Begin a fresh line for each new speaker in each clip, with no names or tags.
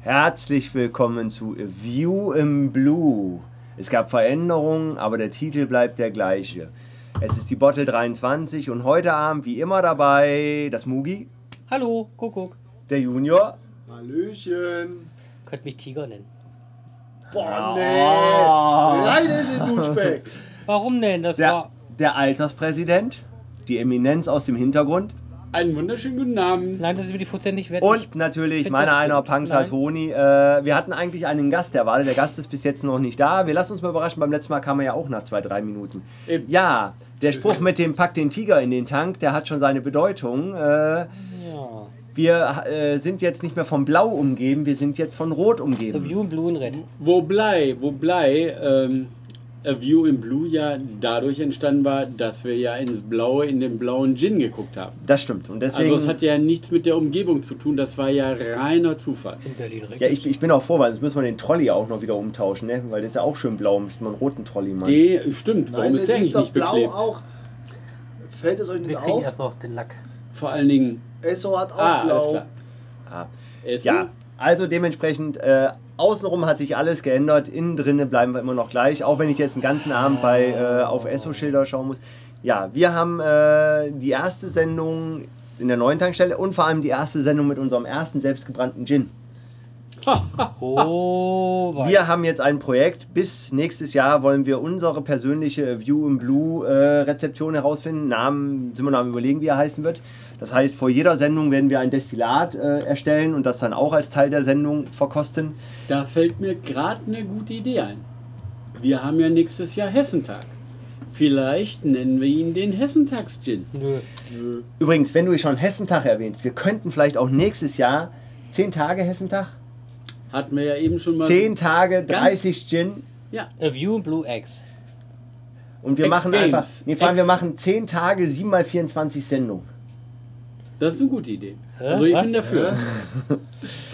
Herzlich willkommen zu A View in Blue. Es gab Veränderungen, aber der Titel bleibt der gleiche. Es ist die Bottle 23 und heute Abend wie immer dabei das Mugi,
Hallo, Kuckuck.
der Junior.
Hallöchen.
Könnt mich Tiger nennen.
Boah,
Ah.
nee. Nein, in den Dutschbeck.
Warum denn? Das
Der,
war.
der Alterspräsident, die Eminenz aus dem Hintergrund
Einen wunderschönen guten Abend.
Nein, das ist über die Prozent nicht wert.
und natürlich
find
meiner
das
einer
gut.
Panzer
Nein.
Toni. Äh, wir hatten eigentlich einen Gast der Wahl, der Gast ist bis jetzt noch nicht da. Wir lassen uns mal überraschen, beim letzten Mal kam er ja auch nach zwei, drei Minuten.
Eben.
Ja, der Spruch mit dem Pack den Tiger in den Tank, der hat schon seine Bedeutung. Äh,
Ja.
wir äh, sind jetzt nicht mehr von Blau umgeben, wir sind jetzt von Rot
A
umgeben.
View in Blue and Red.
Wo blei, wo blei, ähm, A View in Blue ja dadurch entstanden war, dass wir ja ins Blaue, in den blauen Gin geguckt haben.
Das stimmt. Und deswegen.
also es hat ja nichts mit der Umgebung zu tun, das war ja reiner Zufall.
In Berlin Red.
ja, ich, ich bin auch froh, weil sonst müssen wir den Trolley auch noch wieder umtauschen, ne? Weil der ist ja auch schön blau, müssen wir einen roten Trolley machen.
Die, stimmt, warum
Nein,
ist
es
der
gibt
eigentlich
doch
nicht
blau
beklebt?
auch. Fällt es euch nicht
Wir kriegen
auf?
erst noch den Lack.
Vor allen Dingen,
Esso hat auch
ah, alles
blau.
klar.
Ah.
Essen?
Ja, also dementsprechend, äh, außenrum hat sich alles geändert, innen drinnen bleiben wir immer noch gleich, auch wenn ich jetzt den ganzen Abend bei, äh, auf Esso-Schilder schauen muss. Ja, wir haben äh, die erste Sendung in der neuen Tankstelle und vor allem die erste Sendung mit unserem ersten selbstgebrannten Gin.
Oh,
Wir haben jetzt ein Projekt. Bis nächstes Jahr wollen wir unsere persönliche View in Blue äh, Rezeption herausfinden. Namen sind wir noch am überlegen, wie er heißen wird. Das heißt, vor jeder Sendung werden wir ein Destillat äh, erstellen und das dann auch als Teil der Sendung verkosten.
Da fällt mir gerade eine gute Idee ein. Wir haben ja nächstes Jahr Hessentag. Vielleicht nennen wir ihn den Hessentags-Gin.
Nö.
Übrigens, wenn du schon Hessentag erwähnst, wir könnten vielleicht auch nächstes Jahr 10 Tage Hessentag,
Hatten wir ja eben schon mal.
10 Tage,
Ganz-
30 Gin
Ja,
A View in Blue Eggs.
und wir
Ex
machen
Games.
einfach, nee, vor allem
Ex-
wir machen 10 Tage 7x24 Sendung.
das ist eine gute Idee.
Hä?
Also ich
Was?
bin dafür.
Habe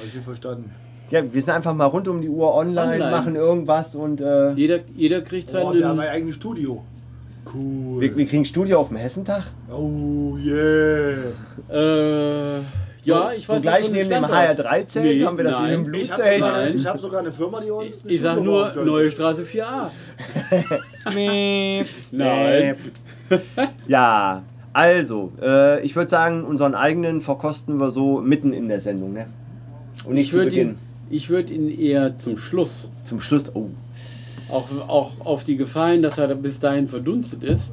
ich nicht verstanden.
Ja, wir sind einfach mal rund um die Uhr online,
Online.
machen irgendwas und äh,
Jeder, jeder kriegt
Oh, wir haben ein
seinen.
eigenes Studio.
wir,
Cool.
wir kriegen Studio auf dem Hessentag.
Oh yeah.
Äh, ja, ich
so
weiß
gleich
nicht, wo
neben
der
dem
Standort-
HR13
Nee,
haben wir das
nein.
in dem
Ich
Blutzelt.
habe sogar, hab sogar eine Firma, die uns. ein
Ich sag
Studio
nur
bauen könnte.
Neue Straße 4a.
Mäh.
Nein.
Ja, also, äh, ich würde sagen, unseren eigenen verkosten wir so mitten in der Sendung, ne? Und nicht
Ich
zu
würde
Beginn.
ihn, ich würd ihn eher zum Schluss,
Zum Schluss. Oh,
auch, auch auf die Gefahr hin, dass er bis dahin verdunstet ist,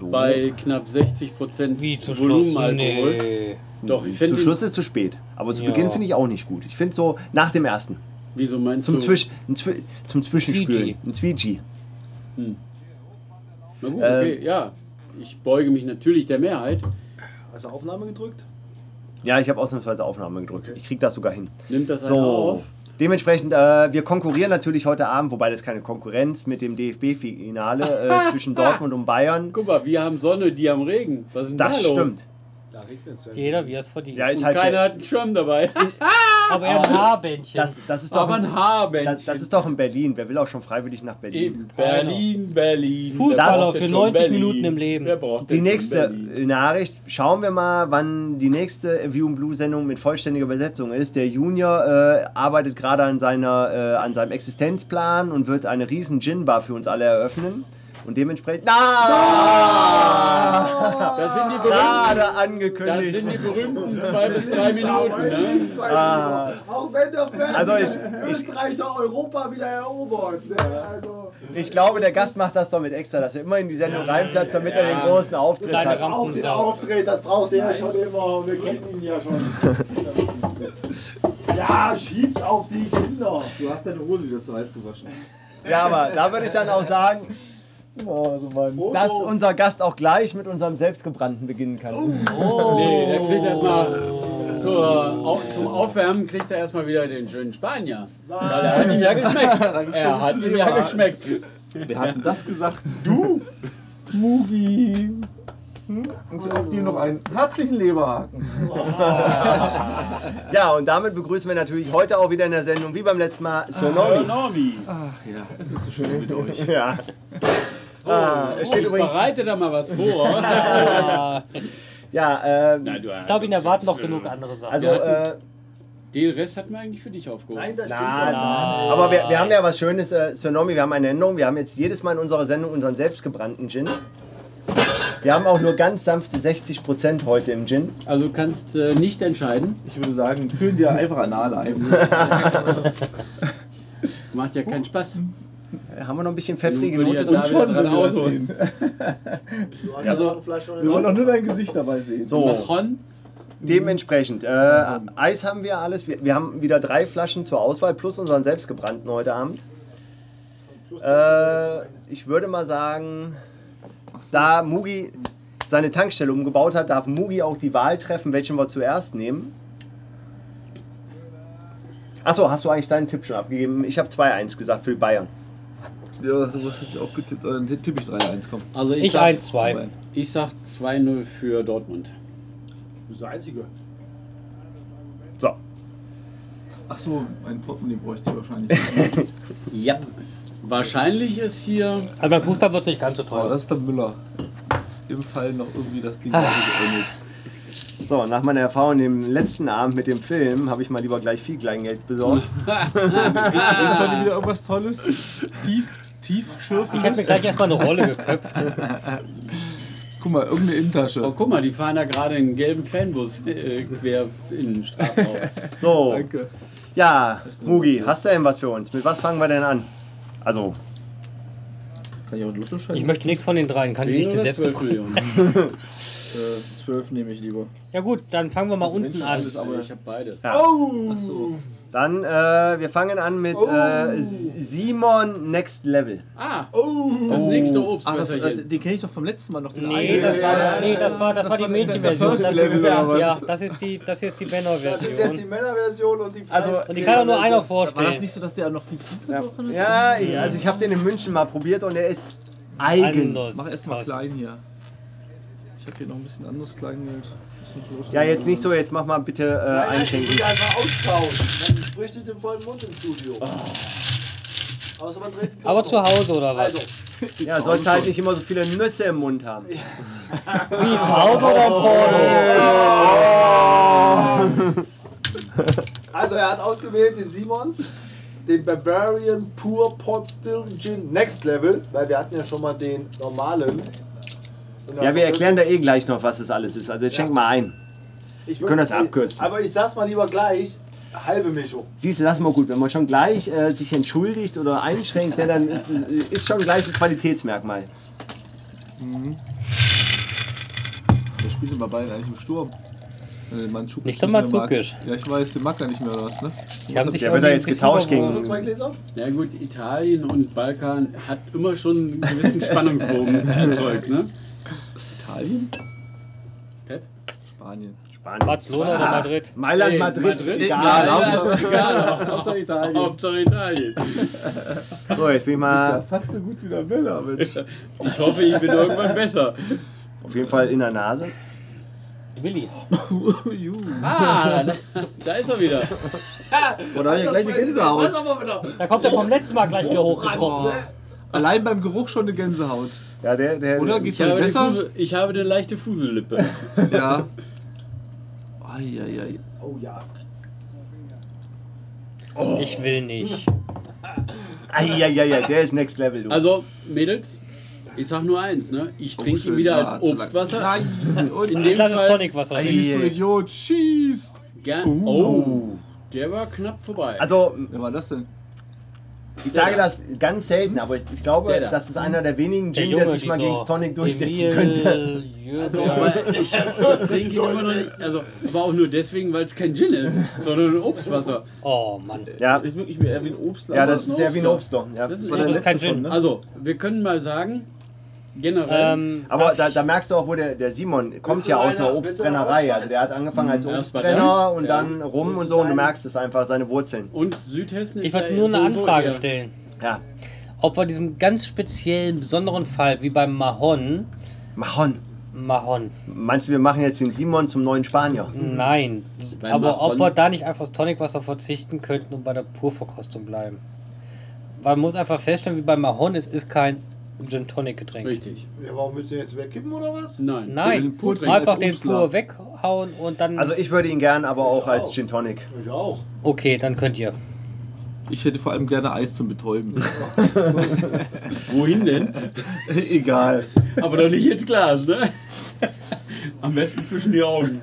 so.
bei knapp 60 Prozent
Wie zu Schluss.
Volumenalkohol.
Nee.
Doch, ich
Hm, zu
finde.
Schluss ist zu spät. Aber zu
Ja.
Beginn finde ich auch nicht gut. Ich finde so nach dem ersten.
Wieso meinst
Zum,
du?
Zwisch, ein Zwi zum Zwischenspülen.
Zwiegi.
Ein Zwiegi.
Na gut, okay,
Äh,
ja. Ich beuge mich natürlich der Mehrheit.
Hast du Aufnahme gedrückt?
Ja, ich habe ausnahmsweise Aufnahme gedrückt. Ich krieg das sogar hin.
Nimmt das einer
So.
auf?
Dementsprechend, äh, wir konkurrieren natürlich heute Abend, wobei das keine Konkurrenz mit dem DFB-Finale äh, zwischen Dortmund und Bayern.
Guck mal, wir haben Sonne, die haben Regen. Was ist denn
Das
da los?
stimmt.
Da regnet es.
Jeder, wie er es verdient.
Ja, ist
Und
halt
keiner hat einen Schirm dabei.
Aber er hat ein Haarbändchen.
das, das ist doch
Aber ein Haarbändchen.
das, das ist doch in Berlin. Wer will auch schon freiwillig nach Berlin?
Eben, Berlin, Berlin.
Fußballer
Wer braucht
für
denn
90
schon
Minuten im Leben.
Wer braucht denn
Die
schon
nächste
Berlin?
Nachricht, schauen wir mal, wann die nächste View and Blue Sendung mit vollständiger Übersetzung ist. Der Junior äh, arbeitet gerade an, seiner, äh, an seinem Existenzplan und wird eine riesen Gin-Bar für uns alle eröffnen. Und dementsprechend... Na!
Das sind die berühmten,
Gerade
das
angekündigt.
sind die berühmten zwei bis drei Minuten. Ne?
Ah.
Auch wenn der Fernseher
Also ich- ich-
Österreicher Europa wieder erobert. Ne? Also,
Ich glaube, der Gast macht das doch mit extra, dass er immer in die Sendung reinplatzt, damit er den großen Auftritt
Kleine
hat.
Rampe.
auch den
Rampensau.
Auftritt, das braucht er schon immer. Wir kennen ihn ja schon. ja, schieb's auf die Kinder.
Du hast deine Hose wieder zu heiß gewaschen.
Ja, aber da würde ich dann auch sagen, Oh, dass unser Gast auch gleich mit unserem Selbstgebrannten beginnen kann.
Nee, der kriegt erstmal zur, au, zum Aufwärmen kriegt er erstmal wieder den schönen Spanier. Weil er hat ihm ja geschmeckt. Er hat ihm ja geschmeckt.
Wir hatten das gesagt. Du,
Oh.
Mugi. Und ich auch dir noch einen herzlichen Leberhaken.
Ja, und damit begrüßen wir natürlich heute auch wieder in der Sendung, wie beim letzten Mal, Sonomi.
Normi.
Ach ja, es ist so schön mit euch.
Ja. Ah, es
Oh,
steht
ich
übrigens,
bereite da mal was vor.
Ah,
ja, ähm,
ich
ich glaube, ihn erwarten noch genug andere Sachen.
also ähm, äh,
Den Rest hatten wir eigentlich für dich aufgehoben.
Nein, das stimmt
Na,
doch nicht.
Aber wir, wir haben ja was Schönes, äh, Sonomi, wir haben eine Änderung. Wir haben jetzt jedes Mal in unserer Sendung unseren selbstgebrannten Gin. Wir haben auch nur ganz sanfte 60% heute im Gin.
Also du kannst äh, nicht entscheiden.
Ich würde sagen, führen dir einfach anal ein.
Das macht ja keinen Spaß.
Äh, Haben wir noch ein bisschen pfeffrige
Nun würde
Note drin?
ich ja
Und schon
dran
dran
ausholen.
ausholen.
Du hast ja
Also,
noch eine Flasche
Wir wollen
oder
auch nur dein Gesicht dabei sehen.
So,
Machon,
dementsprechend. Äh, Eis haben wir alles. Wir, wir haben wieder drei Flaschen zur Auswahl plus unseren selbstgebrannten heute Abend. Äh, ich würde mal sagen, da Mugi seine Tankstelle umgebaut hat, darf Mugi auch die Wahl treffen, welchen wir zuerst nehmen. Achso, hast du eigentlich deinen Tipp schon abgegeben? Ich habe 2-1 gesagt für die Bayern.
Ja, sowas hätte ich auch getippt. Dann tippe ich 3-1, komm.
also ich,
Ich
sag,
1-2.
ich sag 2-0 für Dortmund.
Du bist der Einzige.
So,
Ach so, mein Portemonnaie bräuchte ich wahrscheinlich.
Ja. Wahrscheinlich ist hier
Also beim Fußball wird es nicht ganz so
Aber
Oh,
teuer.
Genau, das ist der Müller. Im Fall noch irgendwie das
Ah.
Ding geendet.
so nach meiner Erfahrung im letzten Abend mit dem Film habe ich mal lieber gleich viel Kleingeld besorgt.
Jetzt heute wieder irgendwas Tolles. Tief, tief
Ah. Ich hätte mir
schürfen.
gleich erstmal eine Rolle geköpft.
Guck mal, irgendeine
Oh,
Innentasche.
guck mal, die fahren da gerade einen gelben Fanbus äh, quer in den Strafraum.
So,
Danke.
ja, Mugi, hast du denn was für uns? Mit was fangen wir denn an? Also,
Kann ich auch einen Lottoschein?
Ich möchte nichts von den dreien. Kann ich nicht den
10 oder
selbst
12
bekommen?
Millionen?
äh, 12 nehme ich lieber.
Ja gut, dann fangen wir mal unten an.
Alles, aber
Ich habe beides.
Ja.
Ach so.
dann, äh, wir fangen an mit äh, S- Simon Next Level.
Ah, das nächste Obst.
Ach, das, äh, den kenne ich doch vom letzten Mal noch. Den
Nee,
einen.
das war, nee, das war, das war die
war der
Mädchenversion.
First
Das-
Level oder was?
Ja, das ist die, das ist die
Das ist jetzt die
Männerversion.
Männerversion und die
Also,
Preis-
Und die kann doch nur einer
War das
vorstellen.
nicht so, dass der auch noch viel Fies gebrochen hat?
Ja, ich- also ich habe den in München mal probiert und er ist eigen.
Anders.
Mach erstmal
Was.
klein hier. Ich habe hier noch ein bisschen anderes Kleingeld. Ist nicht so-
Ja, jetzt nicht so, jetzt mach mal bitte
Nein,
äh,
nein, ich will
einschenken.
die einfach austauschen. Man spricht mit dem vollen Mund im Studio. Außer man dreht einen
Aber
Porno.
zu Hause oder was?
Also,
Ja, sollst halt nicht immer so viele Nüsse im Mund haben.
Wie, zu Hause oder
Oh.
im Porno?
also er hat ausgewählt den Simons, den Barbarian Pure Pot Still Gin Next Level, weil wir hatten ja schon mal den normalen.
Ja, wir erklären da eh gleich noch, was das alles ist. Also jetzt schenk mal ein.
Ich
können das abkürzen.
Aber ich sag's mal lieber gleich, halbe Mischung.
Siehst du, das ist mal gut. Wenn man schon gleich äh, sich entschuldigt oder einschränkt, ja, dann ist, ist schon gleich ein Qualitätsmerkmal.
Der spielt immer beiden eigentlich im Sturm. Äh, Mandschuk
Nicht
ist
der
mehr
Mandzukic.
im Markt. Ja, ich weiß, den mag er nicht mehr oder was, ne?
Die haben sich
Der wird ja
irgendwie
jetzt
ein bisschen
getauscht gegen-
überwogen.
Nur zwei Gläser?
Ja gut, Italien und Balkan hat immer schon einen gewissen Spannungsbogen erzeugt, ne?
Italien?
Pep?
Spanien.
Spanien.
Barcelona oder Madrid?
Mailand,
Ey,
Madrid,
Madrid,
egal.
Hauptsache Ah, Italien.
Hauptsache Italien.
So, jetzt bin ich
Ist ja
mal
fast so gut wie der Möller, Mensch.
Ich hoffe, ich bin irgendwann besser.
auf jeden Fall in der Nase.
Willi.
Juhu.
Ah, da, da ist er wieder.
Oder ja gleich eine Gänsehaut. Oh.
Da kommt er vom letzten Mal gleich wieder hochgekrochen.
Allein beim Geruch schon eine Gänsehaut.
Ja, der, der,
Oder
Ich
geht's euch
habe, eine
besser?
Fusel, ich habe eine leichte Fuselippe.
Ja. Eieiei.
Oh ja.
Ich will nicht.
Eieiei, der ist Next Level, du.
Also, Mädels, ich sag nur eins, ne? Ich
Oh,
trinke
schön,
ihn wieder
ja,
als
zu lang.
Obstwasser.
Nein. Und
In
Ich
dem
lasse
Fall
es Tonicwasser.
Ei, bist du
Yeah.
Idiot. Schieß.
gern.
Uh.
Oh,
Oh.
der war knapp vorbei.
Also,
Wer war das denn?
ich
Der
sage
da.
das ganz selten, aber ich, ich glaube,
Der da.
das ist einer der wenigen
Der
Gin, der,
Junge,
sich mal
dieser
gegen Tonic durchsetzen
Emil
könnte. Also,
Jöber.
aber ich trinke ihn immer noch nicht. Also, aber auch nur deswegen, weil es kein Gin ist, sondern ein Obstwasser.
Oh Mann.
Ja,
Ich wirklich mir eher wie ein Obstler.
ja das
ein
ist sehr wie ein Obstloch. Ja.
Das ist
war
ein
der
Das ist kein
letzte schon,
Gin.
ne?
Also, wir können mal sagen, generell,
Ähm,
Aber da, da merkst du auch, wo der, der Simon kommt
Willst
ja
du
aus einer
einer- willst du einer
Obstbrennerei.
Auszeit?
Also der hat angefangen als
Mhm. Erst bei
Obstbrenner
dann?
und
Ja.
dann rum und
Willst
so
du
und du
einen?
merkst es einfach, seine Wurzeln.
und Südhessen ist
ich wollte
ja
nur eine
sowieso
Anfrage
eher-
stellen.
Ja.
Ob wir diesem ganz speziellen, besonderen Fall, wie beim Mahon,
Mahon.
Mahon,
Meinst du, wir machen jetzt den Simon zum neuen Spanier?
Mhm. nein,
Hm. Beim
aber ob
Mahon-
wir da nicht einfach aufs Tonicwasser verzichten könnten und bei der Purverkostung bleiben. Man muss einfach feststellen, wie beim Mahon, es ist kein Gin Tonic Getränk.
Richtig.
Ja, warum müssen wir jetzt wegkippen oder was?
Nein.
Nein,
Den pur trinken
einfach
als
den
Obstler.
pur weg abhauen und dann.
Also ich würde ihn gern, aber auch als
auch.
Gin Tonic.
Ich auch.
okay, dann könnt ihr.
Ich hätte vor allem gerne Eis zum Betäuben.
Wohin denn?
Egal.
Aber doch nicht ins Glas, ne? Am besten zwischen die Augen.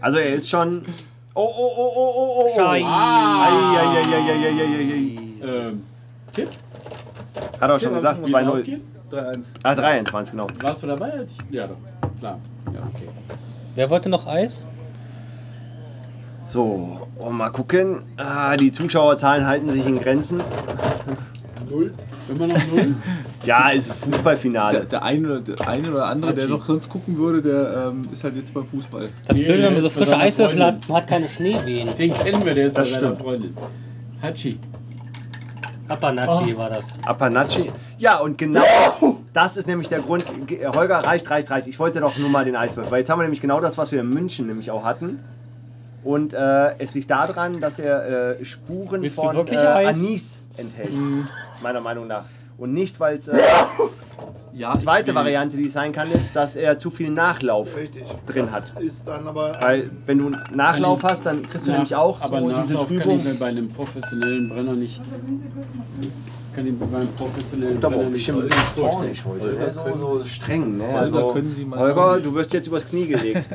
Also er ist schon. Oh, oh, oh, oh, oh, oh.
Schei-
Eieieiei.
Ah! Ähm, Tipp?
Hat er schon gesagt,
Wie es
2-0.
ausgeht?
3-1.
Ah, 23, genau.
Warst du dabei? Als ich, ja, doch. Klar. Ja, okay.
Wer wollte noch Eis?
So, und mal gucken. Ah, die Zuschauerzahlen halten sich in Grenzen.
Null.
Immer noch null?
Ja, ist
Der,
Fußballfinale.
der, eine oder, der eine oder andere, der noch sonst gucken würde, der ähm, ist halt jetzt beim Fußball.
Das
Nee,
Blöde, wenn man so
ist von
frische
seiner
Eiswürfel hat,
Freundin.
man hat keine Schneewehen.
Den kennen wir, der ist bei
Das
seiner
stimmt.
Freundin. Hachi.
Apanachi war das.
Apanachi. Ja, und genau das ist nämlich der Grund. Ge- Holger, reicht, reicht, reicht. Ich wollte doch nur mal den Eiswürfel. Weil jetzt haben wir nämlich genau das, was wir in München nämlich auch hatten. Und äh, es liegt daran, dass er äh, Spuren
Willst du
von äh,
wirklich Eis? Mhm.
Anis enthält. Meiner Meinung nach. Und nicht, weil es. Äh,
Ja, ich
zweite
will-
Variante, die es sein kann, ist, dass er zu viel Nachlauf
Richtig.
drin
das
hat. Äh,
Ist dann aber.
Weil wenn du Nachlauf hast, dann kriegst du nämlich auch
aber
so diese
Nachlauf kann ich mir
Trübung.
bei einem professionellen Brenner nicht. Kann ich mir bei einem professionellen
Da war
Brenner
ein
nicht.
bisschen
vorstellen.
zornig heute. ne? So, so streng. Ne?
Holger,
Also,
können Sie mal-
Holger, du wirst jetzt übers Knie gelegt.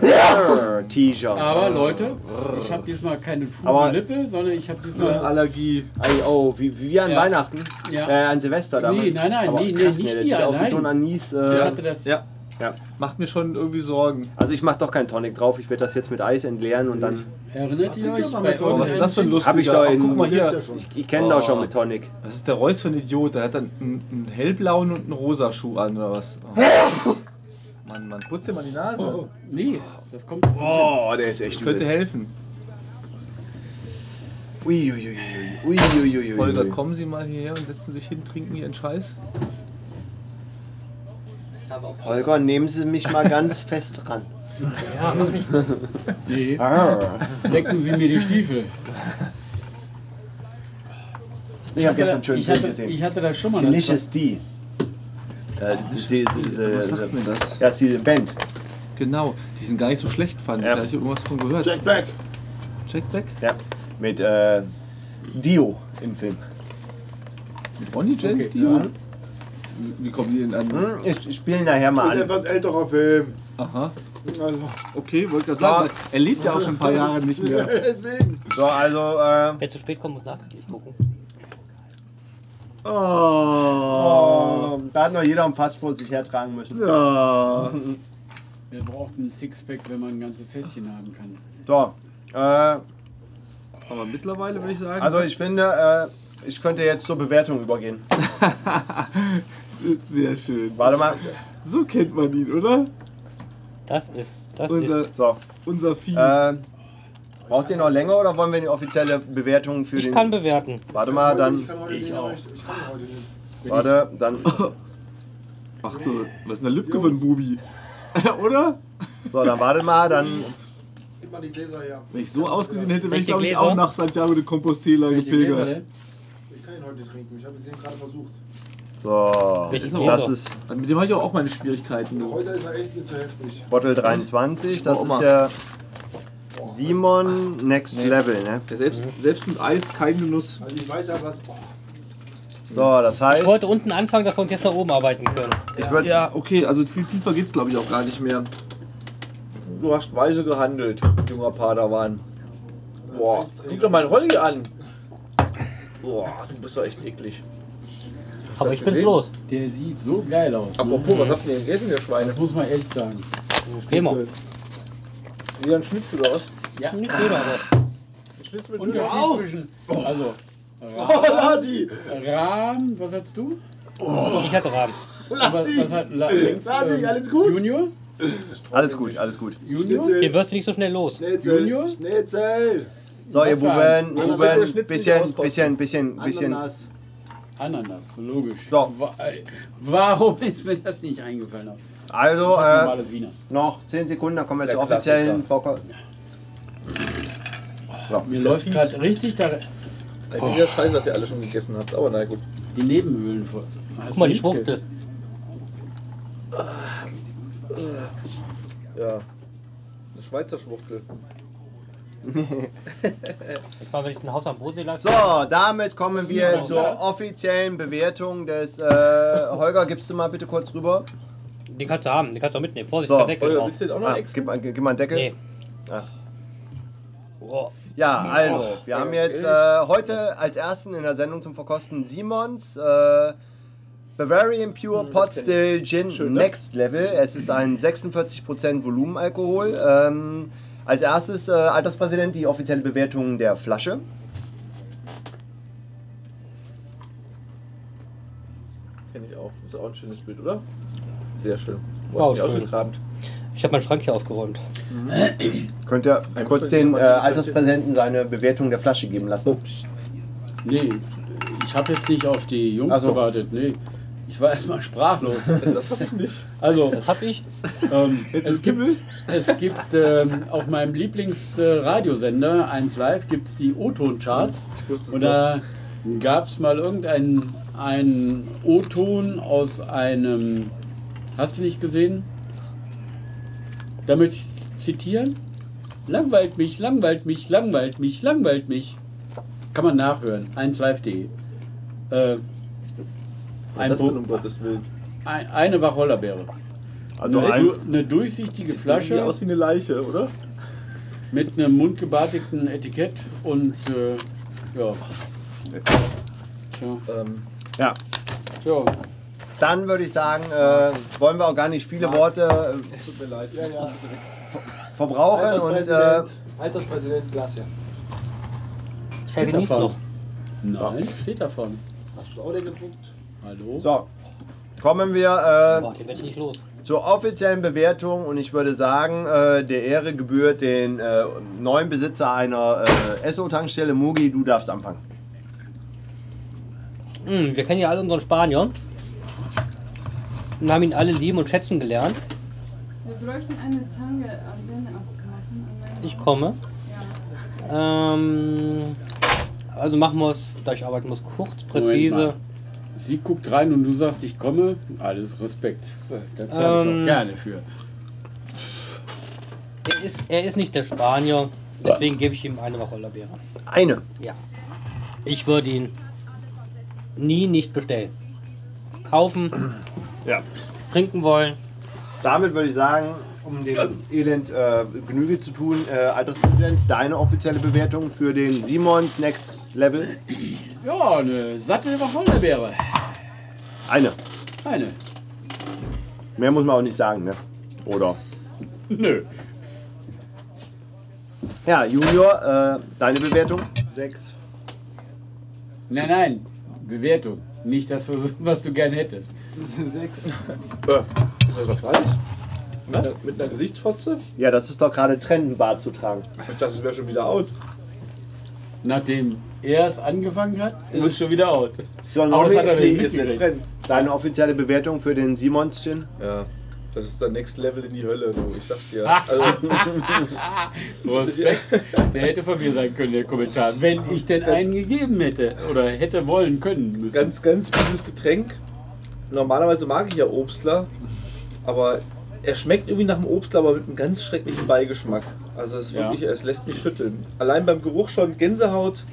Brrr, T-Shirt.
Aber Leute, ich habe diesmal keine
Aber-
Fuge Lippe, sondern ich habe diesmal.
Allergie.
Ei, oh, wie, wie an
äh, Ja.
Weihnachten?
Ja.
Äh, an Silvester damals.
Nee, nein, nein,
Aber
nee, nee,
krass,
nicht
ne, das
die,
sieht auch wie
nein.
so ein Anis.
Ich
Äh,
hatte das.
Ja,
ja.
macht mir schon irgendwie Sorgen.
Also ich mach doch keinen Tonic drauf. Ich werde das jetzt mit Eis entleeren und dann...
Hm. Erinnert ihr
Ach,
euch?
guck mal,
bei
mit Gordon,
Oh, was ist das für ein lustiger?
Hab ich da
oh,
in-
guck mal
Gibt's
hier.
ja schon.
Ich, ich kenne da schon mit Tonic.
Was ist der Reus für ein Idiot? Der hat dann einen, einen hellblauen und einen rosa Schuh an oder was? Oh. Mann, Mann, putze mal die Nase.
Nee, das kommt.
Oh, der ist echt
Könnte helfen.
Uiuiui. Uiuiui.
Holger, kommen Sie mal hierher und setzen sich hin, trinken Ihren Scheiß.
Holger, nehmen Sie mich mal ganz fest ran.
Nee,
Ah.
lecken Sie mir die Stiefel.
Ich habe gestern einen schönen
ich,
Film
hatte,
gesehen.
ich hatte das schon mal.
Delicious D. Äh, die- diese-
Was sagt mir das?
Ja, ist diese Band.
Genau, die sind gar nicht so schlecht, fand ich.
Ja.
Da hab ich irgendwas von gehört.
Jack Black.
Jack Black?
Ja. Mit äh, Dio im Film.
Mit Bonnie James
Okay.
Dio? Wie kommen die denn an?
Hm, ich ich spiele nachher mal
Ist ein
alle.
etwas älterer Film.
Aha,
Also,
okay, wollte gerade sagen, er lebt ja auch schon ein paar Jahre nicht mehr.
deswegen.
So, also. Äh,
Wer zu spät kommt, muss nachträglich gucken.
oh, da hat noch jeder ein Fass vor sich hertragen müssen.
Wer braucht ein Sixpack, wenn man ein ganzes Fässchen haben kann?
So. Äh,
Aber mittlerweile würde ich sagen,
also, ich finde, äh, ich könnte jetzt zur Bewertung übergehen.
es ist sehr schön.
Warte mal.
So kennt man ihn, oder?
Das ist. Das
Unser,
ist.
So.
unser Vieh.
Äh, braucht ihr noch länger oder wollen wir die offizielle Bewertung für
Ich
den.
kann bewerten.
Warte mal,
Ich
dann.
kann heute
Ich
nicht,
auch.
aber Ich, ich kann heute nicht.
Warte, dann.
Ach du, was ist denn der Lübke von Bubi? Oder?
So, dann warte mal, dann.
Gib mal die Gläser her.
Wenn ich so ausgesehen hätte, wäre
Welche
ich glaube ich
Gläser?
auch nach Santiago de Compostela
Welche Gläser
gepilgert.
denn?
Ich kann ihn heute nicht trinken. Ich habe es eben gerade versucht.
So.
Welche
ist aber
Das
Gläser?
ist
Mit dem habe ich auch meine Schwierigkeiten. du.
Heute ist er echt mir zu heftig.
Bottle 23, das
Brauch
ist
mal.
der Simon Next Level, ne?
Ja, Selbst, selbst mit Eis keine Genuss.
Also ich weiß ja was. Oh,
So, das heißt.
Ich wollte unten anfangen, dass wir uns jetzt nach oben arbeiten können.
ich würd-
Ja, okay, also viel tiefer geht's glaube ich auch gar nicht mehr. Du hast weise gehandelt, junger Padawan. Boah, guck doch mal Holly an. Boah, du bist doch echt eklig.
Aber ich bin's
gesehen?
los.
Der sieht so geil aus. Ne?
Apropos, was habt ihr denn gegessen, ihr Schweine?
Das muss man echt sagen.
Demo.
Wieder ein Schnitzel oder was?
Ja.
Nicht jeder, aber.
Ein Schnitzel mit
Unterschied
Au!
zwischen. Also.
oh
Rahm,
Lasi!
Rahm, was hast du?
Ich hatte Rahmen.
Und Was, was hat La, links,
Lasi,
ähm,
alles gut?
Junior?
Alles gut, alles gut.
Junior?
Hier
Schnitzel.
wirst du nicht so schnell los.
Schnitzel.
Junior?
Schnitzel.
So, ihr
Was für
Buben,
ein-
Anna, wenn der
Buben,
Schnitzel
bisschen,
nicht
bisschen, bisschen, bisschen.
Ananas.
Ananas, logisch.
So.
Wa- äh, Warum ist mir das nicht eingefallen?
Also, äh,
Normales Wiener.
noch 10 Sekunden, dann kommen wir
Der
zur offiziellen Vorko
Mir
sehr
läuft
fies.
gerade richtig da
Ich finde ja scheiße, dass ihr alle schon gegessen habt, aber na gut.
die Nebenhöhlen voll.
Guck mal, die Schwuchtel.
Ja. Eine Schweizer Schwuchtel.
Ich war, wenn ich ein Haus am Bodensee lasse.
So, damit kommen wir zur offiziellen Bewertung des. Äh, Holger, gibst du mal bitte kurz rüber?
Den kannst du haben, den kannst du auch mitnehmen. Vorsicht,
So,
der Deckel
Oder
drauf.
willst du jetzt auch noch
Ah,
extra?
gib, mal- gib mal einen Deckel.
Nee.
Ah.
Oh,
Ja, also,
Oh,
wir haben jetzt äh, heute als ersten in der Sendung zum Verkosten Simons äh, Bavarian Pure
Hm,
Pot Still Gin
ne?
Next Level. Es ist ein 46% Volumenalkohol. Ähm, als erstes, äh, Alterspräsident, die offizielle Bewertung der Flasche.
Kenn ich auch. Ist auch ein schönes Bild, oder? Sehr schön. Du hast
Wow,
mich
schön.
ausgekramt.
ich habe meinen Schrank hier aufgeräumt.
Könnt ihr
Ein
kurz
bisschen
den
jemand,
äh,
Oh, der
Alterspräsidenten seine Bewertung der Flasche geben lassen?
Nee, ich habe jetzt nicht auf die Jungs
Ach so.
gewartet. Nee, ich war erstmal sprachlos.
Das hab ich nicht.
Also,
Das hab ich.
ähm, es
ist
gibt, es gibt ähm, auf meinem Lieblingsradiosender 1 Live gibt es die O-Ton-Charts.
wusste es
Und da gab es mal irgendeinen einen O-Ton aus einem. Hast du nicht gesehen? Da möchte ich zitieren. Langweilt mich, langweilt mich, langweilt mich, langweilt mich. Kann man nachhören. 1live.de. Äh,
Ein
ein
das denn um
Bo
Gottes Willen?
ein, eine Wacholderbeere.
Also
eine,
ein,
du- Ne, eine durchsichtige
Sieht
Flasche
aus wie eine Leiche, oder?
mit einem mundgebartigten Etikett und äh, ja. Tja,
Ähm,
ja.
tja.
Dann würde ich sagen, äh, wollen wir auch gar nicht viele Worte
tut mir leid.
Ja, ja.
äh, verbrauchen und äh,
Alterspräsident, Alterspräsident Glas hier.
Er genießt
davon.
noch.
Nein, steht da vorne.
Hast du auch den geguckt?
Hallo?
so. Kommen wir äh,
Boah, den werd ich nicht los.
zur offiziellen Bewertung und ich würde sagen, äh, der Ehre gebührt den äh, neuen Besitzer einer äh, SO-Tankstelle. Mugi, du darfst anfangen.
Mm, wir kennen ja alle unseren Spanier. Und haben ihn alle lieben und schätzen gelernt.
Wir bräuchten eine Zange, an denen aufzumachen. an denen-
Ich komme.
Ja.
Ähm, also machen wir es, da ich arbeiten muss, kurz, präzise.
mal. Sie guckt rein und du sagst, ich komme. Alles Respekt. Da zahle ich
Ähm.
auch gerne für.
Er ist, er ist nicht der Spanier, deswegen gebe ich ihm eine Wacholderbeere.
Eine.
Ja. Ich würde ihn nie nicht bestellen. Kaufen,
Ja.
trinken wollen.
Damit würde ich sagen, um dem Elend äh, Genüge zu tun, äh, Alterspräsident, deine offizielle Bewertung für den Simons Next Level.
Ja, eine satte Wacholderbeere.
Eine.
Eine.
Mehr muss man auch nicht sagen, ne? Oder?
Nö.
Ja, Junior, äh, deine Bewertung?
Sechs.
Nein, nein. Bewertung. Nicht das, was du gerne hättest.
Sechs.
Äh, ist das was falsch? Was? Mit einer Gesichtsfotze?
Ja, das ist doch gerade Trend, einen Bart zu tragen.
Ich dachte, es wäre schon wieder out.
Nachdem er es angefangen hat, ist es schon wieder out.
So,
Aber das
Nori,
hat er nicht
ist der
mitgekriegt.
Trend.
deine offizielle Bewertung für den Simons Gin?
Ja. Das ist der Next Level in die Hölle, du. Ich sag's dir.
Ah.
Also,
Respekt. Der hätte von mir sein können, der Kommentar. Wenn ich denn einen gegeben hätte oder hätte wollen können müssen.
ganz, ganz gutes Getränk. Normalerweise mag ich ja Obstler, aber er schmeckt irgendwie nach dem Obstler, aber mit einem ganz schrecklichen Beigeschmack. Also es, ist
Ja.
wirklich, es lässt mich schütteln. Allein beim Geruch schon Gänsehaut.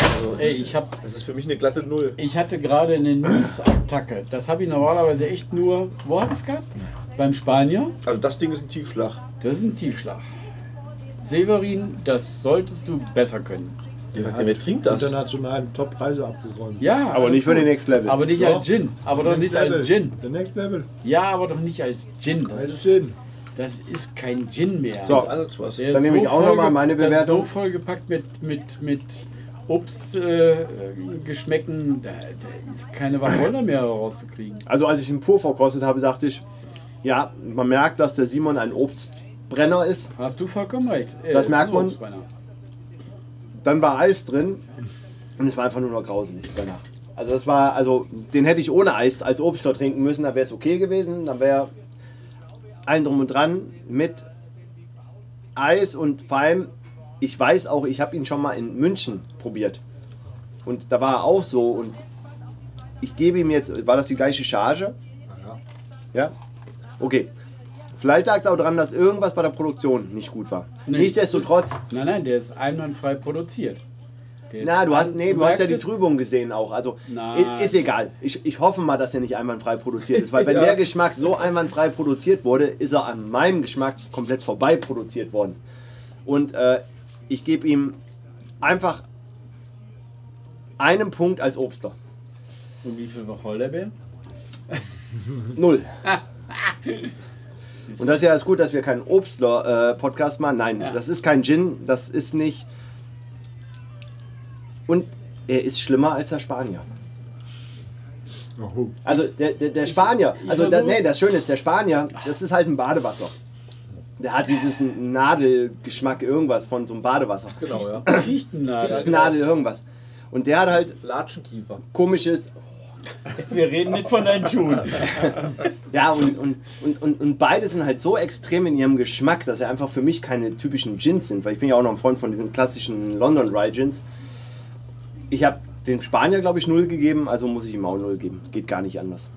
Also,
Ey, ich hab
Das ist für mich eine glatte Null.
Ich hatte gerade eine Niesattacke. Das habe ich normalerweise echt nur. Wo habe ich es gehabt? Beim Spanier.
Also das Ding ist ein Tiefschlag.
Das ist ein Tiefschlag. Severin, das solltest du besser können.
Ja, wer trinkt das?
Internationalen Top-Preise abgeräumt.
Ja.
Aber
alles
nicht für
gut.
den Next Level.
Aber nicht
Doch.
als Gin. Aber doch nicht als Gin.
Der Next Level.
Ja, aber doch nicht als Gin. Das
Als
ist,
Gin.
das ist kein Gin mehr.
So,
Alles was.
Der ist
dann nehme ich auch noch mal
vollge-
meine
der ist
Bewertung.
So vollgepackt mit, mit, mit Obstgeschmäcken, äh, Geschmäcken, da, da ist keine Wacholder mehr rauszukriegen.
Also als ich ihn pur verkostet habe, dachte ich, ja, man merkt, dass der Simon ein Obstbrenner ist.
Hast du vollkommen recht. Äh,
Das
ist
merkt
ein
man.
Obstbrenner.
Dann war Eis drin und es war einfach nur noch grauselig danach. Also das war, also den hätte ich ohne Eis als Obstler trinken müssen, dann wäre es okay gewesen. Dann wäre allen drum und dran mit Eis und vor allem, ich weiß auch, ich habe ihn schon mal in München probiert. Und da war er auch so und ich gebe ihm jetzt, war das die gleiche Charge? Ja. Okay. Vielleicht lag es auch daran, dass irgendwas bei der Produktion nicht gut war.
Nee.
Nichtsdestotrotz,
Nein, nein, der ist einwandfrei produziert. Der ist
na, du hast,
an-
nee, du hast ja
merkst
die
es-
Trübung gesehen auch. Also
Nein.
i- ist egal. Ich, ich hoffe mal, dass er nicht einwandfrei produziert ist, weil wenn
Ja.
der Geschmack so einwandfrei produziert wurde, ist er an meinem Geschmack komplett vorbei produziert worden. Und äh, ich gebe ihm einfach einen Punkt als Obster.
Und wie viel noch Holderbeer?
Null. Und das ist ja das gut, dass wir keinen Obstler-Podcast machen. Nein,
Ja.
das ist kein Gin, das ist nicht. Und er ist schlimmer als der Spanier.
Oh,
Also der, der, der Spanier,
ich
also da,
versuch-
nee, das Schöne ist, der Spanier, das ist halt ein Badewasser. Der hat dieses Nadelgeschmack irgendwas von so einem Badewasser.
Genau, ja.
Fichtennadel.
Nadel irgendwas. Und der hat halt
Latschenkiefer.
komisches,
Wir reden nicht von deinen Schuhen.
Ja, und, und, und, und, und beide sind halt so extrem in ihrem Geschmack, dass sie einfach für mich keine typischen Gins sind, weil ich bin ja auch noch ein Freund von diesen klassischen London Rye Gins. Ich habe dem Spanier, glaube ich, null gegeben, also muss ich ihm auch null geben. Geht gar nicht anders.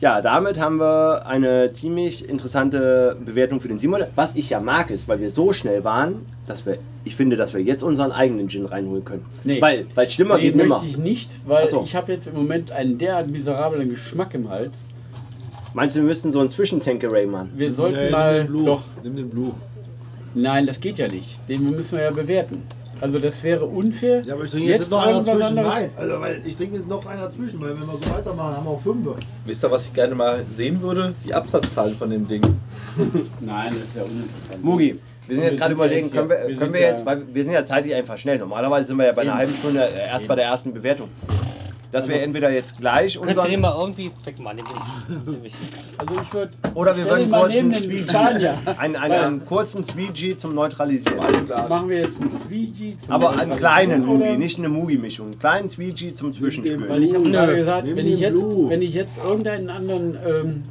Ja, damit haben wir eine ziemlich interessante Bewertung für den Simon. Was ich ja mag, ist, weil wir so schnell waren, dass wir, ich finde, dass wir jetzt unseren eigenen Gin reinholen können.
Nee.
Weil, weil schlimmer
Nee,
geht nimmer.
möchte ich nicht, weil
Ach so.
ich habe jetzt im Moment einen derart miserablen Geschmack im Hals.
Meinst du, wir müssten so einen Zwischentankerei machen?
Wir sollten
Nee,
mal...
nimm den Blue.
Doch,
Nimm den Blue.
nein, das geht ja nicht. Den müssen wir ja bewerten. Also das wäre unfair.
Ja, aber ich trinke jetzt, noch einer
irgendwas
zwischen.
anderes-
Nein, also, weil ich trinke jetzt noch einer zwischen, weil wenn wir so weitermachen, haben wir auch fünf.
Wisst ihr, was ich gerne mal sehen würde? Die Absatzzahlen von dem Ding.
Nein, das ist ja uninteressant.
Mugi, wir sind
wir
jetzt gerade
sind
überlegen,
ja jetzt
können wir,
hier- wir
können
sind
wir
ja-
jetzt, weil wir sind ja zeitlich einfach schnell. Normalerweise sind wir ja bei einer
Eben. Also,
halben Stunde äh, erst bei der ersten Bewertung. Dass wir entweder jetzt gleich
Könntest du den
unseren,
mal irgendwie. Weg mal, nehm ich. Nehm ich.
Also ich würde...
oder wir würden kurz einen,
den
Zwie-
Spanier.
einen, einen, einen kurzen 2G zum Neutralisieren.
Glas.
Machen wir jetzt einen Zwiegi zum
Aber einen kleinen
Oder-
Mugi, nicht eine Mugi-Mischung. Einen kleinen 2G zum
Weil
Zwischenspülen.
ich habe
Nö.
gerade gesagt,
Nimm
wenn ich,
den
jetzt,
Blue.
wenn ich jetzt irgendeinen anderen ähm,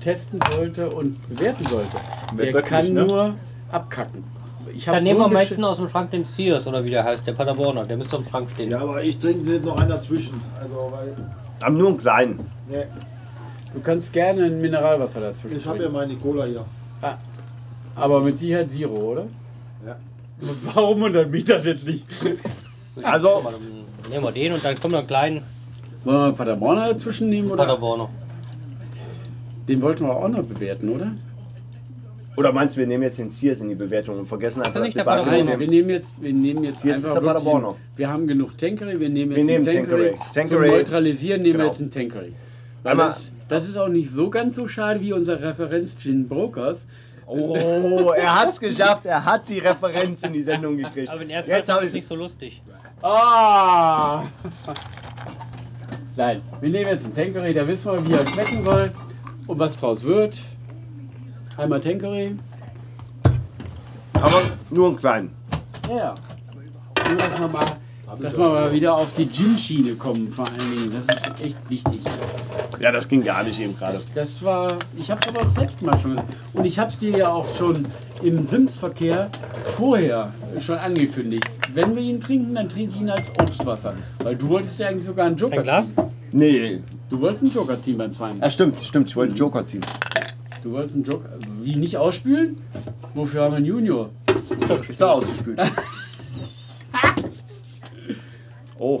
testen sollte und bewerten sollte,
Wird
der
wirklich,
kann
ne?
nur abkacken. Ich hab
Dann nehmen wir
einen
mal
Gesch-
hinten aus dem Schrank den Sears oder wie der heißt, der Paderborner. Der müsste am Schrank stehen.
Ja, aber ich trinke nicht noch einer zwischen. Also, weil.
Aber nur einen kleinen.
Nee,
Du kannst gerne ein Mineralwasser dazwischen
ich habe ja
trinken.
meine Cola hier.
Aber mit Sicherheit Zero, oder?
Ja.
Warum wundert mich das jetzt nicht?
Also,
Nehmen wir den und dann kommt noch einen kleinen
Wollen wir Paderborner dazwischen nehmen? Oder?
Paderborner.
Den wollten wir auch noch bewerten, oder?
oder meinst du, wir nehmen jetzt den Sears in die Bewertung und vergessen einfach, dass
nicht
wir
der
beide
Nein,
Paderborner.
nehmen?
wir nehmen jetzt, wir nehmen jetzt
Jetzt ist
einfach
der
wirklich-
Paderborner.
Wir haben genug Tankery, wir nehmen jetzt
Wir nehmen
einen Tankery.
Tanqueray.
Zum
Tanqueray.
Neutralisieren nehmen wir
Genau.
jetzt einen Tankery. Weil
Einmal-
das, das ist auch nicht so ganz so schade wie unser Referenz Gin Brokers.
Oh, er hat's geschafft. Er hat die Referenz in die Sendung gekriegt.
Aber den ersten
Jetzt
Mal
habe
ist
ich
nicht so lustig.
Ah! Nein, wir nehmen jetzt einen Tankery, da wissen wir, wie er schmecken soll und was draus wird. Einmal Tankery.
aber nur einen kleinen.
Ja. Nur, dass wir mal, dass wir mal wieder auf die Gin-Schiene kommen, vor allen Dingen. Das ist echt wichtig.
Ja, das ging gar nicht eben gerade.
Das war, ich habe aber das letzte Mal schon gesagt. Und ich habe es dir ja auch schon im Sims-Verkehr vorher schon angekündigt. Wenn wir ihn trinken, dann trinke ich ihn als Obstwasser. Weil du wolltest ja eigentlich sogar einen Joker
Ein Glas?
ziehen.
Nee.
Du wolltest einen Joker ziehen beim Simon.
Ah, stimmt, stimmt. Ich wollte einen Joker ziehen.
Du wolltest einen Joker. Wie nicht ausspülen? Wofür haben wir einen Junior?
Ist da ausgespült. oh.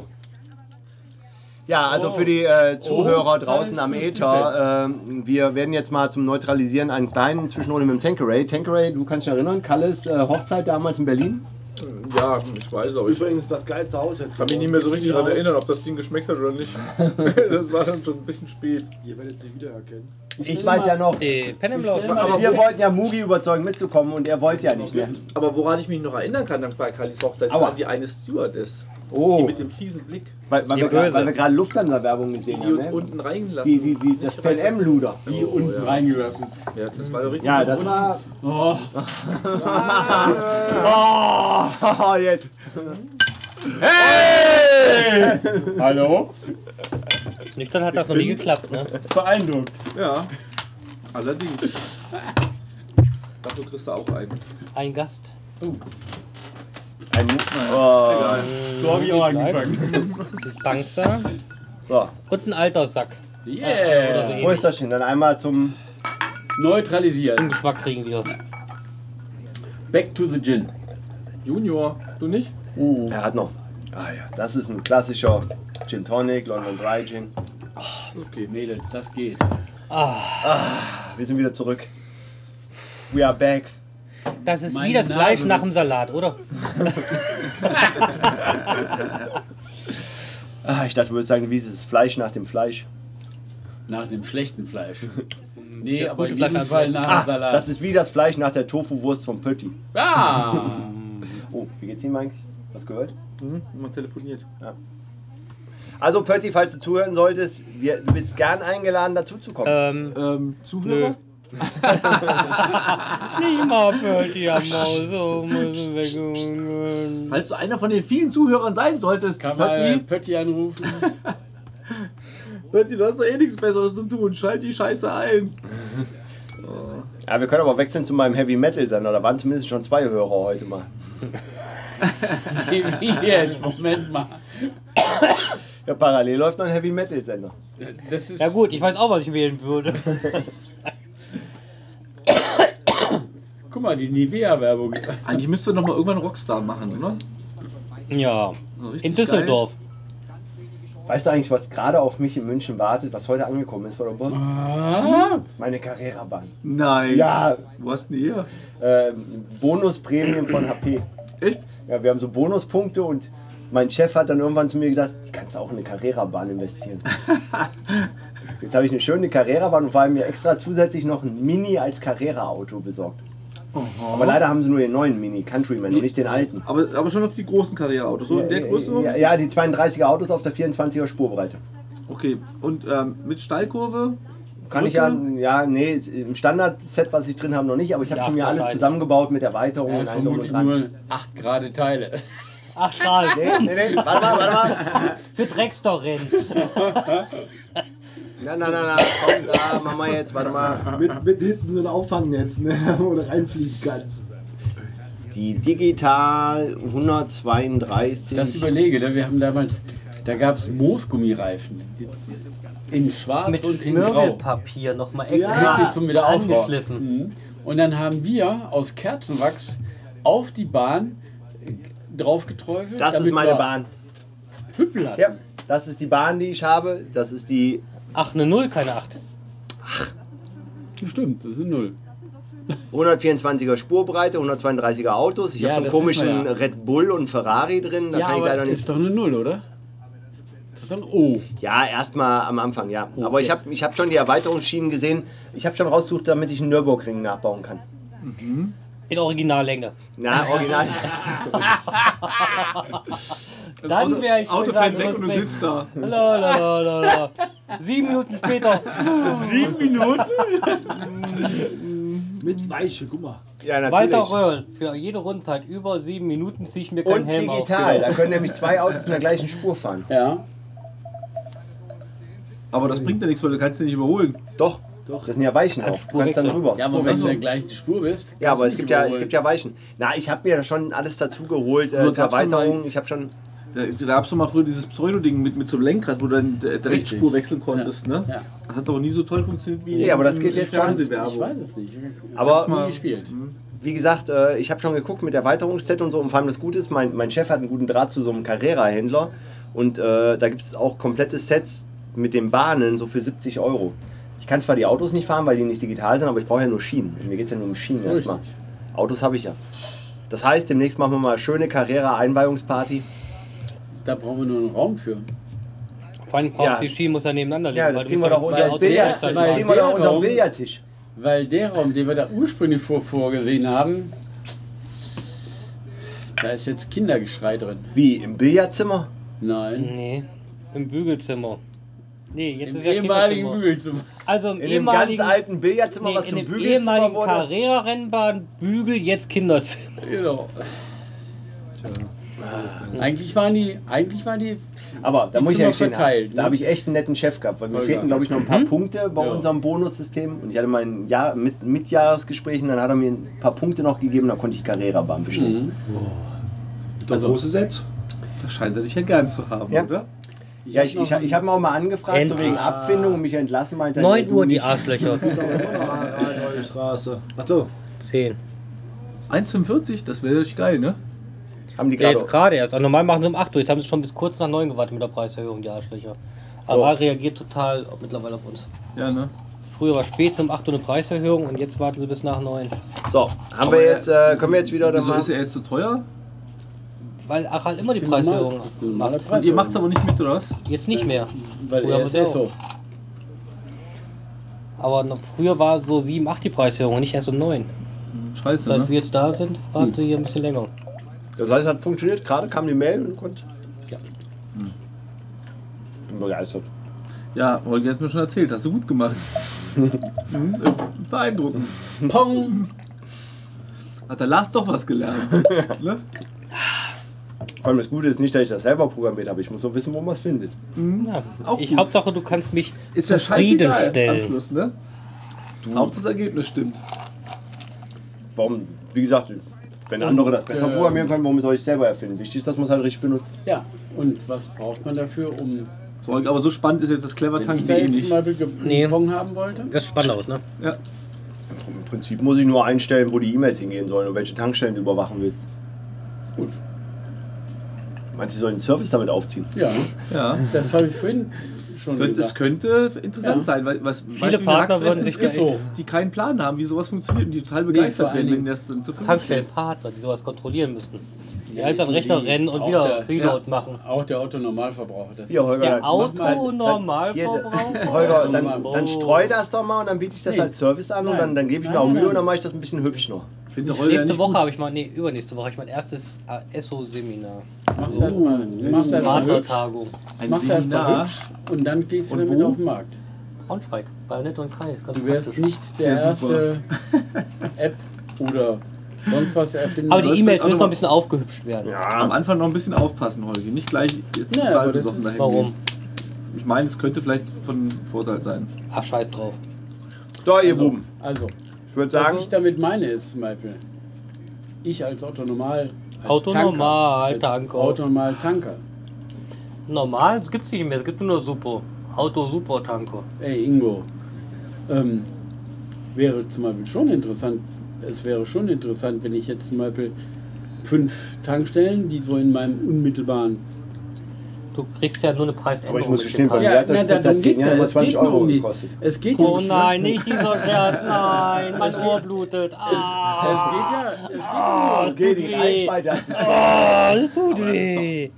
Ja, also für die äh, Zuhörer
Oh,
draußen am
50
Äther, ähm, wir werden jetzt mal zum Neutralisieren einen kleinen Zwischenrunde mit dem Tankeray. Tankeray, du kannst dich erinnern, Kalles äh, Hochzeit damals in Berlin.
Ja, ich weiß, aber ich
Übrigens das geilste Haus jetzt.
kann mich nicht mehr so richtig daran erinnern, ob das Ding geschmeckt hat oder nicht. Das war dann schon ein bisschen spät.
Ihr werdet sie wiedererkennen.
Ich,
will
weiß
mal-
ja noch.
Die
Ich stell
Penemlau.
mal-
Aber wir wollten ja Mugi überzeugen mitzukommen und er wollte ja nicht ne? mehr.
Aber woran ich mich noch erinnern kann, dann bei Kallis Hochzeit, ist
Aua.
an die eine Stewardess. Die
Oh,
mit dem fiesen Blick,
weil, weil,
Die
wir, grad-
Böse.
weil wir gerade Lufthansa-Werbung
die
gesehen
die uns
haben. Ne?
unten reingelassen
Die, die, die,
Nicht
das
rein-
PLM-Luder.
Wie
Oh,
unten
ja.
reingelassen.
Ja, das war doch richtig.
Ja, das war.
Oh,
Oh, jetzt.
hallo?
Nüchtern hat das noch nie geklappt, ne?
Beeindruckt.
Ja, allerdings. Dafür kriegst du auch einen.
Ein Gast.
Ein Mu- oh.
So habe ich auch angefangen.
Bankser
So,
und ein Alterssack.
Yeah!
Oder so
wo ist das hin? Dann einmal zum
neutralisiert.
Zum Geschmack kriegen wir.
Back to the Gin.
Junior, du nicht?
Oh.
Er hat noch. Ah ja, das ist ein klassischer Gin Tonic, London Dry Gin.
Okay, Mädels, das geht.
Wir sind wieder zurück. We are back.
Das ist
Meine
wie das
Nase
Fleisch
wird-
nach dem Salat, oder?
Ah, ich dachte, du würdest sagen, wie ist das Fleisch nach dem Fleisch?
Nach dem schlechten Fleisch. Nee,
Das
aber
gute
in
Fleisch
jedem
hat-
Fall nach
Ah,
dem Salat.
das ist wie das Fleisch nach der Tofu-Wurst vom Pötti.
ah!
Oh, wie geht's ihm eigentlich? Was gehört?
Mhm, man telefoniert.
Also Pötti, falls du zuhören solltest, wir, du bist gern eingeladen, dazuzukommen.
Ähm,
Ähm, Zuhörer?
niemand hört ihr Maus. So müssen wir
Falls du einer von den vielen Zuhörern sein solltest,
Kann
Pötti,
man Pötti anrufen?
Pötti, du hast doch eh nichts Besseres zu tun. Schalt die Scheiße ein.
Ja, wir können aber wechseln zu meinem Heavy Metal Sender. Da waren zumindest schon zwei Hörer heute mal.
Wie jetzt? Moment mal.
Ja, parallel läuft noch ein Heavy Metal Sender.
Das ist
Ja gut, ich weiß auch, was ich wählen würde.
Guck mal, die Nivea-Werbung.
Eigentlich müssten wir noch mal irgendwann Rockstar machen, oder?
Ja,
So richtig
in Düsseldorf.
Weißt du eigentlich, was gerade auf mich in München wartet, was heute angekommen ist vor der Bus?
Ah,
Meine Carrera-Bahn.
Nein.
Ja,
Wo hast denn die her?
ähm, Bonusprämien von HP.
Echt?
Ja, wir haben so Bonuspunkte und mein Chef hat dann irgendwann zu mir gesagt, die kannst du auch in eine Carrera-Bahn investieren. Jetzt habe ich eine schöne Carrera-Bahn und vor allem mir extra zusätzlich noch ein Mini als Carrera-Auto besorgt. Aber leider haben sie nur den neuen Mini, Countryman, und nicht den alten.
Aber, aber schon noch die großen Karriereautos, so in der Größe?
Ja, ja, die 32er Autos auf der 24er Spurbreite.
Okay, und ähm, mit Steilkurve?
Kann ich ja, ja, nee, im Standard-Set, was ich drin habe, noch nicht, aber ich habe
Ja,
schon mir alles
wahrscheinlich.
zusammengebaut mit Erweiterung
er
und
hat
allem drum und
vermutlich
dran.
nur 8 gerade Teile.
Ach, schade.
Nee, nee, nee, warte mal, warte mal.
Für Dreckstorrennen.
Na, na, na, na, komm, da, machen wir jetzt, warte mal.
Mit, mit hinten so ein Auffangnetz, ne? wo du reinfliegen kannst.
Die Digital 132.
Das überlege, ne? wir haben damals, da gab es Moosgummireifen. In schwarz
Mit
und in grau.
Schmirgelpapier nochmal
Ja,
Richtig
extra
zum wieder
angeschliffen.
aufbauen. Mhm. Und dann haben wir aus Kerzenwachs auf die Bahn äh, drauf geträufelt.
das ist
damit
meine
wir
Bahn.
Hüppel hatten.
Ja, das ist die Bahn, die ich habe. Das ist die.
Ach, eine Null, keine Acht.
Stimmt, das ist eine Null.
124er Spurbreite, 132er Autos. Ich
Ja,
habe so einen
das wissen
komischen
wir ja.
Red Bull und Ferrari drin. Da
ja,
kann ich
aber
leider
ist
nicht.
doch eine Null, oder? Das ist doch ein O.
Ja, erstmal am Anfang, ja. Aber
Okay.
ich habe ich hab schon die Erweiterungsschienen gesehen. Ich habe schon rausgesucht, damit ich einen Nürburgring nachbauen kann.
In Originallänge.
Na, original.
Dann wäre ich
Auto
schon
fährt
sagen,
weg und du
Respekt.
sitzt da.
La, la, la, la, la. Sieben Minuten später.
Sieben Minuten?
Mit Weiche, guck mal.
ja,
Walter
natürlich.
Röhrl. Für jede Rundzeit über sieben Minuten ziehe ich mir keinen
Und
Helm
digital.
auf.
Da können nämlich zwei Autos in der gleichen Spur fahren.
Ja.
Aber das bringt ja nichts, weil du kannst den nicht überholen.
Doch. Doch. Das sind ja Weichen
Kannst
auch. Du kannst dann
Spurwechsel.
rüber.
Ja, aber wenn du dann gleich die Spur bist. kannst
Oh, also- Ja, aber
du
es
nicht
gibt ja, es
überholen.
gibt ja Weichen. Na, ich habe mir da schon alles dazu geholt. Äh,
Nur
zur
gab's schon
Erweiterung. Ich habe schon.
Da, da gab es doch mal früher dieses Pseudo-Ding mit, mit so einem Lenkrad, wo du dann d- direkt
Richtig.
Spur wechseln konntest, ne?
Ja.
Das hat doch nie so toll funktioniert wie
Nee, aber das geht jetzt schon.
Ich
Fernsehwerbung.
weiß es nicht. Ich
Aber- Mhm.
hab's nie gespielt.
Wie gesagt, äh, ich habe schon geguckt mit Erweiterungsset und so. Und vor allem das Gute ist, mein, mein Chef hat einen guten Draht zu so einem Carrera-Händler. Und äh, da gibt es auch komplette Sets mit den Bahnen, so für 70 Euro. Ich kann zwar die Autos nicht fahren, weil die nicht digital sind, aber ich brauche ja nur Schienen. Mir geht es ja nur um Schienen
Richtig.
erstmal. Autos habe ich ja. Das heißt, demnächst machen wir mal eine schöne Carrera-Einweihungsparty.
Da brauchen wir nur einen Raum für.
Vor allem brauchst
Ja.
die Schienen, muss er nebeneinander liegen.
Ja,
weil
das
du
kriegen wir
musst
doch
ja
unter das
zwei
Billard.
Autos
Weil
Das kriegen wir doch unter
der
den Billardtisch.
Weil der Raum, den wir da ursprünglich vor, vorgesehen haben, da ist jetzt Kindergeschrei drin.
Wie, im Billardzimmer?
Nein.
Nee, im Bügelzimmer. Nee, Mhm. jetzt
Im
ist ja
ehemaligen
Kinderzimmer.
Bügelzimmer.
Also im
In dem ganz
ehemaligen,
alten Billardzimmer,
nee,
was
in
zum
dem
Bügelzimmer
ehemaligen
wurde.
Carrera-Rennbahn-Bügel, jetzt Kinderzimmer.
Genau. Ah. Eigentlich waren die, eigentlich waren die,
Aber da
Die
muss ich
Zimmer
ja gestehen,
verteilt, ne?
da habe ich echt einen netten Chef gehabt, weil mir
Voll
fehlten,
geil.
glaube ich, noch ein
Hm?
paar Punkte bei
Ja.
unserem Bonussystem. Und ich hatte mein Jahr mit, Mitjahresgespräch und dann hat er mir ein paar Punkte noch gegeben, dann konnte ich Carrera-Bahn
Hm.
bestellen.
Also-
Das große Set.
Da scheint er dich ja gern zu haben,
Ja.
oder?
Ja, ich, ich, ich habe ihn auch mal angefragt, so wegen
Endlich.
Abfindung und mich entlassen meinte. er,
9
nee, du
Uhr die
nicht.
Arschlöcher.
Das ist aber immer noch eine eine neue Straße. Ach so.
10.
1,45, das wäre echt geil, ne?
Haben die
Ja,
gerade.
jetzt gerade erst. Aber normal machen sie um 8 Uhr. Jetzt haben sie schon bis kurz nach 9 gewartet mit der Preiserhöhung, die Arschlöcher. Aber reagiert total mittlerweile auf uns.
Ja, ne?
Früher war spät um 8 Uhr eine Preiserhöhung und jetzt warten sie bis nach 9.
so, haben wir jetzt, äh, können wir jetzt wieder da
Wieso
mal.
ist er jetzt so teuer?
Weil Achal immer die
Das ist normal.
Preiserhöhung
Das ist eine normale
macht.
Und ihr
Preiserhöhung.
macht es aber nicht mit, oder was?
Jetzt nicht mehr.
Weil
Oder
er
muss
ist eh
auch.
so.
Aber noch früher war so 7, 8 die Preiserhöhung und nicht erst um 9.
Scheiße,
Seit
ne?
wir jetzt da sind, warten sie hier ein bisschen länger.
Das heißt, hat funktioniert. Gerade kam die Mail und konnte. Hm.
Ja.
Bin begeistert.
Ja, Holger hat mir schon erzählt, hast du gut gemacht. Mhm, äh, Beeindruckend.
Pong!
Hat der Lars doch was gelernt. ne?
Vor allem das Gute ist nicht, dass ich das selber programmiert habe. Ich muss so wissen, wo man es findet.
Auch
Ich
gut.
Hauptsache, du kannst mich
Ist ja scheißegal am
zufriedenstellen.
Schluss, ne? Hauptsache das Ergebnis stimmt.
Warum, wie gesagt, wenn andere das besser
äh,
programmieren können, warum soll ich es selber erfinden? Wichtig ist, dass man es halt richtig benutzt.
Ja, und was braucht man dafür, um.
So, Holger, aber so spannend ist jetzt das Clever
Wenn ich
Tank
da
eh
jetzt zum
nicht.
Beispiel ge-
Nee.
Pong haben wollte?
Das ist spannend aus, ne?
Ja.
Im Prinzip muss ich nur einstellen, wo die E-Mails hingehen sollen und welche Tankstellen du überwachen willst.
Gut.
Meinst du, sie sollen den Service damit aufziehen?
Ja,
ja.
das habe ich vorhin schon
Könnte, es
gesagt.
könnte interessant
Ja.
sein, weil was, weißt du, wie viele
Partner würden
Hackfressen
sich
es gibt,
so.
die keinen Plan haben, wie sowas funktioniert und die total begeistert
vor allen
werden,
Dingen
wenn die das dann zu fünf
Tankstellenpartner, die sowas kontrollieren müssen. Die halt am Rechner
die-
rennen und
auch
wieder
der-
Reload machen.
Auch der Autonormalverbraucher. Das
Ja,
ist-
Holger.
Der
Mach mal- Hier,
Autonormalverbraucher.
Holger,
dann-
dann,
Oh.
dann streu das doch mal und dann biete ich das
Nee.
als Service an und
Nein.
dann, dann gebe ich mir
Nein,
auch
nein,
Mühe und
nein.
dann mache ich das ein bisschen hübsch noch.
Finde Holger
Nächste
nicht
Woche habe ich mein, nee, übernächste Woche habe ich mein erstes äh, ESSO-Seminar.
Machst das
Oh,
mal. Machst das mal hübsch.
Partnertagung.
ein
Machst das mal
Seminar.
hübsch. Und dann gehst du
Und
damit
wo?
auf den Markt.
Braunschweig, Bajonette und Kreis. Ganz
Du wärst
praktisch.
nicht der
Ja, super.
erste App oder sonst was erfinden.
Aber die
sollst
E-Mails
du auch
müssen
noch-
noch ein bisschen aufgehübscht werden.
Am Anfang noch ein bisschen aufpassen, Holger. Nicht gleich ist
Ja,
total
aber das
besoffen
ist-
dahin.
Warum?
gehen. Ich meine, es könnte vielleicht von Vorteil sein.
Ach, scheiß drauf.
Da, ihr
also,
Buben.
also,
Ich würde
was
sagen,
ich damit meine ist zum Beispiel, ich als Autonormal. Als
Autonormal
Tanker, als
Tanker.
Autonormal Tanker.
Normal gibt es nicht mehr, es gibt nur Super. Auto Super Tanker.
Ey, Ingo. Ähm, wäre zum Beispiel schon interessant, es wäre schon interessant, wenn ich jetzt zum Beispiel fünf Tankstellen, die so in meinem unmittelbaren.
Du kriegst ja nur eine Preisänderung.
Aber ich muss
mit
gestehen,
dem
bei
Tag.
mir hat das
na,
Spiel seit zehn
geht's
Jahren über
Es geht
20
nur
Euro
um die.
gekostet.
Es geht
Oh
ja-
nein, nicht dieser Scherz, nein, mein Ohr blutet.
Es geht
Ah,
ja. Es geht ja nur.
es tut weh.
der hat sich
Ah, es tut weh.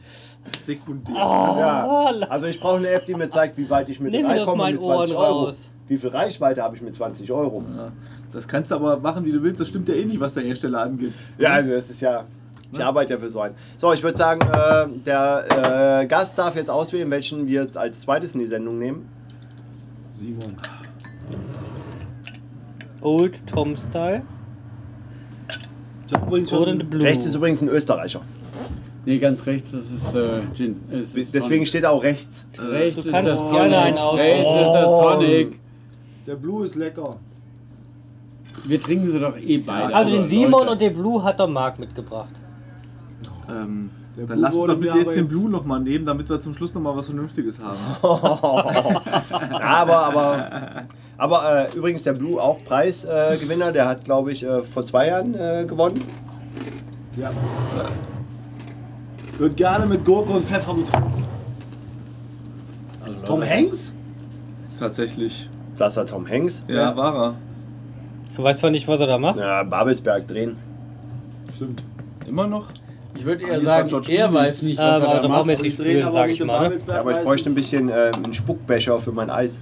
Sekundär.
Ja. Also ich brauche eine App, die mir zeigt, wie weit ich mit
Oh. Nimm mir das
reinkomme
meinen
mit 20
Ohren
Euro.
raus.
Wie viel Reichweite habe ich mit 20 Euro?
Ja. Das kannst du aber machen, wie du willst. Das stimmt ja eh nicht, was der Hersteller angibt.
Ja, also das ist ja. Ich arbeite ja für so einen. So, ich würde sagen, äh, der äh, Gast darf jetzt auswählen, welchen wir als zweites in die Sendung nehmen.
Simon.
Old Tom Style.
Ich hab übrigens
Oder eine
schon,
Blue.
Rechts ist übrigens ein Österreicher.
Nee, ganz rechts, das ist äh, Gin. Es ist
Deswegen
Tonic.
steht er auch rechts.
rechts
Du
ist
kannst
das
gerne einen
Tonic.
aus-
Rechts ist das Tonic.
der Blue ist lecker.
Wir trinken sie doch eh beide.
Also den
Leute.
Simon und den Blue hat der Marc mitgebracht.
Ähm,
Der
dann
Blue
lass uns
wurde
doch bitte
mir
jetzt
aber-
den Blue nochmal nehmen, damit wir zum Schluss nochmal was Vernünftiges haben.
Ja, aber, aber, aber äh, übrigens der Blue auch Preisgewinner. Äh, Gewinner. der hat, glaube ich, äh, vor zwei Jahren äh, gewonnen.
Ja. Wird gerne mit Gurke und Pfeffer getrunken.
Also, Leute,
Tom Hanks?
Tatsächlich.
Das ist der Tom Hanks.
Ja, war
Er weiß zwar nicht, was er da macht.
Ja, Babelsberg drehen.
Stimmt.
er. Immer noch?
Ich würde
Ah,
eher
das war
sagen,
George
er
Clooney.
weiß nicht,
Ähm,
was er
aber
da
da brauchen wir
macht.
jetzt nicht spielen, sag
um
ich mal. Ne?
Ja, aber ich bräuchte ein bisschen äh, einen Spuckbecher für mein Eis.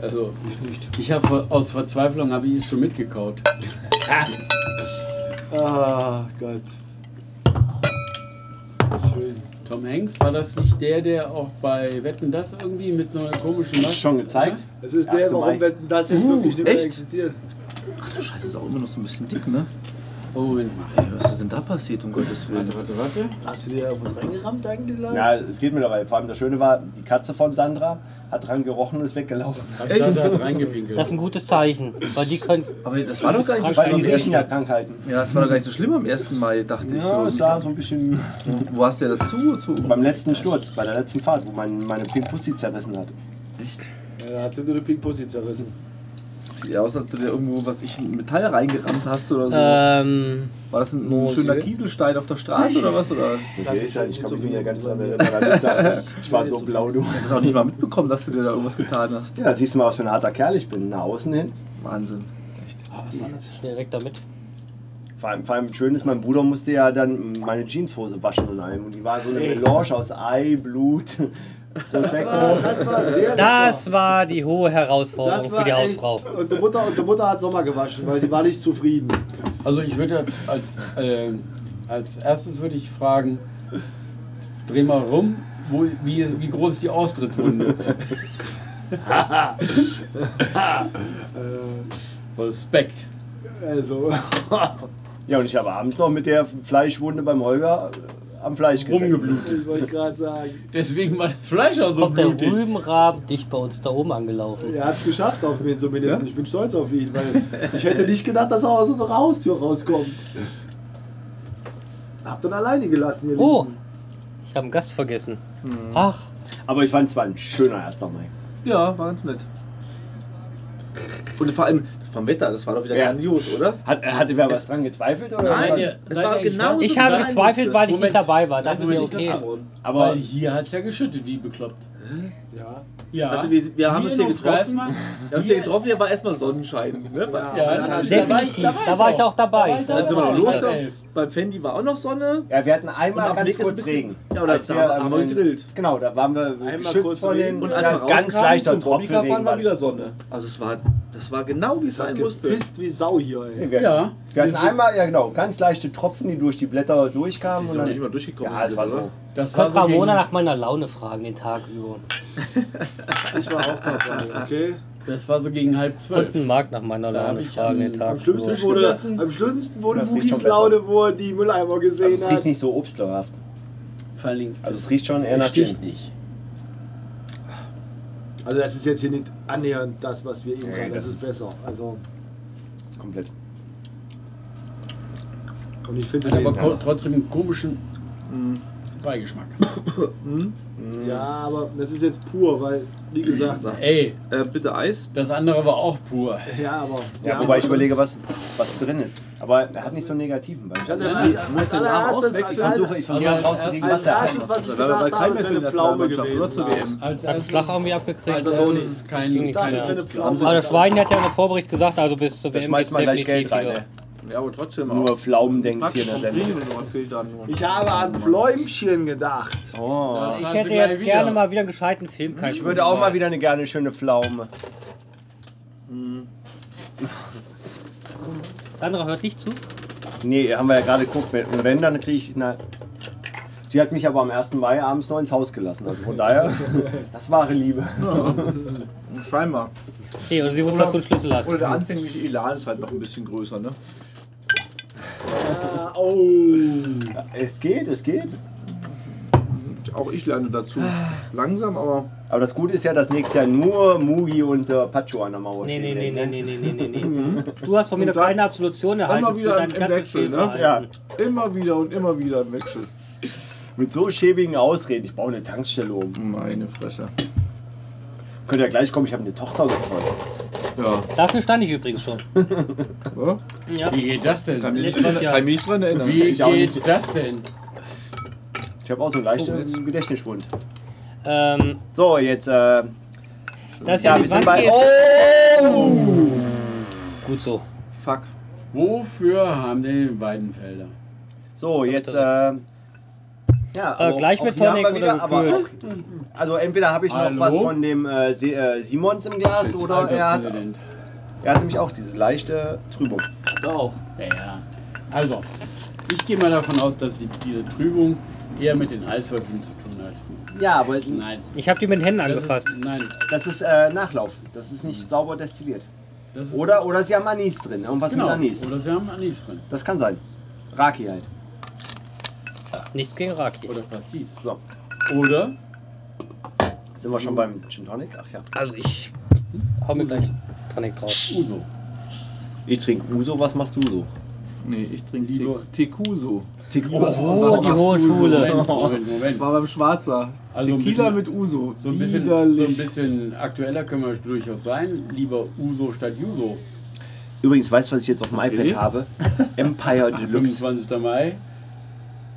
Also, ich nicht. Ich habe aus Verzweiflung habe ich es schon mitgekaut.
Ah, Gott. Schön.
Tom Hanks, war das nicht der, der auch bei Wetten das irgendwie mit so einer komischen Maske?
Schon gezeigt?
Es ist
Erste
der, warum
Mai.
Wetten, das jetzt wirklich
Uh,
nicht mehr
echt?
existiert.
Scheiße, ist auch immer noch so ein bisschen dick, ne?
Oh, Moment mal.
Ey, was ist denn da passiert, um Gottes Willen?
Warte, warte, warte.
Hast du dir was reingerammt eigentlich? Lars?
Ja, es geht mittlerweile. Vor allem das Schöne war, die Katze von Sandra hat dran gerochen und ist weggelaufen.
Hab ich da so halt reingepinkelt.
Das ist ein gutes Zeichen, weil die können.
Aber das war doch gar nicht so
Weil
schlimm
die
am
riechen
ersten
ja Krankheiten.
Ja, das war doch gar nicht so schlimm am ersten Mal, dachte ich.
Ja,
so.
es sah so ein bisschen
Wo hast du ja das zu? zu?
beim letzten Sturz, bei der letzten Fahrt, wo mein, meine Pink Pussy zerrissen hat.
Echt?
Ja, da hat sie nur die Pink-Pussy zerrissen.
Sieht ja aus, als ob du dir irgendwo, was ich, ein Metall reingerammt hast oder so.
Ähm,
war das ein,
Mosel?
schöner Kieselstein auf der Straße oder was? Oder?
Okay, ich, ich kann mich nicht mehr ganz dran erinnern. Ich war so blau, du.
Ich hab das auch nicht mal mitbekommen, dass du dir da irgendwas getan hast.
Ja, da siehst du mal, was für ein harter Kerl ich bin. Nach außen hin.
Wahnsinn. Echt.
schnell weg damit.
Vor allem, vor allem schön ist, mein Bruder musste ja dann meine Jeanshose waschen und allem. Und die war so eine Melange aus Ei, Blut, Prosecco.
Ah, Das war sehr
Das war die hohe Herausforderung
Das
für
war
die
echt-
Hausfrau.
Und die Mutter, und die Mutter hat Sommer gewaschen, weil sie war nicht zufrieden.
Also ich würde als, als, äh, als erstes würde ich fragen, dreh mal rum, wo, wie, wie groß ist die Austrittswunde? Respekt.
Also,
Ja, und ich habe abends noch mit der Fleischwunde beim Holger äh, am Fleisch gesessen.
Rumgeblutet.
ich wollte gerade sagen,
Deswegen war das Fleisch auch so
Kommt der
blutig.
Rübenraben dicht bei uns da oben angelaufen.
er hat es geschafft auf mich zumindest. Ich bin stolz auf ihn, weil ich hätte nicht gedacht, dass er aus unserer Haustür rauskommt. Habt ihn alleine gelassen, ihr
Oh,
Lieben.
ich habe einen Gast vergessen. Ach,
Aber ich fand es war ein schöner 1. Mai.
Ja, war ganz nett. Und vor allem vom Wetter, das war doch wieder
Ja.
grandios, oder?
Hat, äh, hatte wer was dran gezweifelt? Oder
Nein,
was?
ihr-
es
seid
war
ihr
genau
gespannt?
so
ich habe
sein
gezweifelt, weil ich
Moment.
nicht dabei war. Dachte
Dachte
mir,
nicht,
okay.
das geworden.
aber
Weil hier hat es ja geschüttet, wie bekloppt.
Ja.
Ja.
Also wir- wir haben uns hier
in
getroffen.
Freismann.
Wir haben uns ja getroffen, hier war erstmal Sonnenschein. Ne? Bei-
Ja,
dann
da-
hat-
da war ich-
Definitiv, da war ich auch dabei.
Da war
Dann
ich
sind wir
auch dabei.
noch los.
Halb elf.
Beim Fendi war auch noch Sonne.
Ja, wir hatten
Und
einmal
auf dem
ganz
Weg ist
kurz
ein bisschen-
Regen.
Ja, oder
Als
da
wir
haben
am-
wir gegrillt.
Genau, da waren wir geschützt
kurz
von den
Regen.
Und als wir
ja, ganz
rauskamen,
leichter
zum Bobbycar
Tropfen
fahren, war
Regen.
wieder Sonne. Also es war, das war genau wie es sein musste.
Gepisst wie Sau hier, ey.
Wir,
Ja.
wir hatten einmal, ja genau, ganz leichte Tropfen, die durch die Blätter durchkamen.
sind
Und
doch
dann,
nicht mal durchgekommen,
Ja, das war so.
oder?
Das war
Könnt
so gegen,
Ramona nach meiner Laune fragen den Tag über.
Ich war auch dabei, okay?
das war so gegen halb zwölf.
Und einen Markt nach meiner
Da hab
Laune
ich
fragen
am-
den Tag
Am schlimmsten
über.
Frühstück
wurde,
lassen?
am schlimmsten wurde
Das riecht schon
Boogies
besser.
Laune, wo er die Mülleimer
also
gesehen
es
hat.
riecht nicht so obstlerhaft.
Vor allen Dingen,
Also es riecht schon eher
es
nach Gin.
sticht nicht.
Also das ist jetzt hier nicht annähernd das, was wir eben
Nee,
hatten. Das,
das
ist
ist-
besser. Also,
Komplett.
und ich finde
Hat aber
den,
ko- trotzdem einen komischen Beigeschmack.
ja, aber das ist jetzt pur, weil, wie gesagt,
Na,
Ey,
äh, bitte Eis.
das andere war auch pur.
ja, aber...
Ja, wobei ich überlege, was, was drin ist. Aber er hat nicht so einen negativen Also Bein.
Ich hatte
Ja,
als,
muss
als
den Arm
allererstes,
Ich
als,
auswechseln.
aller-
versuche, ich versuche
Aber
rauszukriegen,
als
was er
erstes,
hat.
Also was ich
Da war
gedacht habe,
kein
es
mehr
wäre
für die
eine Pflaume
Nationalmannschaft, oder?
gewesen.
Zur WM.
Als
Hat einen Schlag irgendwie abgekriegt.
Also,
Das
aber
Toni.
ist kein
Ging nicht.
Das wäre eine Pflaume.
der Schwein hat ja in der Vorbericht gesagt, also bis zur
Da
WM
schmeißt man
geht's
gleich Geld rein.
definitiv
Ne?
wieder.
Ja, aber trotzdem
Nur Pflaumen denkst
Pack
hier in der
vom
Sendung.
Riemen noch fehlt da nur.
Ich habe an Fläumchen gedacht.
Oh.
Ich
also
hätte jetzt gerne mal wieder einen gescheiten Film. keinen
Ich würde auch mal wieder eine gerne schöne Pflaume.
Sandra hört nicht zu.
Nee, haben wir ja gerade geguckt. Wenn- Und wenn, dann kriege ich. Na, sie hat mich aber am 1. Mai abends noch ins Haus gelassen. Also von daher, das wahre Liebe.
Scheinbar.
Nee, und sie wusste, dass du einen Schlüssel hast.
Oder der anfängliche Elan ist halt noch ein bisschen größer, ne?
Ah, oh.
Es geht, es geht.
Auch ich lerne dazu. Langsam, aber.
Aber das Gute ist ja, dass nächstes Jahr nur Mugi und äh, Pacho an der Mauer
Nee,
stehen.
nee, nee,
werden,
nee,
ne?
nee, nee, nee, nee, nee. Du hast von mir
Und
noch
dann
keine Absolution erhalten.
immer wieder
für dein
im
ganzes
Wechsel, ne?
Fehlverhalten.
Immer wieder und immer wieder im Wechsel.
Mit so schäbigen Ausreden. Ich baue eine Tankstelle um.
Meine Fresse.
Könnt ihr ja gleich kommen, ich habe eine Tochter gezeugt.
Ja.
Dafür stand ich übrigens schon.
ja.
Ja.
Wie geht das denn?
Kann mich nicht
Letztes
dran-
Jahr.
kann ich mich nicht dran erinnern.
Wie
Ich auch
geht das denn?
Ich habe auch so einen leichten
Oh, jetzt.
Gedächtnisschwund.
Ähm,
So, jetzt, äh,
das ist
ja,
ja, die
wir sind
Wand
bei.
geht.
Oh!
Gut so.
Fuck.
Wofür haben denn die Weidenfelder?
So, jetzt, äh, ja, aber auch-
Äh, gleich
auch
mit
hier haben wir
Tonic oder
wieder, aber auch,
gekühlt?
Also, entweder habe ich noch
Hallo? halt
was von dem äh, Se äh, Simons im Glas oder
Alter
er hat,
Präsident.
er hat nämlich auch diese leichte Trübung.
Doch.
Naja. Also, ich gehe mal davon aus, dass die, diese Trübung eher mit den Eiswürfeln zu tun hat.
Ja, aber
Nein.
Ich habe die mit den Händen
Das
angefasst.
Ist, nein.
das ist äh, Nachlauf. Das ist nicht sauber destilliert.
Das ist,
Oder, oder sie haben Anis drin. Irgendwas
genau.
mit Anis.
Oder wir haben Anis drin.
Das kann sein. Raki halt.
Nichts gegen Raki.
Oder Pastis.
So.
Oder
Sind wir schon beim Gin Tonic? Ach ja.
Also ich hau mir gleich Tonic drauf.
Uso.
Ich trinke Uso, was machst du so?
Nee, ich trinke
Lieber-
Te- Tekuso.
Tequila.
Was
die
machst
hohe
du so?
Schule.
Moment, Moment, Moment.
Das war beim Schwarzer.
Also ein
Tequila
bisschen-
mit Uso.
So ein, bisschen, so ein
Widerlich.
bisschen aktueller können wir durchaus sein. Lieber Uso statt Juso.
Übrigens, weißt du, was ich jetzt auf dem iPad
Okay.
habe? Empire Deluxe.
25. Mai.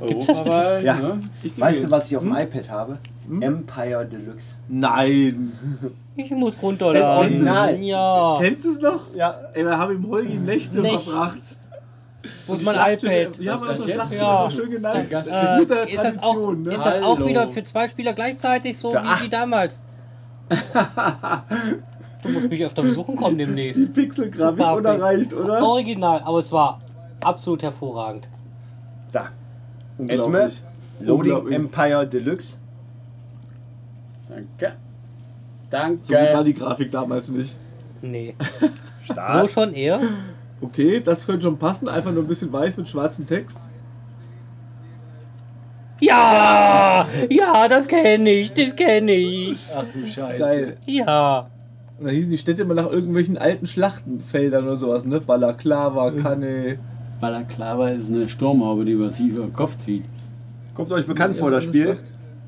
Gibt's das
Europawahl.
Ja.
Ne?
Ich geb
Weißt
mir-
du, was ich auf dem iPad habe? Empire Deluxe.
Nein.
Ich muss
Das
runterladen.
Original.
Ah.
Ja.
Kennst du es noch?
Ja.
Ey, da haben ihm Holgi Nächte
Nicht.
verbracht.
Wo ist
Die
mein
Schlachtschiff-
iPad?
Ja,
Was
war
das
unser
jetzt?
Schlachtschiff
Ja.
war schön genannt.
Der Gast-
Mit guter
Äh, ist das auch,
Tradition, ne?
ist das auch
Hallo.
wieder für zwei Spieler gleichzeitig so
Für
wie, wie
acht.
damals? du musst mich öfter besuchen kommen demnächst.
Die Pixelgrafik
Super,
unerreicht, oder?
Original, aber es war absolut hervorragend.
Da. Edme,
Unglaublich.
Loading
Unglaublich.
Empire Deluxe.
Danke.
So gut war
Danke.
die Grafik damals nicht.
Nee. So
Start.
schon eher.
Okay, das könnte schon passen. Einfach nur ein bisschen weiß mit schwarzem Text.
Ja! Ja, das kenne ich, das kenne ich.
Ach du Scheiße.
Geil.
Ja.
Und dann hießen die Städte immer nach irgendwelchen alten Schlachtenfeldern oder sowas, ne? Balaklava,
Mhm.
Kanne.
Balaklava ist eine Sturmhaube, die was über den Kopf zieht.
Kommt euch bekannt vor, das Spiel?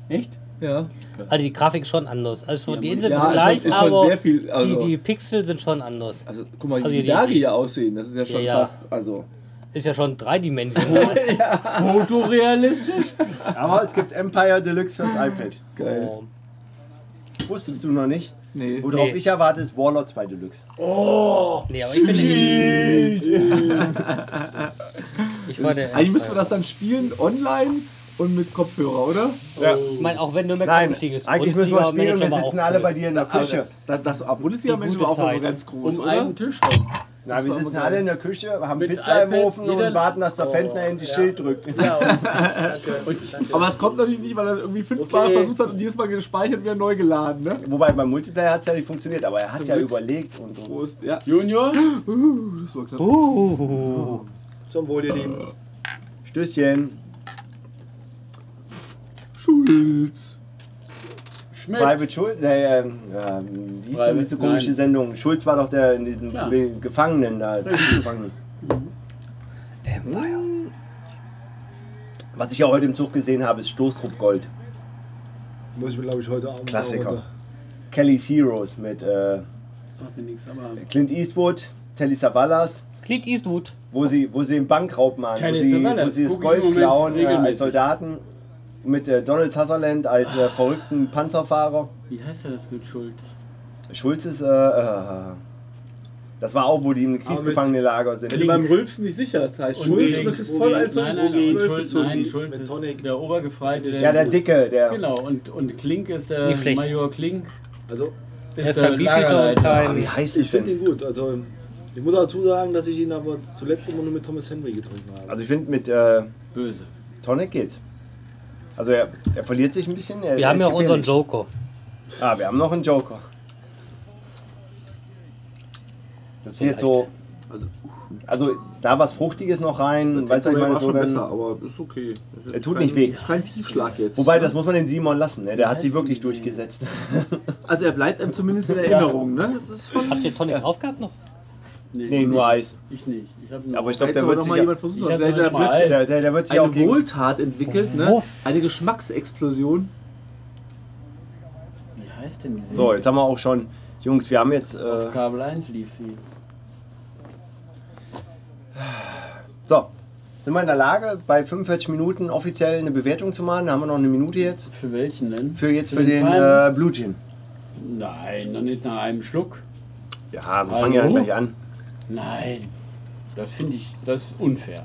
Echt?
Ja.
Also die Grafik ist schon anders. Also
Ja,
die Inseln
ja,
sind
ist
gleich,
schon- ist schon
aber
sehr viel- also-
die, die Pixel sind schon anders.
Also guck mal,
Also
wie die
die-
Berge hier aussehen. Das ist ja schon
Ja, ja.
fast. Also.
Ist ja schon dreidimensional.
Fotorealistisch?
Aber es gibt Empire Deluxe fürs iPad.
Geil.
Oh.
Wusstest du noch nicht?
Nee.
Worauf
Nee.
ich erwarte, ist Warlord 2 Deluxe.
Nee, aber ich bin nicht. Ich war der. Äh,
Eigentlich müssen wir das dann spielen online und mit Kopfhörer, oder?
Ja.
Ich meine, auch wenn Nürnberg
Nein,
abgestiegen ist.
eigentlich müssen wir spielen und
Bundesliga-Manager
wir
war
sitzen
auch
alle
cool.
bei dir in der Küche.
Das, das ah, Bundesliga-Mensch
Die
war auch
gute
immer
Zeit.
ganz groß,
Um
oder?
einen Tisch rum.
Na, wir
war
sitzen
immer
alle
geil.
in der Küche, haben
Mit
Pizza im
iPad,
Ofen
jeder-
und warten, dass der Fendner endlich Schild drückt.
Aber es kommt natürlich nicht, weil er irgendwie fünfmal
Okay.
versucht hat und jedes Mal gespeichert und wieder neu geladen, ne?
Wobei beim Multiplayer hat es ja nicht funktioniert, aber er hat ja
Glück.
überlegt und so.
Prost, ja.
Junior?
Uh, das war knapp.
Oh. Uh,
Zum Wohl, ihr Lieben. Stößchen.
Schulz.
Schmeckt.
Private Schulz. Nee, ähm, ähm, wie ist denn
Private-
diese komische
nein.
Sendung? Schulz war doch der in diesen
Klar.
Be- Gefangenen da. Gefangenen. Was ich ja heute im Zug gesehen habe, ist Stoßtrupp Gold.
Muss ich mir, glaube ich, heute Abend.
Klassiker.
mal runter.
Kelly's Heroes mit äh,
Sagt mir nichts, aber.
Clint Eastwood, Telly Savalas,
Clint Eastwood.
wo sie, wo sie den Bankraub machen, wo
Telly
sie,
Savalas,
wo sie das
guck ich im
Gold
Moment
klauen äh, als
regelmäßig.
Soldaten. Mit äh, Donald Sutherland als äh, verrückten Panzerfahrer.
Wie heißt er das mit Schulz?
Schulz ist, äh, äh, das war auch, wo die im Kriegsgefangenenlager sind.
Wenn du beim Rülpsen nicht sicher das heißt
Und
Schulz
wegen-
und du kriegst
wo
voll
die-
einfach
Nein,
auf
nein, nein,
zwölf
Schulz,
gezogen.
nein, Schulz
mit
ist
Tonic.
der Obergefreite.
Ja, der Dicke, der.
Genau, und, und Klink ist der
Nicht schlecht.
Major Klink.
Also,
Er ist
der
beim Beefeater und
Lagerleiter.
Ah, wie
beim.
heißt
ich
es
finde
denn?
ihn gut. Also, ich muss dazu sagen, dass ich ihn aber zuletzt immer nur mit Thomas Henry getrunken habe.
Also ich finde, mit äh,
Böse.
Tonic geht's. Also er, er verliert sich ein bisschen. Er,
Wir
er
haben
ist
ja auch unseren
gefährlich.
Joker.
Ah, wir haben noch einen Joker. Das ist
So
jetzt so.
Also-
Also da was Fruchtiges noch rein. Weißt du, ich meine, so dann,
aber ist okay. Das ist
Er tut
kein-
nicht weh.
ist Kein Tiefschlag jetzt.
Wobei, das muss man den Simon lassen. Ne? Der hat sich wirklich durchgesetzt.
also er bleibt einem zumindest in Erinnerung, ne? Das ist schon.
Habt ihr Tonic drauf gehabt noch?
nee, nur Eis.
Ich nicht. Ich hab nur
Aber ich
Da
glaube,
hätte
der
aber
wird
noch
sich
mal
ja,
jemand versucht,
Ich
sonst
hatte
wäre
noch
der
nicht mal
plötzlich
der, der, der wird sich auch
eine
gegen...
Wohltat entwickelt, ne?
Wuff.
Eine Geschmacksexplosion.
Wie heißt denn diese?
So, äh, jetzt haben wir auch schon... Jungs, wir haben jetzt... Äh,
Auf Kabel 1 lief sie.
so, sind wir in der Lage, bei 45 Minuten offiziell eine Bewertung zu machen? Da haben wir noch eine Minute jetzt.
Für welchen denn?
Für jetzt für den
Feinen?
äh, Blue Gin.
Nein, noch nicht nach einem Schluck.
Ja, wir
Hallo?
fangen ja gleich an.
Nein. Das finde ich, das ist unfair.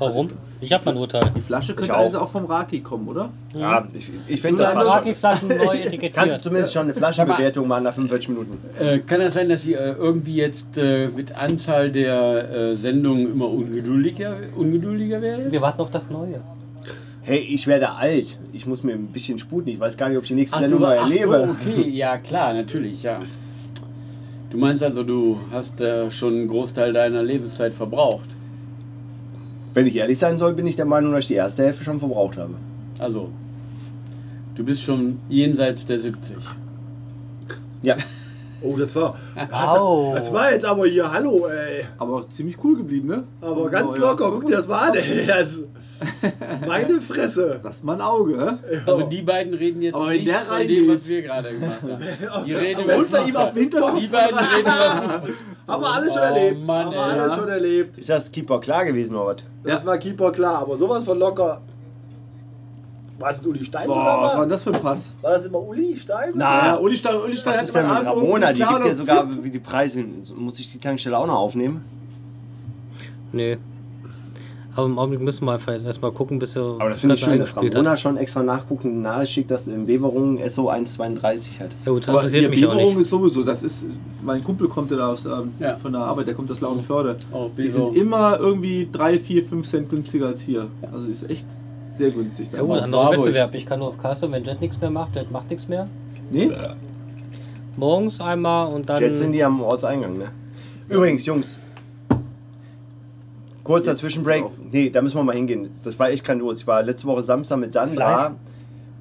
Warum? Ich hab mein Urteil.
Die Flasche könnte
auch.
also auch vom Raki kommen, oder?
Ja, ich, ich
Ich
finde das passt.
die Flaschen neu
Kannst du
etikettiert.
zumindest schon eine Flaschenbewertung machen nach 45 Minuten?
Äh, kann das sein, dass Sie äh, irgendwie jetzt äh, mit Anzahl der äh, Sendungen immer ungeduldiger, ungeduldiger werden?
Wir warten auf das Neue.
Hey, ich werde alt. Ich muss mir ein bisschen sputen. Ich weiß gar nicht, ob ich die nächste
Ach,
Sendung
du,
noch
ach so,
erlebe.
okay, ja klar, natürlich, ja. Du meinst also, du hast äh, schon einen Großteil deiner Lebenszeit verbraucht.
Wenn ich ehrlich sein soll, bin ich der Meinung, dass ich die erste Hälfte schon verbraucht habe.
Also, Du bist schon jenseits der 70.
Ja.
Oh, das war.
Oh.
Au.
Das war jetzt aber hier, hallo, ey.
Aber auch ziemlich cool geblieben, ne?
Aber ganz
Oh, ja.
locker, guck dir das mal an, ey. Das, meine Fresse.
Das ist mal ein Auge, hä?
Also die beiden reden jetzt
Oh. Aber wenn
nicht
der
von dem,
reingeht-
was wir gerade gemacht haben. Die reden
Aber
über
unter ihm auf
Fußball.
dem Hinterkopf.
Die beiden reden über Fußball.
Haben wir alles schon
Oh,
erlebt.
Mann,
Haben wir
ey.
alles schon erlebt.
Ist das Keeper klar gewesen, Norbert?
Das war Keeper klar, aber sowas von locker. Was denn Uli Stein?
Boah, was war
war,
denn das für ein Pass?
war das immer Uli Stein?
Na,
Ja, Uli Stein, Uli Stein
was
hatte
ist denn
mal
mit
einen Arm oben
Ramona? Die
geklärt
gibt ja
und
sogar, wie die Preise sind. Muss ich die Tankstelle auch noch aufnehmen?
Nee. Aber im Augenblick müssen wir einfach jetzt erstmal gucken, bis wir
Aber das finde ich
Ganze
schön, dass
eingespielt hat.
Ramona schon extra nachguckt und eine Nachricht schickt, dass in Weberungen SO 1,32 hat.
Ja gut, das
Aber
interessiert
hier
mich auch
Biberung
nicht.
ist sowieso, das ist, mein Kumpel kommt ja da aus, ähm,
Ja.
von der Arbeit, der kommt aus Lauenförde.
Oh,
die
Biberung.
sind immer irgendwie 3, 4, 5 Cent günstiger als hier. Also ist echt sehr günstig da.
Ja gut,
Auf
anderer
Marburg.
Wettbewerb. Ich kann nur auf Kassel, wenn Jet nichts mehr macht, Jet macht nichts mehr.
Nee?
Morgens einmal und dann.
Jetzt sind die am Ortseingang, ne? Übrigens, Jungs. Kurzer
Jetzt
Zwischenbreak.
auf.
Nee, da müssen wir mal hingehen. Das war echt grandios. Ich war letzte Woche Samstag mit Sandra
Fleisch?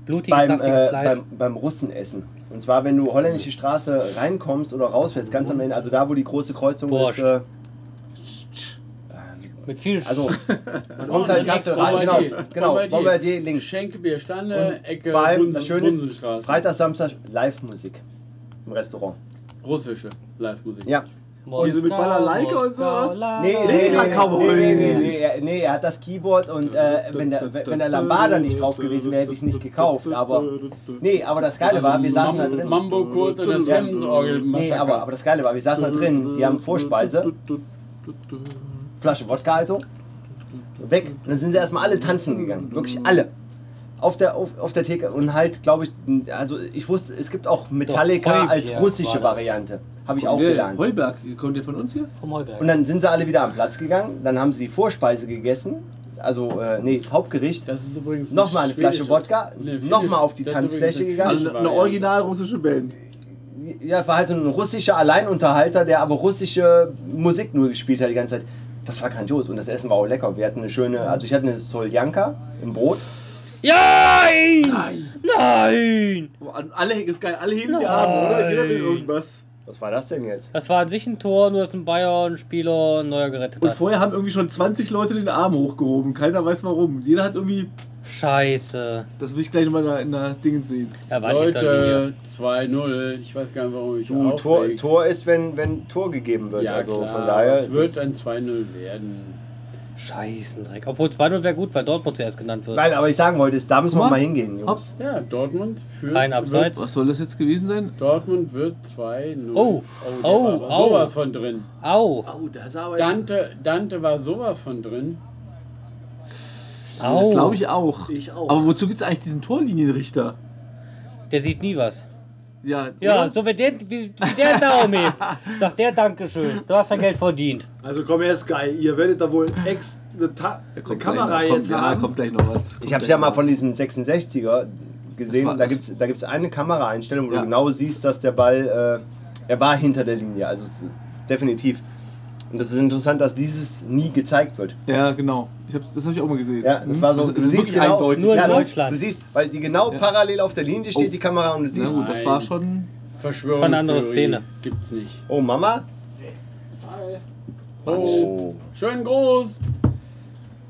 blutiges,
beim,
saftiges
äh,
Fleisch.
beim, beim Russen essen. Und zwar, wenn du holländische Straße reinkommst oder rausfährst, ganz am Ende, also da, wo die große Kreuzung
Borscht.
ist. Äh,
Mit viel
also, du kommst halt in Kassel rein. Genau,
Bombardier.
genau
Bombardier.
Bombardier links.
Schenkebier, Stande,
Und
Ecke,
Genau,
vor allem
Bunsen-
das Schöne ist,
Bunsenstraße.
Freitag, Samstag Live-Musik im Restaurant.
Russische Live-Musik.
Ja.
so mit Balalaika und sowas?
Nee,
nee, nee, Cowboys.
nee, nee, nee, er- nee, er hat das Keyboard und äh, wenn, der, wenn der Lambada nicht drauf gewesen wäre, hätte ich nicht gekauft. Aber nee, aber das Geile war,
Also,
wir saßen da drin.
Also Mambo Kurt und das
Ja.
Hemdorgel
Nee, aber, aber das Geile war, wir saßen da drin, die haben Vorspeise, Flasche Wodka also, weg. Und dann sind sie erstmal alle tanzen gegangen, wirklich alle. Auf der, auf, auf der Theke und halt, glaube ich, also ich wusste, es gibt auch Metallica
Doch,
als
Heubier war
russische
das.
Variante. Habe ich auch
Nee,
gelernt.
Heuberg, kommt der von uns hier?
Vom Heuberg.
Und dann sind sie alle wieder am Platz gegangen, dann haben sie die Vorspeise gegessen, also äh, nee, das Hauptgericht,
Das ist übrigens eine
nochmal eine Flasche
schwedische-
Wodka,
Nee, finnische-
nochmal auf die
das ist übrigens
Tanzfläche
eine
gegangen.
Also
finnische
eine
Variante.
original russische Band.
Ja, war halt so ein russischer Alleinunterhalter, der aber russische Musik nur gespielt hat die ganze Zeit. Das war grandios und das Essen war auch lecker. Wir hatten eine schöne, also ich hatte eine Soljanka im Brot.
Nein! Nein! Nein!
Oh, an- Alle, ist geil, alle heben die Arme, oder? Jeder will irgendwas.
Was war das denn jetzt?
Das war an sich ein Tor, nur dass ein Bayern-Spieler ein neuer gerettet
Und
hat.
vorher haben irgendwie schon 20 Leute den Arm hochgehoben. Keiner weiß warum. Jeder hat irgendwie.
Scheiße.
Das will ich gleich mal in der, in der Dingens sehen.
Er war nicht
Leute, 2-0. Ich weiß gar nicht, warum ich
Du, Tor,
aufregt.
Tor ist, wenn, wenn Tor gegeben wird.
Ja,
also
klar,
von daher.
Es wird ein 2-0 werden.
Scheißendreck. Obwohl 2-0 wäre gut, weil Dortmund zuerst genannt wird.
Nein, aber ich sagen wollte, ist, da müssen wir
Guck mal.
mal hingehen, Jungs.
Hops.
Ja, Dortmund führt.
Kein Abseits.
Was soll das jetzt gewesen sein?
Wird, Dortmund wird 2-0.
Oh,
der
oh,
war aber
au.
sowas von drin.
Au!
Oh, das aber
Dante, Dante war sowas von drin.
Au!
Glaube Oh. ich auch.
Ich auch.
Aber wozu gibt es eigentlich diesen Torlinienrichter?
Der sieht nie was.
Ja,
Ja,
oder?
so wie der, wie, wie der Naomi. Sagt der Dankeschön. Du hast dein Geld verdient.
Also komm her, Sky, ihr werdet da wohl ex
ne
eine, Ta
Da
eine
kommt
Kamera
gleich, noch- kommt,
jetzt
ja,
haben.
kommt gleich noch was. Kommt
Ich habe es
gleich
ja
noch
mal von
was.
diesem 66er gesehen.
Das war-
da gibt es da gibt's eine Kameraeinstellung, wo
Ja.
du genau siehst, dass der Ball, äh, er war hinter der Linie, also es- definitiv. Und das ist interessant, dass dieses nie gezeigt wird.
Ja, genau. Ich hab's, das habe ich auch mal gesehen.
Ja, das war so. genau,
Es, es Mhm. wirklich eindeutig.
nur in
ja, du-
Deutschland.
Du siehst, weil die genau
Ja.
parallel auf der Linie steht,
Oh.
die Kamera, und du
Na
siehst,
gut, das war schon.
Verschwörung.
Das war eine andere Szene.
Gibt's nicht.
oh Mama.
Oh. Schönen Gruß.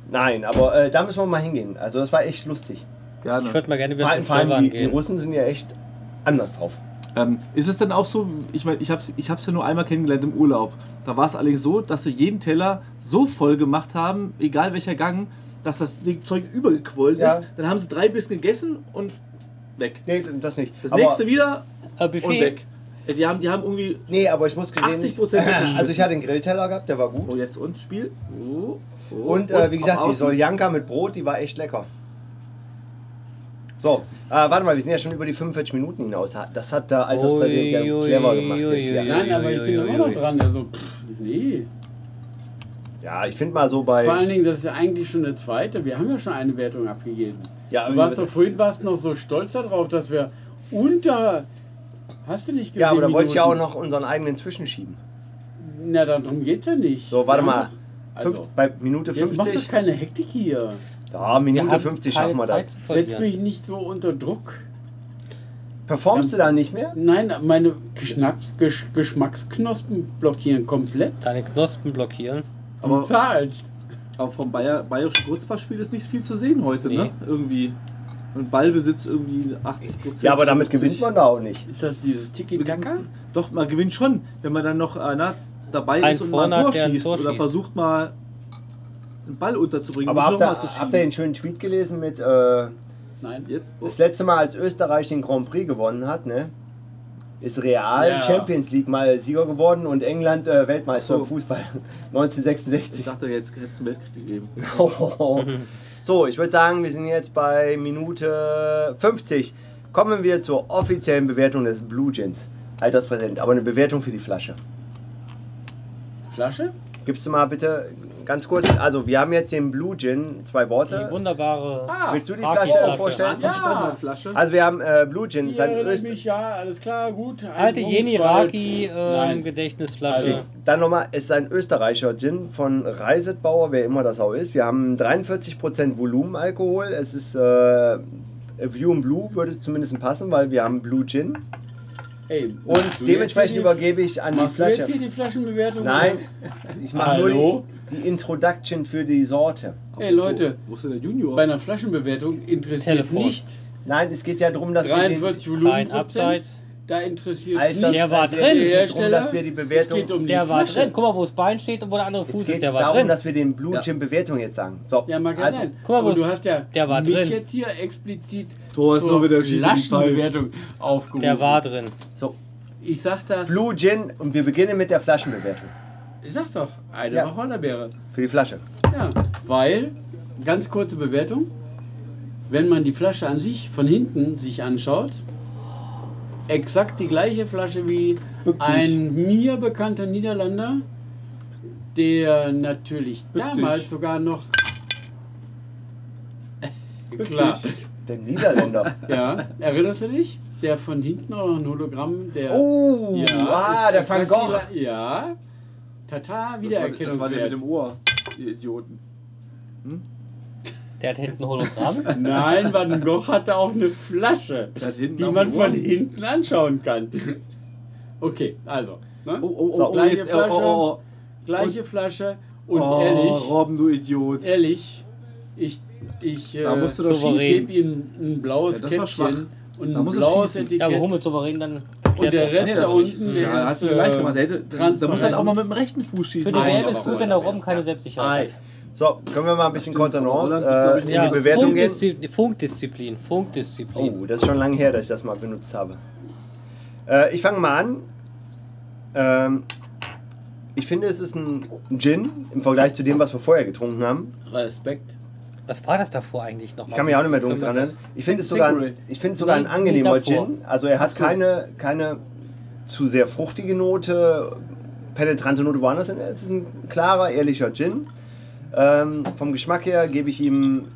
Nein, aber äh, da müssen wir mal hingehen. Also das war echt lustig.
Ich
Gerne.
würde mal gerne
Vor
wieder
allem,
zum
vor allem die,
Steuern
die
gehen.
Russen sind ja echt anders drauf.
Ähm, ist es denn auch so, ich meine, ich habe es ich hab's ja nur einmal kennengelernt im Urlaub. Da war es allerdings so, dass sie jeden Teller so voll gemacht haben, egal welcher Gang, dass das Ding- Zeug übergequollen
Ja.
ist. Dann haben sie drei Bissen gegessen und weg.
Nee, das nicht.
Das
aber,
nächste wieder
Äh,
und
Buffet.
weg. Äh, Die haben, die haben irgendwie.
Nee, aber ich muss gesehen.
80% weggeschmissen.
Also ich hatte einen Grillteller gehabt, der war gut.
Oh, jetzt und Spiel. Oh, oh,
Und äh, wie
auf
gesagt, die
Außen.
Soljanka mit Brot, die war echt lecker. So, äh, warte mal, wir sind ja schon über die 45 Minuten hinaus. Ha- Das hat der Alterspräsident ja
Ui,
clever gemacht
ui,
jetzt hier.
ui.
Nein, aber ich bin
Uiuiui.
immer noch dran. Also, pff, nee.
Ja, ich finde mal so
Vor
bei...
allen Dingen, das ist ja eigentlich schon eine zweite. Wir haben ja schon eine Wertung abgegeben.
Ja,
du warst doch vorhin warst noch so stolz darauf, dass wir unter. Hast du nicht gesehen?
ja, aber da wollte ich ja auch
Minuten?
noch unseren eigenen zwischenschieben.
Na, darum geht's ja nicht.
So, warte
Ja.
mal. Fünf,
Also,
bei Minute
jetzt mach doch
50.
keine Hektik hier.
Ja,
Wir
Minute
haben
50
keine
schaffen wir
Zeit
das.
zu
Setz
verlieren.
mich nicht so unter Druck.
Performst du da nicht mehr?
Nein, meine Geschnacks, Gesch, Geschmacksknospen blockieren komplett.
Deine Knospen blockieren.
Du
Aber,
zahlst.
aber vom Bayer, bayerischen Kurzballspiel ist nicht viel zu sehen heute, ne?
Nee.
Irgendwie. Und Ballbesitz irgendwie 80 Prozent.
Ja, aber damit gewinnt man da auch nicht.
Ist das dieses Tiki-Taka?
Doch, man gewinnt schon, wenn man dann noch einer dabei
Ein
ist und mal
vorne hat,
ein Tor
der ein
schießt
Tor
oder
schießt.
versucht mal einen Ball unterzubringen, um
Aber habt
nicht nochmal zu
ihr, habt ihr den
schieben.
schönen Tweet gelesen mit, äh,
Nein.
Jetzt? Oh,
das letzte Mal, als Österreich den Grand Prix gewonnen hat, ne? Ist Real
Ja.
Champions League mal Sieger geworden und England äh, Weltmeister im
So.
Fußball
ich
1966.
dachte, jetzt hätte es einen Weltkrieg gegeben.
So, ich würde sagen, wir sind jetzt bei Minute 50. Kommen wir zur offiziellen Bewertung des Blue Gins. Alterspräsent, aber eine Bewertung für die Flasche.
Flasche?
Gibst du mal bitte ganz kurz, also wir haben jetzt den Blue Gin, zwei Worte.
Die wunderbare.
Ah,
Willst du die
Hardcore
Flasche
Flasche.
vorstellen?
Ja.
Standardflasche.
Also wir haben äh, Blue Gin,
ich
ist ein
erinnere
Öst
mich, ja, alles klar, gut. Ein
Alte
Punkt,
Jeni
weil-
Raki ähm,
Nein.
Gedächtnisflasche.
Also-
Dann nochmal, es ist ein österreichischer Gin von Reisetbauer, wer immer das auch ist. Wir haben 43% Volumenalkohol. Es ist äh, View and Blue würde zumindest passen, weil wir haben Blue Gin.
Ey, machst du
Und dementsprechend
jetzt hier
übergebe ich an
die,
die
machst du jetzt
Flasche.
hier die Flaschenbewertung?
Nein, ich mache nur
Hallo?
die, die Introduction für die Sorte.
Ey, Leute,
Wo, wo ist denn der Junior?
bei einer Flaschenbewertung interessiert
Telefon.
nicht
Nein, es geht ja darum, dass wir
43
Kein
Volumenprozent.
Abseits.
Da interessiert
den, als
nicht
Der war
also es geht
drin.
darum,
der Hersteller.
dass wir die
es geht
Bewertung.
um die
Der war
Flasche.
drin. Guck mal, wo das Bein steht und wo der andere
Es
Fuß ist.
geht
Der war
darum,
drin.
dass wir den Blue
Ja.
Gin Bewertung jetzt sagen. So,
Ja, mag ja
also,
sein.
guck mal,
Aber
wo
du
es-
hast ja
der war
mich
drin.
jetzt hier explizit
Tor ist noch
zur
wieder schief in die Pfeife.
Flaschenbewertung aufgerufen.
Der war drin.
So,
Ich sag das.
Blue Gin und wir beginnen mit der Flaschenbewertung
Ich sag doch, eine
Ja.
ja. Wacholderbeere.
für die Flasche.
Ja, weil, ganz kurze Bewertung, wenn man die Flasche an sich von hinten sich anschaut, exakt die gleiche Flasche wie ein mir bekannter Niederlander, der natürlich
Bück
damals
dich.
sogar noch... Klar,
Der Niederländer.
ja, erinnerst du dich? Der von hinten auch noch ein Hologramm, der...
Oh,
ja,
ah,
ist
der Van
exakt die
Gogh.
gla- Ja, tata,
das, war, das war der mit
Wiedererkennungswert.
dem Ohr, ihr Idioten.
Der hat hinten ein Hologramm.
Nein, Van Gogh hatte auch eine Flasche.
Der hat hinten
die
auch
man
ein Ohr.
von hinten anschauen kann. Okay, also. Ne?
Oh, oh, oh,
So,
oh,
gleiche
jetzt, oh,
Flasche,
oh,
gleiche Flasche und
oh,
ehrlich, äh,
Robben, du Idiot.
ehrlich, ich, ich,
Da musst du doch
ich
souverän.
gebe ihm ein blaues
Ja, das war
Käppchen und
Da
ein
musst du
blaues
schießen.
Ja,
Etikett.
aber Hummel souverän dann.
und der Rest da
das
unten, der
ja,
ist,
hast du mir leicht gemacht. Der, hätte,
transparent.
da muss halt auch mal mit dem rechten Fuß
Für
schießen.
die
Nein,
WM
aber
ist gut,
voll.
wenn der Robben keine Selbstsicherheit
Ei,
hat.
So, können wir mal ein bisschen Kontenance
Roland, ich glaub, ich
äh, in
Ja,
die Bewertung gehen?
Funkdiszi- Funkdisziplin, Funkdisziplin.
Oh, das ist schon lange her, dass ich das mal benutzt habe. Äh, ich fange mal an. Ähm, ich finde, es ist ein Gin im Vergleich zu dem, was wir vorher getrunken haben.
Respekt.
Was war das davor eigentlich nochmal?
Ich kann mich auch nicht mehr dunkel dran erinnern. Ich finde es sogar,
Hickory.
ich finde es sogar ein
Nee,
angenehmer
davor.
Gin. Also er hat keine, keine zu sehr fruchtige Note, penetrante Note woanders. hin. Es ist ein klarer, ehrlicher Gin. Ähm, vom Geschmack her gebe ich ihm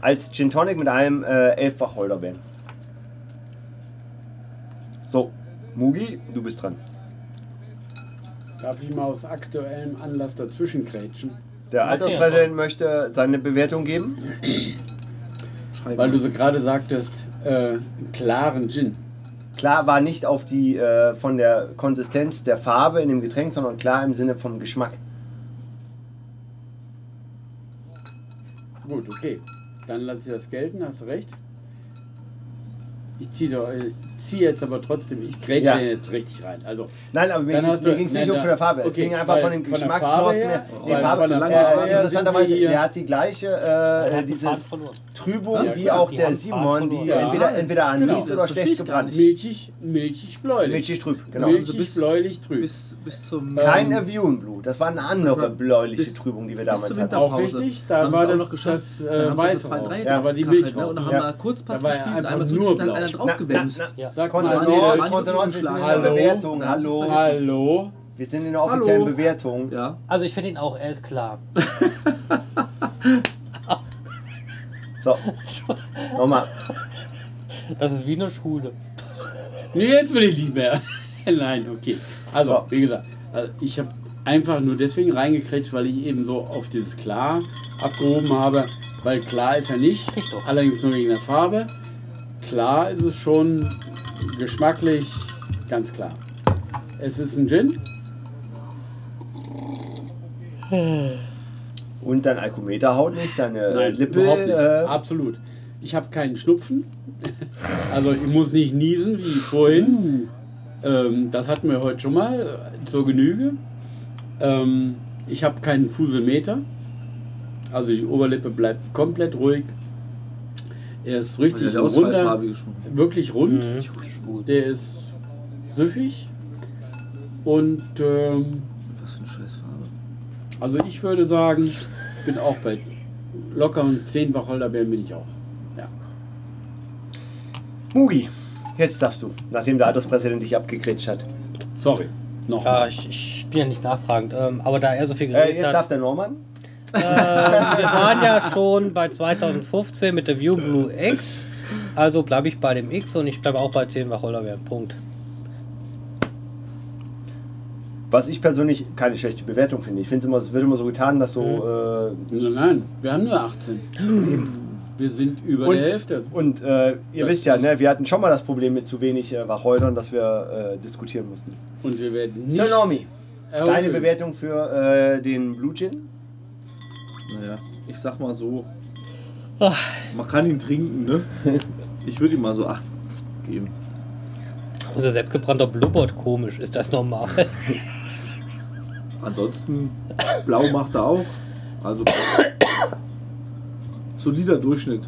als Gin Tonic mit einem äh, elffach Holderbeeren. So, Mugi, du bist dran.
Darf ich mal aus aktuellem Anlass dazwischen krätschen?
Der
Mach dir
Alterspräsident möchte seine Bewertung geben.
Weil du so gerade sagtest, äh, einen klaren Gin.
Klar war nicht auf die äh, von der Konsistenz der Farbe in dem Getränk, sondern klar im Sinne vom Geschmack.
Gut, okay. Dann lasse ich das gelten, hast du recht. Ich ziehe zieh jetzt aber trotzdem, ich grätsche
Ja.
jetzt richtig rein. Also,
Nein, aber mir
Dann hast du-
ging es nicht
nein,
um
da-
von der Farbe. es
okay,
ging einfach
weil
von dem
von der
Geschmacksknospen
Farbe her-
her. Nee,
weil
Farbe,
von der
äh,
Farbe her sind
interessanterweise,
wir hier-
der hat die gleiche äh,
Er hat
äh,
den
dieses
Faden verloren.
Trübung
Ja,
wie
klar,
auch
die
der
hat
Simon,
Faden
die
verloren.
entweder, entweder anis
Genau,
oder
das verstehe
schlecht
ich gar
gebrannt.
milchig, milchig bläulich.
Milchig trüb, genau.
genau. Milchig
Also bis-
bläulich trüb.
bis, bis zum.
äh,
Kein Avion Blue, das war eine andere
mal,
bläuliche
bis-
Trübung, die wir
bis
damals
zur
hatten.
auch
Winterpause.
richtig, da
Haben
war
sie auch
das-
noch geschafft.
das, äh,
Dann haben sie
Weiß
noch zwei,
raus.
drei
Ja, aber die
drauf gehabt,
Milch
ne? Und dann
raus.
haben
Ja.
wir Kurzpass
Da war
gespielt,
ja einfach
einmal so
nur
durch, dann
blau.
einer
Na, na,
draufgewämst.
na.
Ja.
Sag mal,
nee, da
Kontenance,
war ich
Kontenance, wir sind in der
Hallo?
Bewertung,
Da hast du
hallo.
hallo?
Wir sind in der offiziellen
Hallo.
Bewertung.
Ja,
Also ich finde ihn auch, er ist klar.
So, nochmal.
Das ist wie eine Schule.
Nee, jetzt will ich nicht mehr. Nein, okay. Also,
So.
wie gesagt, also ich habe einfach nur deswegen reingekriegt, weil ich eben so auf dieses Klar abgehoben habe. Weil klar ist er nicht,
Ich doch.
allerdings nur wegen der Farbe. klar ist es schon geschmacklich ganz klar. Es ist ein Gin.
Und dein Alkometer haut nicht, deine Lippe.
überhaupt nicht.
Äh,
Absolut. Ich habe keinen Schnupfen. Also ich muss nicht niesen wie vorhin. Ähm, das hatten wir heute schon mal äh, zur Genüge. Ähm, ich habe keinen Fuselmeter. Also die Oberlippe bleibt komplett ruhig. Er ist richtig
Der
runter,
ausfallfarbige Schuh.
wirklich rund.
Mhm.
Der ist süffig. Und ähm,
Was für eine Scheißfarbe.
also ich würde sagen, ich bin auch bei lockeren 10 Wacholderbeeren bin ich auch. Ja.
Mugi, jetzt darfst du, nachdem der Alterspräsident dich abgekretscht hat.
Sorry. Noch.
Ah.
Ja, ich, ich bin ja nicht nachfragend, ähm, aber da er so viel
Äh,
geredet
jetzt darf
hat.
der Norman.
Ähm, wir waren ja schon bei 2015 mit der View Blue X, also bleibe ich bei dem X und ich bleibe auch bei 10 Wacholderbeeren. Punkt.
Was ich persönlich keine schlechte Bewertung finde. Ich finde immer, es wird immer so getan, dass so.
Nein, nein, wir haben nur 18. Wir sind über
Und-
der Hälfte.
Äh, und äh, ihr
Das-
wisst ja, ne, wir hatten schon mal das Problem mit zu wenig äh, Wacholdern, dass wir äh, diskutieren mussten.
Und wir werden nicht.
Sir Normi,
erholen.
deine Bewertung für äh, den Blue Gin?
Naja, ich sag mal so. Man kann ihn trinken, ne? Ich würde ihm mal so 8 geben.
Unser selbstgebrannter blubbert komisch, ist das normal?
Ansonsten, blau macht er auch. Also, solider Durchschnitt.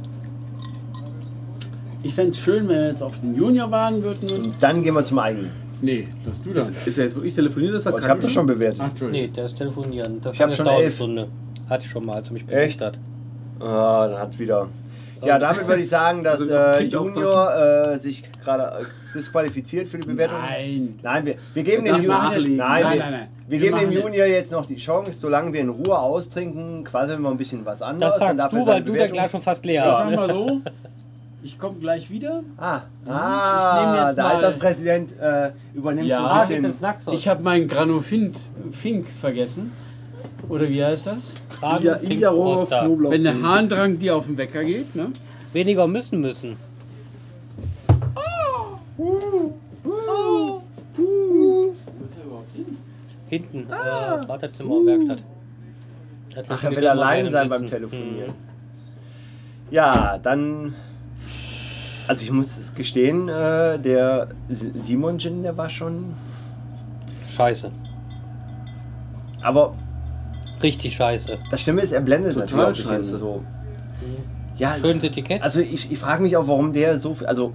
Ich fände es schön, wenn wir jetzt auf den Junior waren würden. Und
Und dann gehen wir zum eigenen.
nee, das du dann.
Ist er jetzt wirklich telefoniert? Ist er
Aber ich habe das schon bewertet.
Ach,
nee,
Entschuldigung.
der ist telefonieren. Das
Ich hab
hat
schon
dauert eine
elf.
Stunde. Hatte ich schon mal, als er mich
Echt?
hat.
Ah, dann hat's wieder.
Ähm,
Ja, damit würde ich sagen, dass
Also auf
äh,
Kind
Junior äh, sich gerade äh, disqualifiziert für die Bewertung.
Nein.
Nein, wir, wir geben dem
Darf
Junior.
nachlegen.
Nein,
Nein,
wir,
nein, nein.
wir
Wir
geben dem
machen jetzt-
Junior jetzt noch die Chance, solange wir in Ruhe austrinken, quasseln wir ein bisschen was anderes.
Das
dann darf
sagst
er
du,
seine
weil du da
Bewertung-
gleich schon fast leer
Ich
hast.
sag
Ne?
mal so, ich komme gleich wieder.
Ah,
ich nehm
ah
jetzt
der
mal-
Alterspräsident äh, übernimmt
Ja,
so
Ah,
ein
dickes
bisschen.
Nacksoll.
Ich habe meinen Granofink Fink vergessen. Oder wie heißt das?
Kragen,
Ja,
Fink,
Ilja Rohroff,
Oster.
Knoblauch.
Wenn der Harndrang dir auf den Wecker geht, ne?
Weniger müssen müssen.
Wo ist er überhaupt hin?
Hinten, äh, Wartezimmer, Werkstatt. Da
Ah. Ach,
trifft
er
mich
will
immer
allein
einer
sein beim
Sitzen.
Telefonieren. Ja, dann. Also ich muss es gestehen, äh, der S- Simon Gin, der war schon.
Hm. Scheiße.
Aber
Richtig scheiße.
das Schlimme ist, er blendet
Total
natürlich auch ein bisschen
scheiße.
so. Ja,
Schönes Etikett.
Also ich, ich frage mich auch, warum der so viel. Also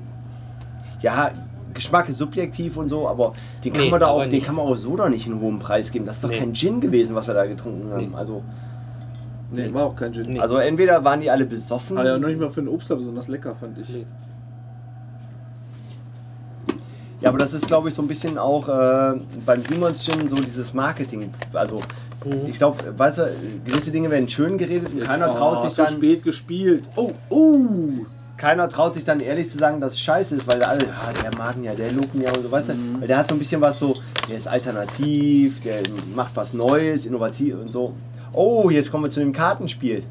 ja, Geschmack ist subjektiv und so, aber den kann
Nee,
man da auch,
aber
den
nicht.
kann man auch so da nicht einen hohen Preis geben. Das ist doch
Nee.
kein Gin gewesen, was wir da getrunken haben.
Nee.
Also,
Nee, war auch kein Gin.
Nee.
also entweder waren die alle besoffen.
Aber ja, noch nicht mal für den Obstler besonders lecker, fand ich.
Nee.
Ja, aber das ist, glaube ich, so ein bisschen auch äh, beim Simons Gin so dieses Marketing. Also
Mhm.
ich glaube, weißt du, gewisse Dinge werden schön geredet und keiner traut sich
zu
dann.
spät gespielt.
Oh, oh! Keiner traut sich dann ehrlich zu sagen, dass es scheiße ist, weil alle, ja, der mag ihn ja, der lobt ihn ja und so weiter. Weil der hat so ein bisschen was so, der ist alternativ, der macht was Neues, innovativ und so. Oh, jetzt kommen wir zu dem Kartenspiel.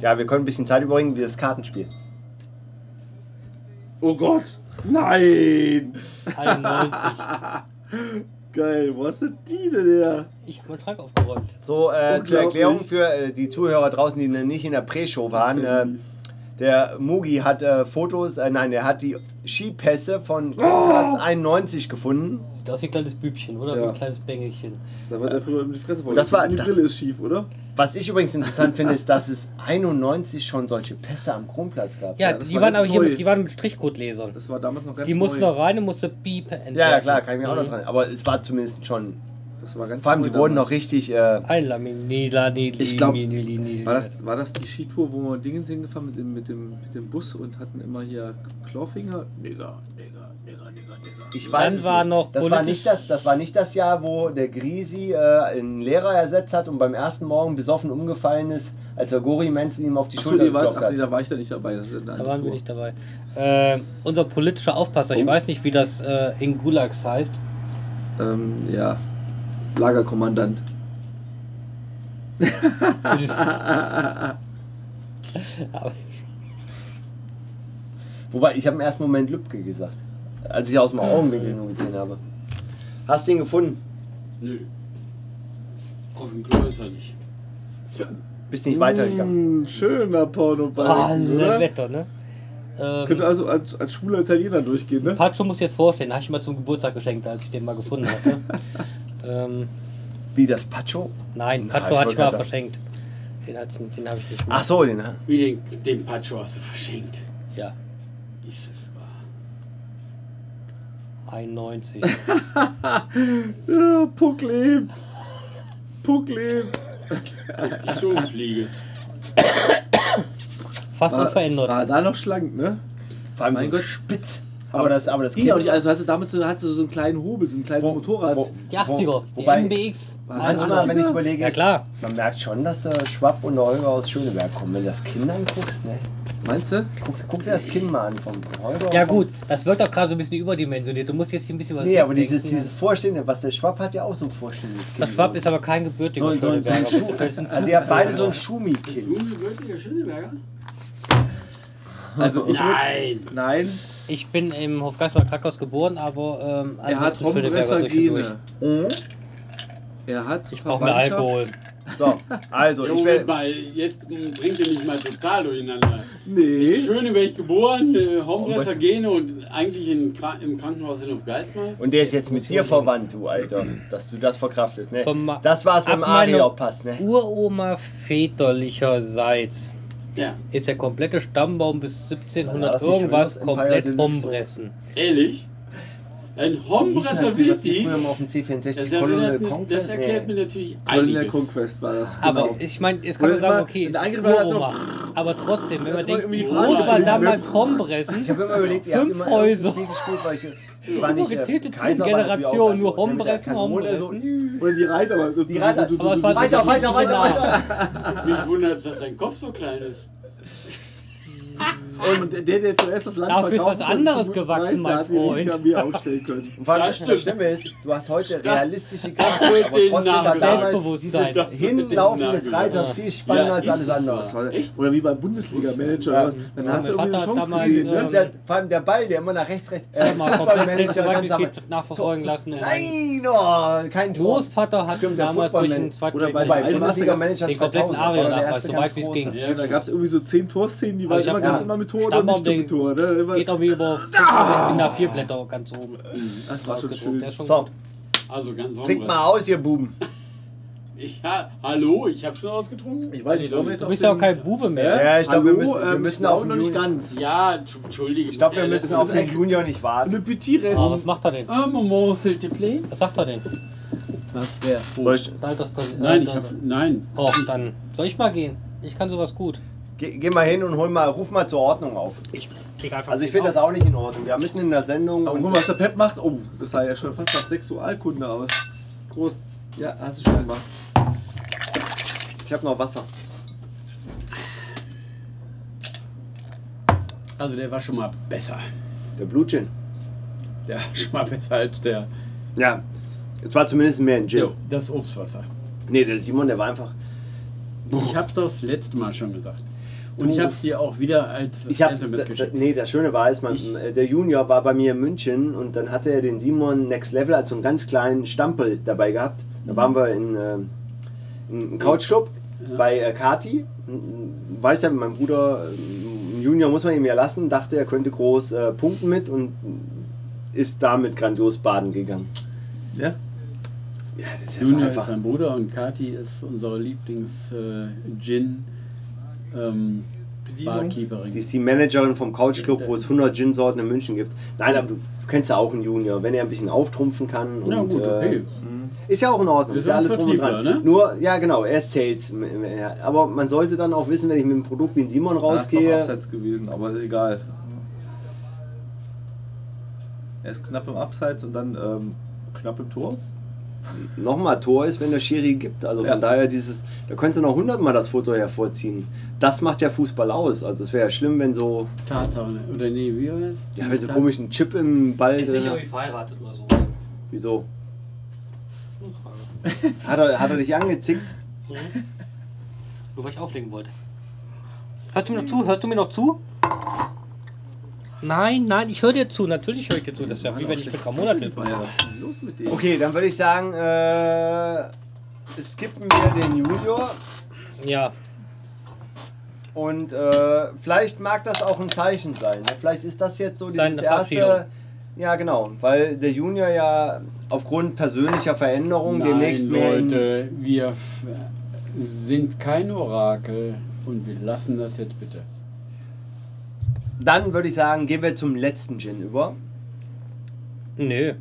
Ja, wir können ein bisschen Zeit überbringen, wie das Kartenspiel.
Oh Gott! Nein!
also-
91.
Geil, wo hast du die denn her?
Ich habe meinen Schrank aufgeräumt.
So, äh, zur
Unglaublich.
Erklärung für äh, die Zuhörer draußen, die nicht in der Pre-Show waren. Äh, der Mugi hat äh, Fotos, äh, nein, er hat die Skipässe von Platz 91 gefunden.
Sieht aus wie ein kleines Bübchen oder wie
Ja.
ein kleines Bängelchen.
Da war der früher in die Fresse voll.
Das war-
die
das-
Brille ist schief, oder?
Was ich übrigens interessant finde, ist, dass es 91 schon solche Pässe am Kronplatz gab.
Ja,
Ja, das
die
war
waren
ganz
aber hier
neu.
mit, die waren mit Strichcode-Lesern.
Das war damals noch ganz
Die mussten
neu.
noch rein und musste piepen.
Ja, ja,
entwerfen.
klar, kann ich mich auch noch
Mhm.
dran. Aber es war zumindest schon.
Das war ganz
Vor allem,
neu
die wurden
damals.
noch richtig. Äh,
Ein Laminila, Nili,
Ich glaub,
Nili, Nili.
War das, war das die Skitour, wo wir Dingens hingefahren mit dem, mit, dem, mit dem Bus und hatten immer hier Clawfinger? Nigger, nigger, nigger, nigger, nigger.
ich weiß
Dann
es
war
nicht.
noch
das war,
politisch-
nicht das, das war nicht das Jahr, wo der Grisi äh, einen Lehrer ersetzt hat und beim ersten Morgen besoffen umgefallen ist, als der Gori Menzel ihm auf die
Achso,
Schulter
die war,
geklopft
ach,
hat.
nee, da war ich da nicht dabei. Das ist eine
Da
andere
waren wir
Tour.
nicht dabei. Äh, unser politischer Aufpasser, ich
Oh.
weiß nicht, wie das äh, in Gulags heißt.
Ähm, ja. Lagerkommandant.
Für dieses- Aber
Wobei, ich habe im ersten Moment Lübke gesagt, als ich aus dem Augenwinkel nur gesehen habe. Hast du ihn gefunden?
Nö. Auf dem Klo ist er nicht.
Bist nicht weitergegangen.
Mm, schöner porno
Äh,
Alle
oder?
Wetter, ne? Ähm,
Könnte also als, als schwuler Italiener durchgehen, ne?
Pacho muss jetzt vorstellen, habe ich ihm mal zum Geburtstag geschenkt, als ich den mal gefunden hatte. ähm,
Wie das Pacho?
nein,
Na,
Pacho
ich
hatte ich
wollte
mal
gerade
verschenkt. Den, hat's- den habe ich nicht.
Ach so, den. ne?
Wie den, den Pacho hast du verschenkt.
Ja,
Ist es wahr?
91.
Ja, Puck lebt. Puck lebt.
Die Turmfliege.
Fast
Äh,
unverändert.
War da noch schlank, ne?
Vor allem
Mein
so
Gott.
spitz. Aber das, aber das
Ging ja auch nicht. Also hast du damals so, hast du so einen kleinen Hobel, so ein kleines Motorrad.
Wo,
Die 80er,
wo,
die
wobei,
MBX.
Was?
manchmal, wenn ich
80er?
überlege,
Ja klar,
man merkt schon, dass der Schwab und der Holger aus Schöneberg kommen. Wenn du das Kind anguckst, ne?
Meinst du?
Guck, guck dir das Kind mal an vom Holger. und
ja
vom-
gut, das wird doch gerade so ein bisschen überdimensioniert. Du musst jetzt hier ein bisschen was
Nee, aber
wegdenken.
dieses, dieses Vorstehende, was der Schwab hat ja auch so ein vorstehendes Kind.
Das Schwab ist aber kein gebürtiger
so, so, so ein
Schöneberger.
Schuh.
Das ist ein
Also ihr habt beide so ein
Bist
Schumi-Kind.
du ein gebürtiger Schöneberger?
Also ich würd,
Nein!
Nein,
Ich bin im Hofgeismar Krakos geboren, aber ähm,
er hat
ansonsten Schöneberger durch und durch.
Hombresser-Gene.
Mhm.
Er hat
Ich brauche mehr
Verwandtschaft.
Alkohol.
So, also
Jo,
ich
Moment
werde.
mal, jetzt bringt ihr mich mal total durcheinander. In
Nee.
Schöneberg geboren, äh, Homresser
was-
Gene und eigentlich in, Kra- im Krankenhaus in Hofgeismar.
Und der ist jetzt mit dir verwandt, du Alter. Dass du das verkraftest, ne?
Vom Ma-
Das war's mit dem
Ab meiner-
Ariop-Pass, ne?
Uroma väterlicherseits
Ja,
ist der komplette Stammbaum bis 1700
War das nicht
irgendwas
schön, das Empire
komplett
Deluxe?
umbressen.
Genau.
ehrlich? Ein
Wie hieß denn das
Homresser
Spiel, was die
Wilti?
früher mal auf dem
Das
C64 Colonel
erklärt, mir, das
Conquest?
erklärt mir
Nee.
natürlich
Colonial
einiges.
Conquest war das.
Aber
genau.
ich meine, jetzt kann man
Oder immer,
sagen, okay,
wenn
es
der
ist
angegriffen hat,
Uroma. Aber trotzdem, wenn man
hat man
denkt,
irgendwie die
Rot
Frage
war
nicht
damals Hombressen,
Ich habe immer überlegt, ihr habt
Fünf
immer irgendein
Häuser.
Spiel gespielt, weil ich. Es war
Nur
nicht äh,
gezählte zehn
Kaiser, war natürlich auch
Generationen,
ganz
nur
groß, ne, mit der
Hombressen,
Kanone so-
Oder die Reiter. aber-
Die Reiter.
Du- du-
aber es
du-
war
Weiter, weiter, weiter, weiter!
Mich wundert, dass dein Kopf so klein ist.
Und der, der zuerst das Land
Dafür ist
verkauft
was
hat,
anderes
zum-
gewachsen,
weiß,
mein
der hat die richtige
Freund.
Armee aufstellen können.
Und vor allem,
Das
das, das
stimmt.
Schlimme ist, du hast heute realistische
Das
Karten,
wird
aber
denen
trotzdem war
nachgesagt.
damals
Selbstbewusstsein.
dieses Hinlaufen des Reiters viel spannender
Ja,
als
ist
alles
es
andere.
so.
Das war,
Echt?
oder wie beim Bundesliga-Manager oder was. Dann
Ja,
hast du
mein
irgendwie eine
Vater
Chance
hat damals,
gesehen.
äh,
Ne?
Und der, vor allem der Ball, der immer nach rechts, rechts, äh,
Mal komplett
Fußballmanager ganz am
zurück nachverfolgen lassen. Und mein
Nein, oh, kein Tor.
Großvater hat
Stimmt, der
damals
Footballman-
durch den zweiten
oder bei
Wobei,
Weltkrieg-
Bayern-
Bundesliga-Manager
Den kompletten
2000 war der
Ariel-Nachweis,
erste
so
ganz
weit wie es
große.
ging.
Ja,
Da
gut.
gab es irgendwie so 10 Torszenen, die waren
Also ich hab
immer ganz
ja
immer mit Tor oder
Stammbaum,
nicht mit
den-
Tor. Ne? Immer,
Geht auch wie über 15
Ah!
nach vier Blätter ganz oben.
das war schon
Ausgedruckt,
schön.
Der ist schon
So,
gut.
Also ganz
trinkt
Homresser.
mal aus, ihr Buben.
Ich, ha, hallo, ich habe schon ausgetrunken.
Ich weiß nicht, warum jetzt
Du
auf
bist ja auch
den-
kein Bube mehr.
Ja, ich glaub, wir
Hallo,
müssen- wir
ähm,
müssen
ich glaub
auf den
noch nicht
Juni.
ganz.
Ja, tsch- entschuldige.
Ich glaube, wir
Äh,
müssen
das
auf
ist
den
ein-
Junior nicht warten.
Le Petit
Ah,
Rest.
was macht er denn?
Ah, Maman, s'il te plaît.
Was sagt er denn?
Was wäre?
Soll ich,
Der Alterspräsident.
Nein, ich
äh,
habe nein.
Oh, dann soll ich mal gehen. Ich kann sowas gut.
geh, geh mal hin und hol mal, ruf mal zur Ordnung auf.
Ich krieg einfach.
Also ich finde das auch nicht in Ordnung. Wir haben mitten in der Sendung
Aber
und
guck mal, was der Pep macht. Oh, das sah ja schon fast nach Sexualkunde aus. Prost. Ja, hast du schon gemacht.
ich habe noch Wasser.
Also der war schon mal besser.
Der Blue Gin.
Der war schon mal besser als der.
Ja, es war zumindest mehr ein Gin.
Jo, das Obstwasser.
Nee, der Simon, der war einfach.
Ich habe das letzte Mal schon gesagt. Und
Oh. Du-
ich habe es dir auch wieder als
Ich hab,
SMS geschickt.
nee, das Schöne war, ist, man, äh, der Junior war bei mir in München und dann hatte er den Simon Next Level als so einen ganz kleinen Stampel dabei gehabt. Da
Mhm.
waren wir in, ähm, im Couchclub bei äh, Kati. Weiß ja, mein Bruder, ähm, Junior muss man ihm ja lassen, dachte, er könnte groß äh, punkten mit und ist damit grandios baden gegangen.
Ja?
Ja, das ist
Junior ist
einfach-
sein Bruder und Kati ist unsere Lieblings-Gin. ähm, Barkeeperin.
Die ist die Managerin vom Couchclub, wo es 100 Gin-Sorten in München gibt. Nein, aber du, du kennst ja auch einen Junior, wenn er ein bisschen auftrumpfen kann. Und,
Ja gut,
äh,
okay.
ist ja auch in Ordnung.
Wir
Ist ja
sind
alles drum und dran.
Vertriebler, ne?
Nur, ja genau, er ist Sales. Ja, Aber man sollte dann auch wissen, wenn ich mit einem Produkt wie ein Simon
Ja, ist
rausgehe.
doch abseits gewesen, aber ist egal. Er ist knapp im Abseits und dann ähm, knapp im Tor.
Nochmal Tor ist, wenn der Schiri gibt. Also
Ja.
von daher dieses, da könntest du noch hundertmal das Foto hervorziehen. Das macht ja Fußball aus. Also es wäre ja schlimm, wenn so,
Tatsache, ne? oder nee, wie heißt
ja, wenn so komisch ein Chip im Ball
Ist
drin
nicht
hat.
irgendwie verheiratet oder so.
Wieso? Hat er, hat er dich angezickt?
Nur weil ich auflegen wollte. Hörst du mir noch zu? Hörst du mir noch zu? Nein, nein, ich höre dir zu, natürlich höre ich dir zu. Das ist ja wie wenn ich mit Ramona telefoniere. Oh,
Was ist denn los mit dem?
Okay, dann würde ich sagen, äh, skippen wir den Junior
Ja,
und äh, vielleicht mag das auch ein Zeichen sein. ne? Vielleicht ist das jetzt so
Seine
dieses
Verabschiedung.
erste. Ja, genau, weil der Junior ja aufgrund persönlicher Veränderungen
Nein,
demnächst mehr. in-
Leute, wir f- sind kein Orakel und wir lassen das jetzt bitte.
Dann würde ich sagen, gehen wir zum letzten Gin über.
nö.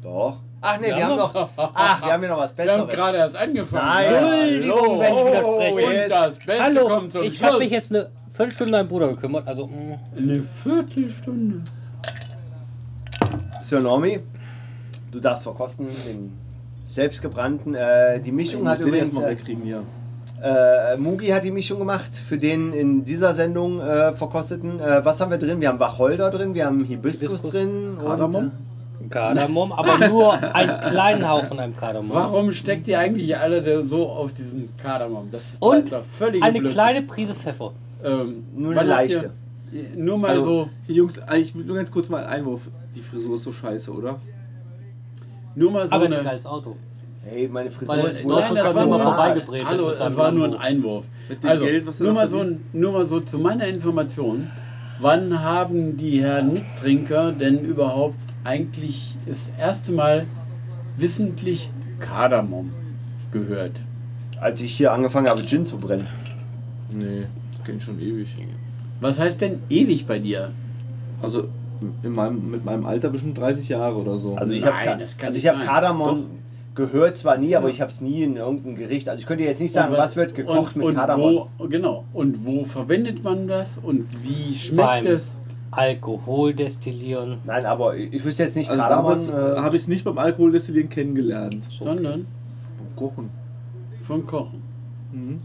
Doch. Ach nee,
Wir
wir,
haben
haben noch. Ach, wir haben hier noch was
Wir haben
Besseres.
gerade erst angefangen.
Nein.
Entschuldigung, wenn ich
Oh,
widerspreche.
jetzt.
Und das Beste
Hallo,
kommt zum
ich
Schluss.
habe mich jetzt eine Viertelstunde um meinen Bruder gekümmert. Also, mh.
Eine Viertelstunde.
Sir Normi, du darfst verkosten den selbstgebrannten. Äh, die Mischung hat
muss den
übrigens.
erstmal
Äh,
wegkriegen hier.
äh, Mugi hat die Mischung gemacht für den in dieser Sendung äh, verkosteten. Äh, was haben wir drin? Wir haben Wacholder drin, wir haben Hibiskus,
Hibiskus.
drin.
Kardamom?
Kardamom, aber nur einen kleinen Haufen einem Kardamom.
Warum steckt ihr eigentlich alle da so auf diesem Kardamom? Das ist
Und
doch völlig
Eine kleine Prise Pfeffer.
Ähm,
Nur eine
wann habt
leichte.
Ihr, nur mal
Also,
so,
hier, Jungs, ich will nur ganz kurz mal einen Einwurf. Die Frisur ist so scheiße, oder?
nur mal so
aber ein
eine.
geiles Auto.
Und, hey, äh, meine Frisur
Weil-
ist wohl.
Nein, das war
nur-
mal vorbeigebrezelt
Hallo,
mit seinem
das war nur ein
Lambo.
Einwurf.
Mit dem
Also,
Geld, was er
nur,
da
mal so,
verdient?
nur mal so zu meiner Information. Wann haben die Herren Mittrinker denn überhaupt eigentlich das erste Mal wissentlich Kardamom gehört?
Als ich hier angefangen habe, Gin zu brennen.
Nee, das kenne ich schon ewig.
Was heißt denn ewig bei dir?
Also in meinem, mit meinem Alter bestimmt 30 Jahre oder so.
Also ich habe
Nein, das kann
also ich
nicht
hab
sein.
Kardamom gehört zwar nie, aber ich habe es nie in irgendeinem Gericht. Also ich könnte jetzt nicht sagen,
Und
was, wird gekocht
und,
mit
und
Kardamom.
Wo, genau. Und wo verwendet man das und wie schmeckt
Beim-
es?
Alkohol destillieren.
Nein, aber ich ich wüsste jetzt nicht,
Also damals
Kardamom.
äh,
äh,
habe ich es nicht beim Alkoholdestillieren kennengelernt.
Sondern
Beim Kochen.
vom Kochen.
Mhm.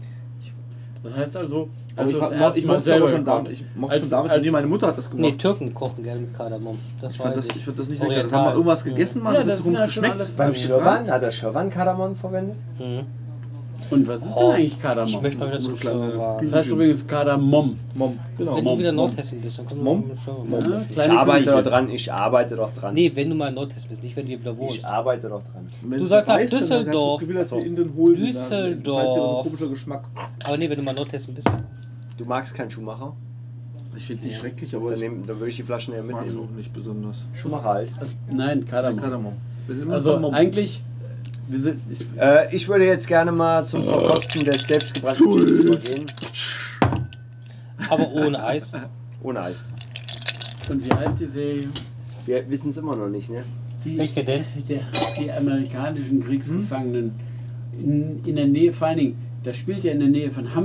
Das heißt also,
Aber
also
ich,
das
war-
erste
ich
Mal
mochte es aber schon
gekocht.
damals. Ich mochte
Als-
schon damals.
als-
nee, meine Mutter hat das
Nee,
gemacht.
Türken kochen gerne mit Kardamom. Das
ich, fand
weiß
das,
ich.
ich fand das nicht lecker. Das haben wir
Oriental.
irgendwas gegessen, Mann.
Ja,
das,
das
hat
sind
so
ja
gut
schon
geschmeckt.
alles-
beim
Äh,
Schirwan, hat der Schirwan Kardamom verwendet?
Mhm.
Und was ist denn
Oh,
eigentlich Kardamom?
Ich möchte mal wieder zum
So kleine-
Schirr war.
Das heißt übrigens Kardamom. ne?
Mom, genau.
Wenn
Mom.
du wieder in Nordhessen bist, dann können wir
Mom?
mal schauen.
Ja,
Ich
kleine
arbeite doch
Kügelchen.
dran, ich arbeite doch dran.
Nee, wenn du mal in Nordhessen bist, nicht wenn du hier wieder wohnst.
ich arbeite doch dran.
Wenn
Du
es
sagst
dabei ist,
nach
dann hast du
Düsseldorf.
Das Gefühl, dass die Inden holen. die dann-
Düsseldorf.
falls sie so ein komischer Geschmack.
Aber nee, wenn du mal in Nordhessen bist.
Du magst keinen Schuhmacher?
Ich finde es nicht
Ja.
schrecklich, aber
Dann,
ich
nehm, dann würde ich die Flaschen ja
mag es
mitnehmen.
auch nicht besonders.
Schuhmacher halt.
Das, nein, Kardamom.
Kardamom. Wir sind immer noch beim
Also
Mom.
eigentlich, wir sind, ich,
Äh, ich würde jetzt gerne mal zum Verkosten des selbstgebrannten Gins übergehen.
Aber ohne Eis.
Ohne Eis.
und wie heißt die Serie?
Wir wissen es immer noch nicht, ne?
Die,
Welche denn?
der, die amerikanischen Kriegsgefangenen in, in der Nähe, vor allen Dingen, das spielt ja in der Nähe von Hammelburg.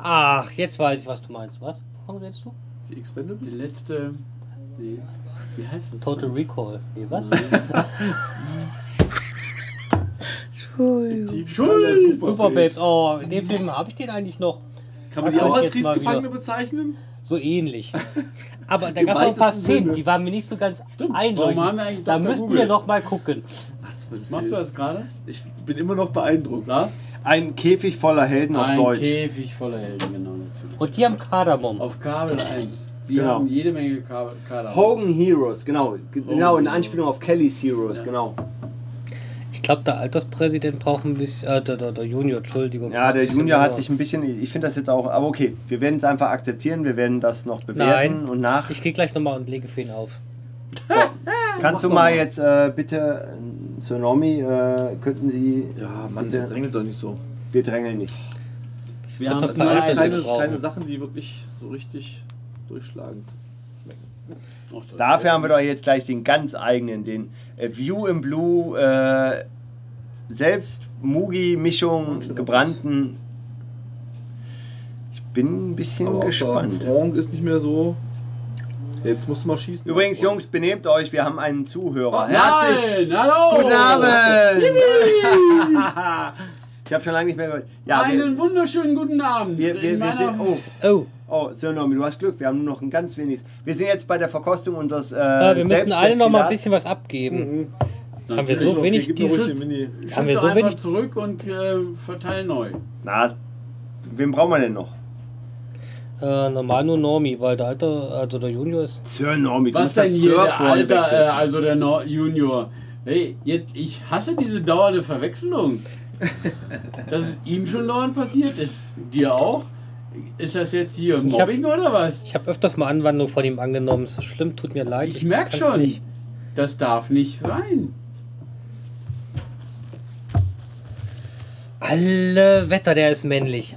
Ach, jetzt weiß ich, was du meinst. Was? Wovon redest du?
Die Expendables?
Die letzte, nee, wie heißt das?
Total Recall. Nee, was?
Die
Schuld.
Super Babes. Oh, in dem Film habe ich den eigentlich noch.
Kann man die auch
Kann
als
ich jetzt mal
Kriegsgefangene bezeichnen?
So ähnlich. Aber da gab es auch ein paar
weitesten
Szenen,
Sinne.
die waren mir nicht so ganz
Stimmt. Warum haben wir eigentlich
einleuchtend. Da
Dr.
müssten
Google?
wir noch mal gucken.
Was für ein
Machst du das gerade?
Ich bin immer noch beeindruckt.
Lars?
Ein Käfig voller Helden auf
Ein
Deutsch.
Käfig voller Helden, genau. Natürlich.
Und die haben Kardamom.
Auf Kabel 1. Die
Genau.
haben jede Menge Kabel. Kardamom.
Hogan Heroes, genau. Genau, in Anspielung auf Kelly's Heroes,
Ja.
genau.
Ich glaube, der Alterspräsident braucht ein bisschen. Äh, der, der, der Junior, Entschuldigung.
Ja, der
Ein bisschen
Junior hat
mehr.
sich ein bisschen, ich finde das jetzt auch, aber okay, wir werden es einfach akzeptieren, wir werden das noch bewerten
Nein.
und nach.
Ich gehe gleich nochmal und lege für ihn auf.
Kannst du
doch
mal
mal.
jetzt äh, bitte, äh, Tsunami, äh, könnten Sie,
Ja, Mann, der drängelt doch nicht so.
wir drängeln nicht.
Wir
haben
haben
Das
Das
Nein,
sind alles keine,
wir brauchen-
keine Sachen, die wirklich so richtig durchschlagend.
Dafür haben wir doch jetzt gleich den ganz eigenen, den äh, View in Blue, äh, selbst Mugi-Mischung, gebrannten. Ich bin ein bisschen
Aber
gespannt.
Frank ist nicht mehr so. Jetzt musst du mal schießen.
Übrigens, Jungs, benehmt euch, wir haben einen Zuhörer.
Oh,
Herzlich
Nein, Oh. hallo!
Guten Abend! ich habe schon lange nicht mehr gehört. Ja, wir,
Einen wunderschönen guten Abend.
wir, wir,
In
wir
meiner-
sind. Oh, oh,
Oh,
Sir Nomi, du hast Glück, wir haben nur noch ein ganz weniges. Wir sind jetzt bei der Verkostung unseres. Äh,
äh, wir müssen alle nochmal
Selbstdestillats.
ein bisschen was abgeben.
Mhm.
Haben wir so wenig
Gib mir ruhig
dieses.
den Mini.
Schütt
Haben wir
doch
so
einfach
wenig-
zurück und äh, verteil neu.
Na, wen brauchen wir denn noch?
Äh, normal nur Normi, weil der Alter, also der Junior ist.
Sir Normie, du
Was
musst
denn
das
hier,
Sir
der
vorne
Alter,
wechseln.
äh, also der Nor Junior? Hey, jetzt, ich hasse diese dauernde Verwechslung. Dass es ihm schon dauernd passiert ist. Dir auch? Ist das jetzt hier
Ich hab-
Mobbing oder was?
Ich habe öfters mal Anwandlung von ihm angenommen. Es ist schlimm, tut mir leid.
Ich merk
kann's
schon.
Nicht.
Das darf nicht sein.
Alle Wetter, der ist männlich.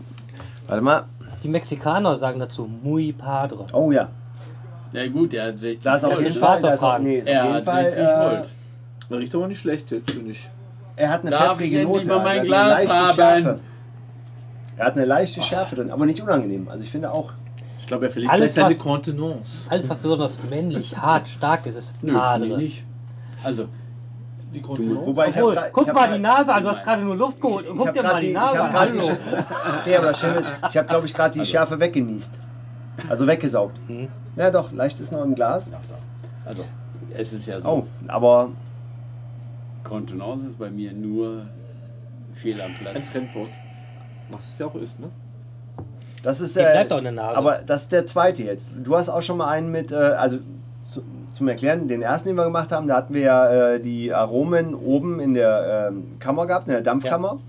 Warte mal.
Die Mexikaner sagen dazu muy padre.
Oh ja.
Na gut, er hat 60
Da ist auf
Volt.
jeden
ein
Fall.
schwarzer
Da ist auf,
Fragen.
nee, ist auf
Er
jeden
hat
Fall.
60
Äh,
Volt.
Der riecht aber nicht schlecht jetzt, finde ich.
er hat eine
Darf ich
pfeffrige
endlich
Note.
mal mein
also er hat eine
Glas
leichte
haben?
Schärfe. Er hat eine leichte Schärfe drin, aber nicht unangenehm. Also ich finde auch.
Ich glaube, er verliert
Alles,
gleich seine
was-
Kontenance.
Alles, was besonders männlich, hart, stark ist, ist
Nö, finde ich
padre.
nicht. Also,
Die
Wobei ich
Obwohl,
hab grad- ich
guck
hab
mal
grad-
die Nase an, du hast gerade nur Luft geholt.
Ich
guck
hab
dir
grad
mal die
ich
Nase
hab
an.
grad die
Hallo.
Sch- nee, aber das stimmt. Ich habe, glaube ich, gerade die Schärfe weggenießt. Also weggesaugt. Ja, doch, leicht ist noch im Glas.
also, es ist ja so.
Oh, aber
Kontenance ist bei mir nur Fehl am
Ein
Platz.
Fremdwort. Was es ja auch ist, ne?
das ist.
Die
Äh,
bleibt doch in der Nase.
Aber das ist der zweite jetzt. Du hast auch schon mal einen mit, äh, also zu, zum Erklären, den ersten, den wir gemacht haben, da hatten wir ja äh, die Aromen oben in der ähm, Kammer gehabt, in der Dampfkammer.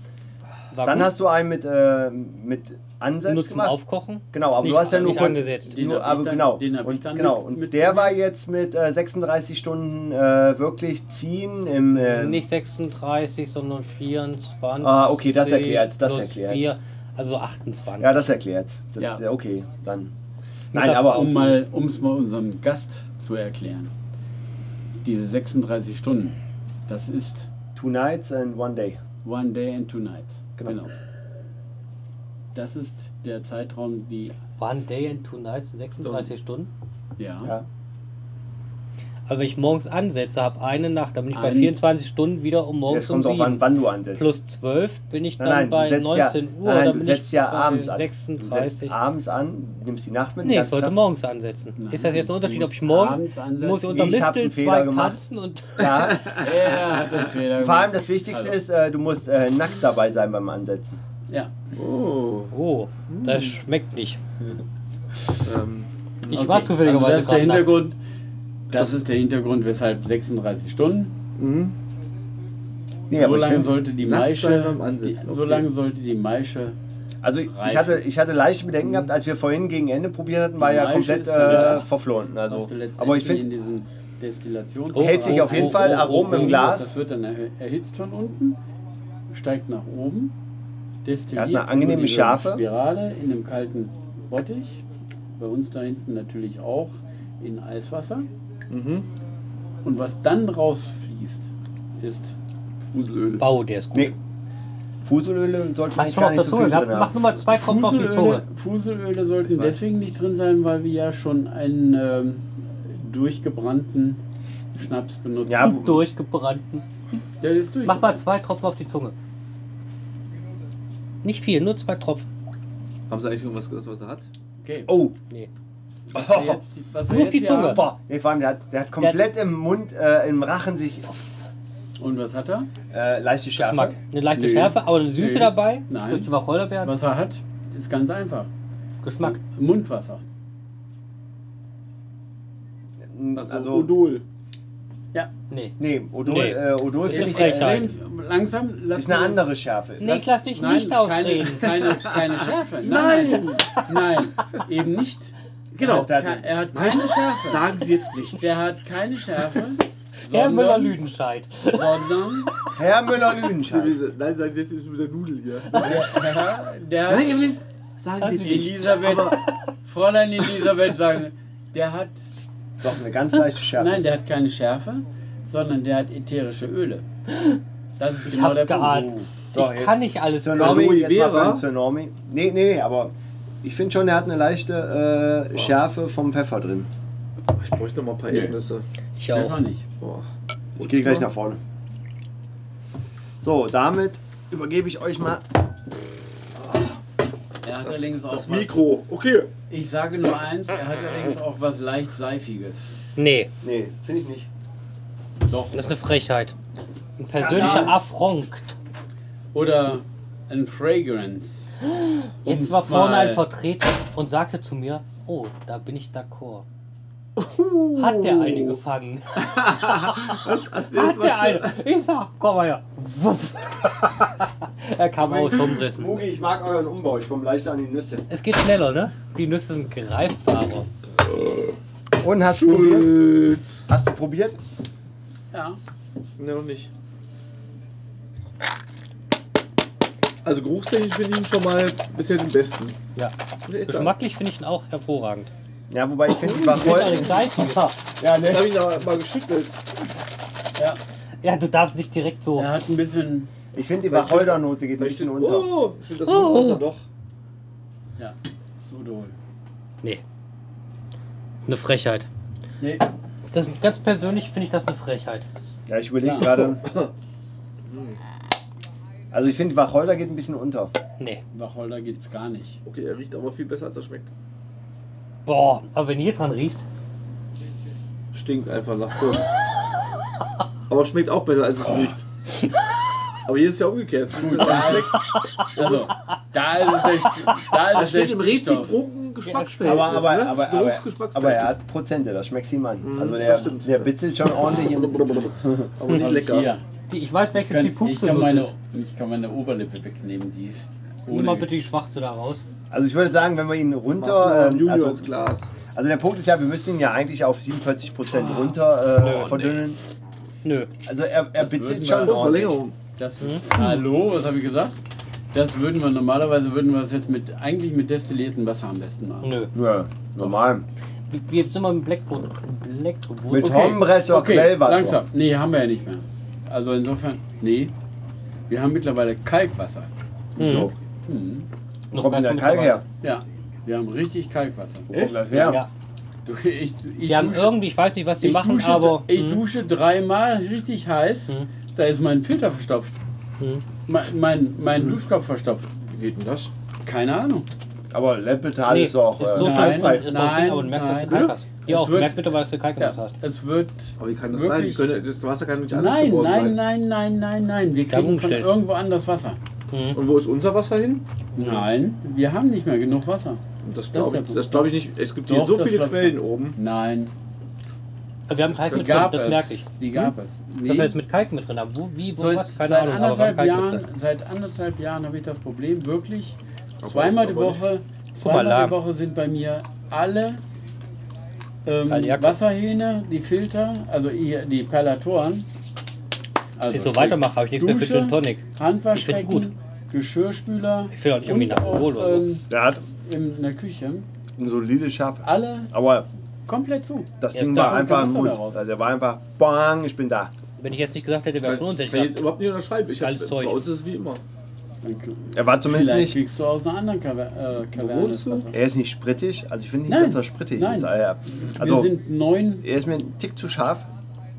War
Dann
gut.
hast du einen mit, äh, mit Ansatz
Nur zum
gemacht.
Aufkochen.
Genau, aber
Nicht- äh,
du hast ja nur
nicht
kurz.
angesetzt.
Den
nur,
hab ich
aber
dann-
genau.
den hab ich
und,
dann
genau.
mit-
und
mit-
der war jetzt mit äh, 36 Stunden äh, wirklich ziehen im. Äh,
Nicht 36, sondern 24.
Ah, okay, das erklärt's, das
plus
erklärt's.
vier, also 28.
Ja, das erklärt's. Das
Ja.
ist ja okay. Dann.
Mit
Nein,
das
aber
Baum-
Um mal, um es mal unserem Gast zu erklären. Diese 36 Stunden, das ist
two nights and one day.
One Day and Two Nights.
Genau.
Das ist der Zeitraum, die,
One day and two nights, 36 Stunden.
ja,
Ja.
Also wenn ich morgens ansetze, habe eine Nacht, dann bin ich bei
Ein-
24 Stunden wieder um
Jetzt
morgens um
kommt auch an,
7.
wann du ansetzt.
Plus 12 bin ich dann
Nein, nein,
bei
du setzt
19
ja,
Uhr.
Nein,
dann
du
bin
setzt
ich
ja
bei
abends an. Du
36.
setzt abends an, nimmst die Nacht mit. den
Nee, ich
ganzen
sollte
Tag.
morgens ansetzen.
Nein,
ist das jetzt ein
du
Unterschied, ob ich
musst
morgens
abends ansetzen.
muss ich unter
Ich hab
Mistel
einen Fehler
zwei
gemacht.
tanzen und
Ja, Ähm,
er hat einen Fehler gemacht.
vor allem das Wichtigste
Also,
ist, äh, du musst äh, nackt dabei sein beim Ansetzen.
Ja,
Oh.
oh,
Hm.
das schmeckt nicht.
Ähm,
Ich
okay.
war
also
zufälligerweise
das ist der
gerade nackt.
Hintergrund. Das ist der Hintergrund, weshalb 36 Stunden.
mhm.
Nee,
so
aber ich
lange
find-
sollte die
nackt sein
Maische,
beim
die,
Ansitzen,
so
okay.
lange sollte die Maische
also ich
Reifen.
hatte, ich hatte leichte Bedenken gehabt, als wir vorhin gegen Ende probiert hatten, war
Die
ja
Maische
komplett
ist dann wieder
äh,
das,
verflohen. Also,
was du letztendlich
aber ich
in
finde,
diesen Destillations
hält sich auf jeden
Oh,
Fall
oh, oh,
Aromen im Glas.
Das wird dann erh- erhitzt von unten, steigt nach oben, destilliert.
Er hat eine angenehme
über diese
Schärfe.
Spirale in einem kalten Bottich. Bei uns da hinten natürlich auch in Eiswasser.
Mhm.
Und was dann rausfließt, ist
Fuselöl.
Bau, der ist gut.
Nee. Fuselöle sollte man
Hast du
nicht
schon
gar
auf
nicht
der
so
Zunge
viel
gehabt?
drin
Mach
haben.
nur mal zwei Tropfen auf die
Fuselöle,
Zunge.
Fuselöle sollten
weiß.
deswegen nicht drin sein, weil wir ja schon einen ähm, durchgebrannten Schnaps benutzen.
Ja,
Und durchgebrannten.
der ist durch.
Mach mal zwei Tropfen auf die Zunge. Nicht viel, nur zwei Tropfen.
Haben sie eigentlich irgendwas gesagt, was er hat?
Okay.
Oh,
Nee.
was wir jetzt, was wir
Nur auf Oh. die
jetzt hier
Zunge.
haben-
nee, vor allem, der hat, der hat komplett im Mund, äh, im Rachen sich
Und was hat er?
äh, leichte Schärfe.
Geschmack. Eine leichte
Nö.
Schärfe, aber eine Süße
Nö.
dabei.
Nein.
Durch die Wacholderbeeren.
Was er hat, ist ganz einfach.
Geschmack.
Mundwasser.
Also,
Also,
Odol.
Nee.
nee, Odol,
Nee.
Äh, Odol
Ist
finde
eine
ich extrem.
Frechheit.
Extrem langsam. Lass
Ist eine
mir-
andere Schärfe.
Nee, ich lass dich
Nein,
nicht
keine,
ausreden.
keine, keine Schärfe. Nein, nein, eben nicht.
Genau.
Er hat, ke- er hat keine Schärfe.
Sagen sie jetzt nichts.
Der hat keine Schärfe,
Herr
sondern-
Müller-Lüdenscheid.
sondern
Herr Müller-Lüdenscheid.
Nein, sagen sie jetzt nicht mit der Nudel hier.
der, der hat
Nein, Evelyn, sagen sie jetzt nichts.
Elisabeth, Fräulein Elisabeth sagen, der hat,
Doch, eine ganz leichte Schärfe.
nein, der hat keine Schärfe, sondern der hat ätherische Öle. Das ist
Ich
genau
hab's
der Punkt.
geahnt.
So,
ich
jetzt-
kann nicht alles.
Zur
Aloe
Normie, jetzt mal
Vera?
für- zur Normie. Nee, nee, nee, aber ich finde schon, er hat eine leichte äh, Schärfe vom Pfeffer drin.
Ich bräuchte noch mal ein paar
Nee.
Erdnüsse.
Ich
Der
auch.
kann nicht.
Boah.
Ich gehe gleich nach vorne. So, damit übergebe ich euch mal.
Er hat allerdings auch
Das
was-
Mikro. Okay.
Ich sage nur eins, er hat allerdings auch was leicht Seifiges.
Nee,
Nee, finde ich nicht.
Doch.
das ist eine Frechheit. Ein persönlicher Affront.
Oder ein Fragrance.
Jetzt
um's
war vorne
mal-
ein Vertreter und sagte zu mir, oh, da bin ich d'accord. Hat der eine gefangen?
Was? Hast du
Hat
das
der
mal
eine? Ich sag, komm mal her. Wuff. er kam aus Umrissen.
Mugi, ich mag euren Umbau, ich komme leichter an die Nüsse.
Es geht schneller, ne? Die Nüsse sind greifbarer.
Und hast du probiert? Hast du probiert?
Ja.
Ne, noch nicht. Also geruchstechnisch finde ich ihn schon mal bisher den besten.
Ja.
Der ist da.
Geschmacklich finde ich ihn auch hervorragend.
Ja, wobei ich finde, die war
Ich
voll.
bin Alexei.
Ja,
Jetzt
ne?
habe ich ihn aber mal geschüttelt.
Ja, du darfst nicht direkt so.
Er hat ein bisschen.
Ich finde, die Wacholdernote geht ein bisschen unter.
Oh, stimmt, das
Oh.
muss man doch.
Ja. Sudol.
Nee. Eine Frechheit.
Nee.
Das, ganz persönlich finde ich das eine Frechheit.
Ja, ich überlege
Klar.
gerade. Also ich finde, Wacholder geht ein bisschen unter.
Nee.
Wacholder geht's gar nicht.
Okay, er riecht aber viel besser, als er schmeckt.
Boah, aber wenn du hier dran riechst,
Stinkt einfach nach Furz. aber schmeckt auch besser, als es riecht. Aber hier ist ja umgekehrt.
da ist, also, da ist es der, St- da ist
Das
es der
steht im
Stickstoff.
reziproken Geschmacksfeld.
Aber, aber, aber, aber, aber er
Berufsgeschmacksfeld.
hat Prozente, das schmeckt ihm an. Also der,
das stimmt.
der bitzelt schon ordentlich im
Aber nicht lecker.
Hier.
die, ich weiß,
Ich
welche die
kann, ich,
Pupse
kann
meine,
meine, ich kann meine Oberlippe wegnehmen, die ist.
Nimm
Ohne
mal bitte die Schwarze da raus.
Also ich würde sagen, wenn wir ihn runter...
Marshmallow
Ähm,
Junior
also,
ins Glas.
also der Punkt ist ja, wir müssen ihn ja eigentlich auf 47% runter äh, verdünnen.
Nö.
Also er, er
Das würden
bitzelt
wir-
schon
Oh,
ordentlich.
Verlängerung.
Das, Hallo, was habe ich gesagt? Das würden wir normalerweise würden wir es jetzt mit eigentlich mit destilliertem Wasser am besten machen.
Nö.
Ja, normal.
Wie, wie sind wir mit Blackwood? Blackwood?
Mit Hombrett oder Quellwasser.
langsam. Nee, haben wir ja nicht mehr. Also insofern, nee. Wir haben mittlerweile Kalkwasser.
Mhm.
Hm.
Wo
Noch
kommt denn
Blackwood
der Kalk
dabei.
her?
Ja, wir haben richtig Kalkwasser.
Wo kommt das
Ja.
her?
Du, ich, ich
Die haben
dusche-
irgendwie, ich weiß nicht, was die
ich
machen,
dusche,
aber.
Ich
Mhm.
dusche dreimal richtig heiß,
Mhm.
da ist mein Filter verstopft.
Mhm.
Mein, mein, mein Duschkopf verstopft.
Wie geht denn das?
Keine Ahnung.
Aber Lempetal
Nee,
ist auch...
ist so
äh,
schnell
nein,
drin, ist
nein,
nein, aber du merkst, dass du
nein.
Kalk hast. Ja,
Es
auch, du
wird-
merkst bitte, was du Kalk
Ja,
ja. hast.
es wird.
Aber wie kann das sein?
wirklich,
Die können, das Wasser kann nicht alles
Nein,
geworden
nein,
sein.
nein, nein, nein, nein. Wir
Da
kriegen von
rumstellen.
irgendwo anders Wasser.
Mhm.
Und wo ist unser Wasser hin?
Nein, wir haben nicht mehr genug Wasser.
Das
Das ist
glaube
der
ich,
Punkt.
das glaub ich nicht. Es gibt hier
Doch,
so
das
viele
glaub ich
Quellen
schon.
oben.
Nein,
Aber wir haben Kalk
die
mit drin,
gab
das
es.
merke ich.
Die gab es. Nee.
Dass wir jetzt mit Kalk mit drin haben. Wo, wie, wo,
seit,
was? Keine
seit
Ahnung, aber wir haben
anderthalb
Kalk mit drin.
Jahren, Seit anderthalb Jahren habe ich das Problem wirklich. Zweimal die
aber nicht.
Woche,
Guck mal,
zweimal
Lahm.
die Woche sind bei mir alle ähm,
Kaljacke.
Wasserhähne, die Filter, also ihr- die Perlatoren. Also
Wenn ich so weitermache, habe ich nichts mehr für
Dusche,
Gin Tonic.
Handwaschbecken,
Ich find ihn
Geschirrspüler.
Ich will auch nicht irgendwie
und
nach Alkohol oder so.
ähm,
der hat
in der Küche.
ein solides Schaf.
Alle
Aber
komplett zu.
das
Ja,
Ding
da
war
kommt
einfach im
Wasser
Mund.
daraus.
Also der war einfach... Bang, ich bin da.
Wenn ich jetzt nicht gesagt hätte, wäre von uns,
ich
hätte
kann
ich
jetzt
gesagt,
überhaupt nicht unterschreiben. Ich
Geiles
hab,
Zeug.
Bei uns ist es wie immer.
Er war zumindest
Vielleicht
nicht...
kriegst du aus einer anderen Kaver äh, Kaverne. das
Wohnst du?
Wasser.
Er ist nicht sprittig. Also ich finde nicht,
Nein.
dass er sprittig
Nein.
ist. Ah, ja.
Wir
Also
sind neun,
er ist mir ein Tick zu scharf.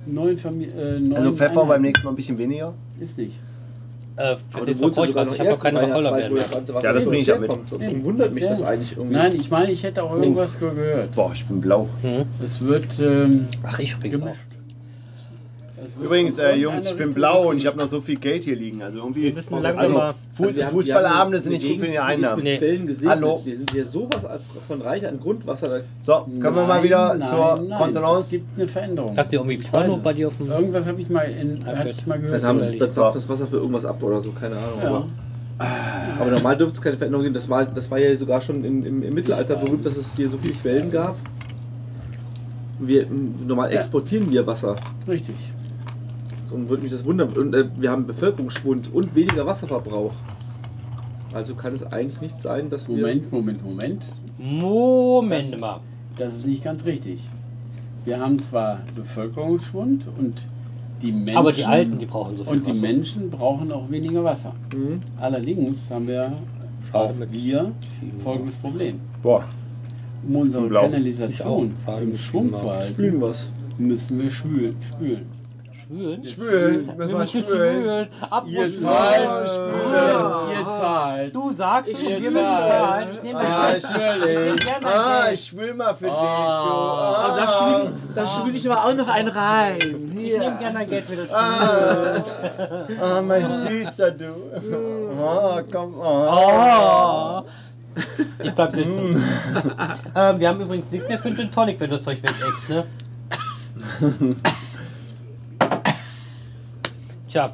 neun Familien. Äh, neun
Also Pfeffer beim
Einheiten.
nächsten Mal ein bisschen weniger.
Ist nicht.
äh, fürs nächste Mal brauche ich was. Ich habe doch keine Wacholder mehr. mehr.
Ja, das bringe ich ja mit.
Darum wundert mich
Ja.
das eigentlich irgendwie.
Nein, ich meine, ich hätte
Oh.
auch irgendwas ge- gehört.
Boah, ich bin blau.
Hm?
Es wird ähm,
Ach, ich übrigens auch.
gemischt. Es wird
Übrigens,
von
äh, Jungs, ich
irgendeiner
bin
Richtung
blau und ich
gemischt.
habe noch so viel Geld hier liegen. Also irgendwie.
Wir müssen langsam
also,
mal-
Fu-
Also wir haben-
Fußballabende
wir
sind nicht
haben
gut für die
eine Gegend, die
Einnahmen.
ist mit
Nee.
Quellen gesehen.
Hallo.
Wir sind hier sowas von reich an Grundwasser. Da
So, können wir mal
Nein,
wieder
nein,
zur
nein, Es
Kontenance?
gibt eine Veränderung.
Hast du irgendwie Porno bei dir auf dem.
Irgendwas habe ich mal in, hatte ich mal gehört.
Dann haben
oder
sie
nicht.
dann zapft das Wasser für irgendwas ab oder so, keine Ahnung.
ja.
Aber, aber normal dürfte es keine Veränderung geben. Das war, halt, das war ja sogar schon im, im, im Mittelalter berühmt, dass es hier so viele Quellen gab. Wir, m, normal
Ja.
exportieren wir Wasser.
Richtig.
Und würde mich das wundern. Und äh, wir haben Bevölkerungsschwund und weniger Wasserverbrauch. Also kann es eigentlich nicht sein, dass
Moment, Moment, Moment.
Moment mal.
Das ist nicht ganz richtig. Wir haben zwar Bevölkerungsschwund und die Menschen.
Aber die Alten, die brauchen so viel
Und die
Wasser.
Menschen brauchen auch weniger Wasser.
wir. Hm?
Allerdings haben wir
Schade
auch
mit
wir folgendes Problem.
Boah,
Um unsere
Blau.
Kanalisation
Ich auch. Schade
im
mit
Schwung
Klima.
zu
halt.
halten,
Spülen was.
müssen wir spülen. spülen.
Schwülen?
spülen. Wir müssen
Wir müssen
spülen.
schwülen. Ab
Ihr
muss
zahlt,
schwülen.
spülen, ihr zahlt.
Du sagst es,
Ihr
wir müssen
zahlt.
zahlen. Ich nehme
Ah,
das.
Natürlich.
Ich nehme mein
Ah,
Geld.
ich schwül mal für dich, du.
Ah.
Ah.
Da schwül ich aber auch noch einen rein.
Ich nehme gerne ein Geld wieder
Ah, mein süßer du. Oh, komm.
Ah.
Oh. Ich bleib sitzen. ähm, wir haben übrigens nichts mehr für einen Gin Tonic, wenn du das Zeug wegäckst, ne? Tja,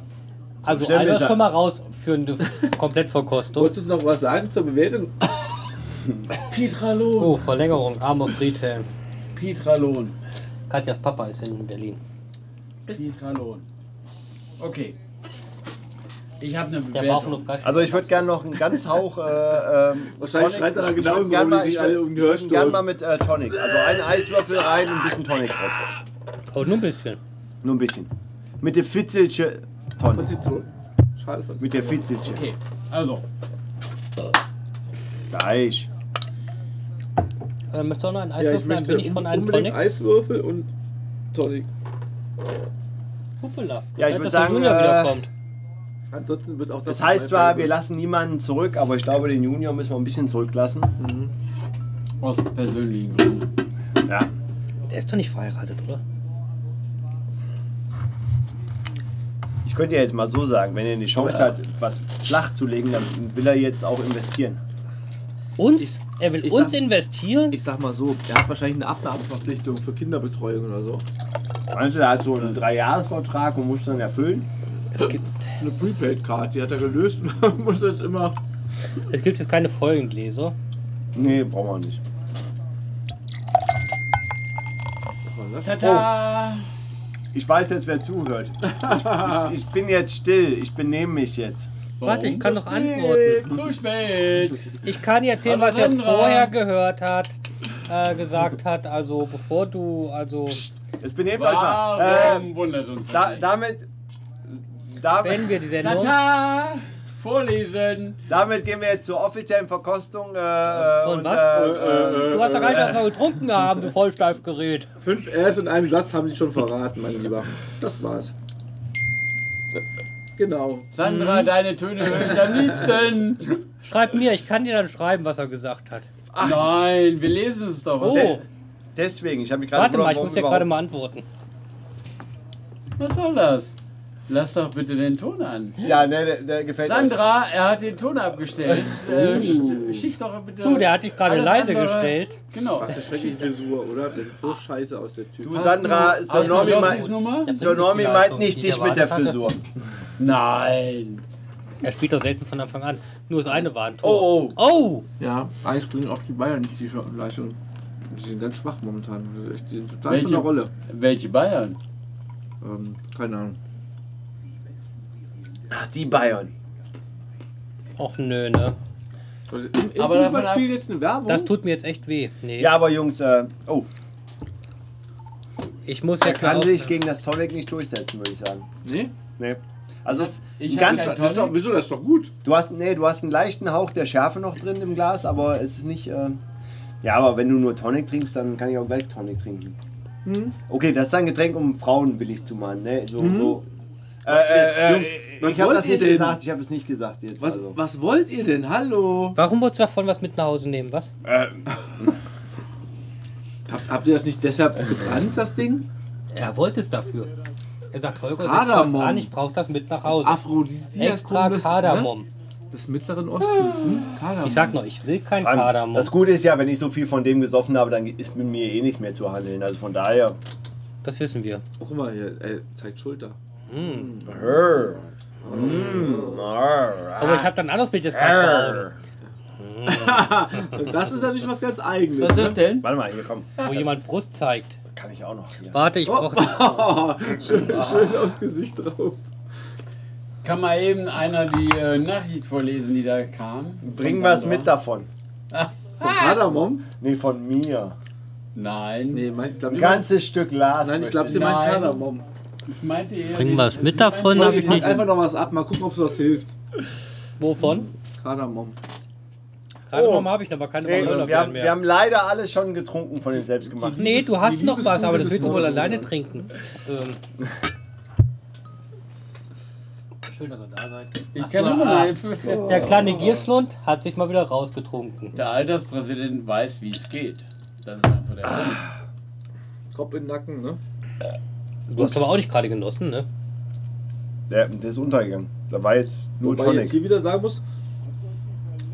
also
Stempel
einer ist
ist er.
schon mal raus für eine Komplettverkostung.
Wolltest du noch was sagen zur Bewertung?
Pietralon.
Oh, Verlängerung, armer Friedhelm.
Pietralon.
Katjas Papa ist in Berlin.
Pietralon. Okay. Ich habe eine
Der war auch nur
Bewertung.
auf Geist.
Also ich würde gerne noch einen ganz Hauch äh, ähm,
Wahrscheinlich
Tonic-
schreit er da
ich würd
genauso
gern
rum,
mal-
wie
ich
alle
würd-
um den
ich würd
Hörstuhl.
gern mal mit äh, Tonic. Also einen Eiswürfel rein und ein bisschen Tonic drauf.
Oh, nur ein bisschen.
Nur ein bisschen. Mit der Fitzelsche
Von
Tonic.
Zitronen. Schade von
Mit der Fitzelsche.
Okay, also,
Gleich.
Äh, möchtest du auch noch einen
Ja, ich
Eiswürfel? Dann
möchte
bin ich
un-
von einem
unbedingt
Tonic.
Eiswürfel und Tonic.
Hoppala.
Ja, ich
Dass
würd
der
sagen,
Junior
äh,
wiederkommt.
Ansonsten wird auch das.
Das heißt zwar, wir lassen niemanden zurück, aber ich glaube, den Junior müssen wir ein bisschen zurücklassen.
aus persönlichen Gründen.
Ja.
Der ist doch nicht verheiratet, oder?
Ich könnte ja jetzt mal so sagen, wenn er eine Chance hat, was flach zu legen, dann will er jetzt auch investieren.
Uns? Er will
ich
uns
sag-
investieren?
Ich sag mal so, er hat wahrscheinlich eine Abnahmeverpflichtung für Kinderbetreuung oder so.
Manche hat so einen Dreijahresvertrag und muss dann erfüllen.
es, gibt,
Eine Prepaid-Card, die hat er gelöst und muss jetzt immer.
es gibt jetzt keine Folgengläser.
Nee, brauchen wir nicht.
Tada!
Ich weiß jetzt, wer zuhört. Ich, ich, ich bin jetzt still. Ich benehme mich jetzt.
Oh.
Warte, ich kann noch antworten.
Antworten. Zu spät.
Ich kann dir erzählen, was er
Alexandra.
vorher gehört hat, äh, gesagt hat. Also bevor du, also
Jetzt benehmt euch mal.
Warum
Ähm,
wundert uns das
da,
nicht?
damit, da,
wenn wir die Sendung
Tata! Vorlesen.
damit gehen wir jetzt zur offiziellen Verkostung. Äh,
Von
und,
was?
Äh, äh,
Du hast doch gar nicht davon getrunken haben, du Vollsteifgerät.
Fünf Rs in einem Satz haben die schon verraten, mein Lieber. Das war's. Genau.
Sandra, deine Töne höre ich am liebsten.
Schreib mir, ich kann dir dann schreiben, was er gesagt hat.
Nein, wir lesen es doch.
Oh,
deswegen, ich habe mich gerade
warte mal, ich
gewundert,
muss ja
warum
gerade mal antworten.
Was soll das? Lass doch bitte den Ton an.
überhaupt-
Ah,
Ja, ne, der, der gefällt euch.
Sandra, er hat den Ton abgestellt. Äh, sch- schick doch bitte.
Oh. Du, der hat dich gerade
alles
leise
andere-
gestellt.
Genau.
Was eine schreckliche Frisur, oder? Der sieht so scheiße aus, der Typ.
Sandra,
hast du-
Sir
hast du
Norby
Joffreys
meint-
Nummer?
Sir Normi meint nicht
Die ich
dich mit der
erwartet hatte.
Frisur.
Nein.
Er spielt doch selten von Anfang an. Nur das eine war ein Tor.
Oh, oh.
Oh,
Ja, eigentlich bringen auch die Bayern nicht die Scho- Leistung. Die sind ganz schwach momentan. Das ist echt- Die sind total
Welche?
von der Rolle.
Welche Bayern?
Ähm, keine Ahnung.
Ach, oh, die Bayern.
Och nö, ne?
Also, Im, im
Aber davon
Fußball
ab-
spielt jetzt eine Werbung.
Oh.
Das tut mir jetzt echt weh. Nee,
Ja, aber Jungs, äh, oh,
ich muss
er
jetzt
kann
mal
sich
auf-
gegen das Tonic nicht durchsetzen, würde ich sagen.
nee?
Nee. Also es
Ich
ein
hab
ganz,
kein
Das ist doch, wieso? Das ist doch gut.
du hast nee, du hast einen leichten Hauch der Schärfe noch drin im Glas, aber es ist nicht äh, ja, aber wenn du nur Tonic trinkst, dann kann ich auch gleich Tonic trinken.
Hm?
Okay, das ist ein Getränk, um Frauen billig zu machen, ne? So, so. Äh, äh, äh,
Jungs, Mhm. was
ich habe
wollt
das
ihr
nicht
denn?
gesagt, ich habe es nicht gesagt jetzt.
Was,
also.
was wollt ihr denn? Hallo?
Warum wolltest du davon was mit nach Hause nehmen? Was?
Habt, habt ihr das nicht deshalb gebrannt, das Ding?
Er wollte es dafür. Er sagt, Holger, setz das
Kardamom.
an, ich brauche das mit nach
Das ne?
Hause. Extra
Aphrodisiakum des,
Kardamom.
Ne? des Mittleren Ostens. Hm? Kardamom.
Ich sag noch, ich will kein
Vor allem,
Kardamom.
Das Gute ist ja, wenn ich so viel von dem gesoffen habe, dann ist mit mir eh nicht mehr zu handeln. Also von daher.
Das wissen wir.
Oh, guck mal hier, ey, zeigt Schulter.
Mm.
Arr. Mm, arr,
Aber ich habe dann ein anderes Bild jetzt gerade
arr.
Das ist natürlich was ganz Eigenes.
Was ist denn?
Warte mal, hier komm.
vor Augen, wo jemand Brust zeigt.
Kann ich auch noch hier.
Warte, ich brauche.
Oh. schön, schön aufs Gesicht drauf.
Kann mal eben einer die äh, Nachricht vorlesen, die da kam?
Bring
Von
was
Sandra?
mit davon.
Von Kardamom?
Nee, von mir.
Nein.
Nee, mein, glaub,
Ein
ich
ganzes Stück Glas.
Nein,
möchte
ich glaube, sie
Nein.
meint Kardamom.
Ich meinte eher
Bring
den-
was mit
ich
davon,
meinte
hab ich
den-
Pack einfach noch was ab, mal gucken, ob es was hilft.
Wovon?
Kardamom.
Kardamom habe ich, aber keine
Nee,
Barolo
wir, haben,
mehr.
wir haben leider alles schon getrunken von dem selbstgemachten.
nee, du hast
die
noch was,
Liebesmühle
aber das
des
willst du wohl
Morgens.
alleine trinken. Ähm. Schön, dass ihr da seid.
Ich
Ach,
kann
na,
immer
ah,
Oh.
mal.
Der kleine Gierschlund hat sich mal wieder rausgetrunken.
Der Alterspräsident weiß, wie es geht. Das ist einfach der Grund.
Kopf in den Nacken, ne?
Du hast aber auch nicht gerade genossen, ne?
Der, der ist untergegangen. Da war jetzt nur
Wobei ich jetzt
Tonic.
hier wieder sagen muss,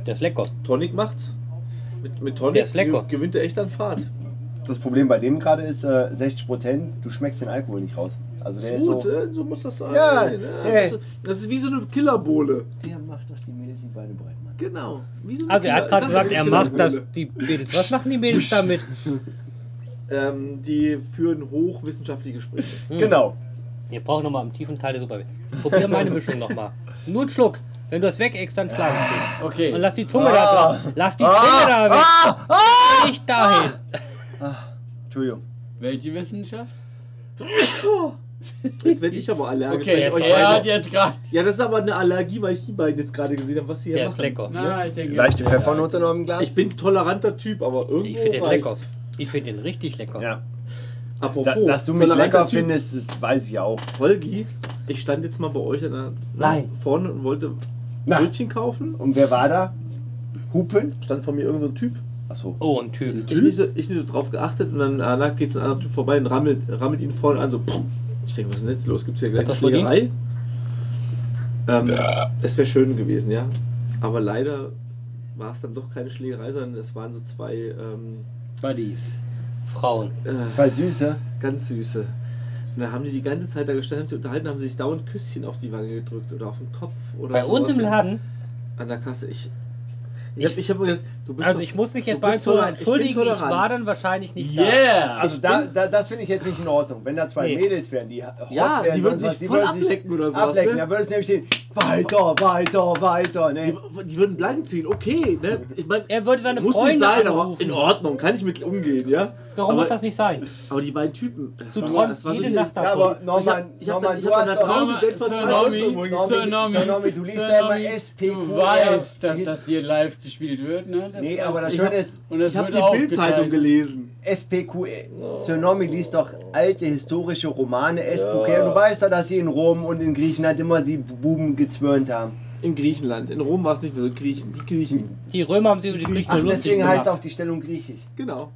Der ist lecker.
Tonic macht's. Mit, mit
Der
Tonic
ist lecker.
ge- gewinnt er echt an Fahrt.
Das Problem bei dem gerade ist, äh, 60%, du schmeckst den Alkohol nicht raus. Also der
Gut,
ist so.
äh, so muss das sein.
Ja,
das,
hey.
ist, das ist wie so eine Killerbohle.
Der macht doch die Mädels die Beine breit, Mann.
Genau. Wie so eine
Also er hat
Killer-
gerade
ich sag
gesagt,
ja, genau
er
eine
macht das, die
Killerbohle.
Mädels. Was machen die Mädels damit?
Ähm, die führen hochwissenschaftliche Gespräche.
Hm?
Genau.
Wir brauchen nochmal im tiefen Teil der Suppe. Probier meine Mischung nochmal. Nur einen Schluck. Wenn du das wegäckst, dann schlage ich dich.
Okay.
Und lass die Zunge da drauf. Lass die Zunge da weg. Nicht dahin.
Entschuldigung.
Welche Wissenschaft?
Jetzt werde ich aber allergisch.
Okay,
wenn ich euch
er hat
beide-
jetzt gerade.
ja, das ist aber eine Allergie, weil ich die beiden jetzt gerade gesehen habe, was sie hier
Der
machen.
ist lecker.
Na, ich denke.
Leichte Pfeffernote noch im Glas?
Ich bin ein toleranter Typ, aber irgendwo
Ich finde den lecker.
reicht's.
Ich finde den richtig lecker.
Ja.
Apropos,
Da, dass du mich
toleranter
lecker
Typ,
findest, das weiß ich auch.
Holgi, ich stand jetzt mal bei euch an der,
Nein.
vorne und wollte
Na.
Brötchen kaufen.
Und wer war da? Hupen?
Stand vor mir irgendein so ein Typ.
Achso.
Oh, ein Typ.
Ich nicht, so, ich nicht so drauf geachtet und dann danach geht so ein anderer Typ vorbei und rammelt, rammelt ihn vorne an, so pff. Ich denke, was ist denn jetzt los? Gibt es hier gleich eine
das verdient?
Schlägerei? Ähm, es wäre schön gewesen, ja. Aber leider war es dann doch keine Schlägerei, sondern es waren so zwei ähm,
Buddies.
Frauen.
äh,
Zwei Süße.
ganz süße. Und dann haben die die ganze Zeit da gestanden, haben sich unterhalten, haben sich dauernd Küsschen auf die Wange gedrückt oder auf den Kopf oder
Bei
sowas
uns im Laden.
An der Kasse. Ich, ich, hab- ich habe mir gedacht, du bist
Also
doch-
ich muss mich
du
jetzt bei
bist
Zunge
tolerant. Ich bin
entschuldigen. Ich
tolerant.
war dann wahrscheinlich nicht da.
Yeah!
Also da, da, das finde ich jetzt nicht in Ordnung. Wenn da zwei
Nee.
Mädels wären, die hot
Ja,
wären,
die würden
sonst
sich
was,
voll ablecken oder sowas,
Ablecken,
ne?
da würde es nämlich stehen, weiter, weiter, weiter. Ne?
Die, die würden blank ziehen, okay. Ne? Ich meine,
Er würde seine
muss
Freunde
nicht sein, aber
anrufen.
in Ordnung, kann ich mit umgehen, ja.
Warum
aber,
muss das nicht sein?
Aber die beiden Typen, das
Du
war so-
träumst
das war so
jede
die-
Nacht
Ja,
davon.
aber Norman,
ich hab dann-
Norman,
ich
du
hab dann
hast doch...
nach Hause-
Norman,
Norman,
Geld von
Sir
zwei Euro
Normi,
irgendwo hingeschickt.
Sir Normi,
Sir Normi, du liest
Sir
da immer
Normi,
SPQR.
Du weißt, dass das hier live gespielt wird, ne? Das
nee,
weiß
aber das
ich.
Schöne ist,
Und das
Ich habe
wird
die
aufgezeigt.
Bildzeitung gelesen.
SPQ, Tsunomi liest doch alte historische Romane, SPQ, du weißt doch, dass sie in Rom und in Griechenland immer die Buben gezwirnt haben.
In Griechenland. In Rom war es nicht mehr so Griechen. Die Griechen.
Die Römer haben sie über die Griechen
Ach,
nur lustig
deswegen heißt
gemacht.
auch die Stellung griechisch.
Genau.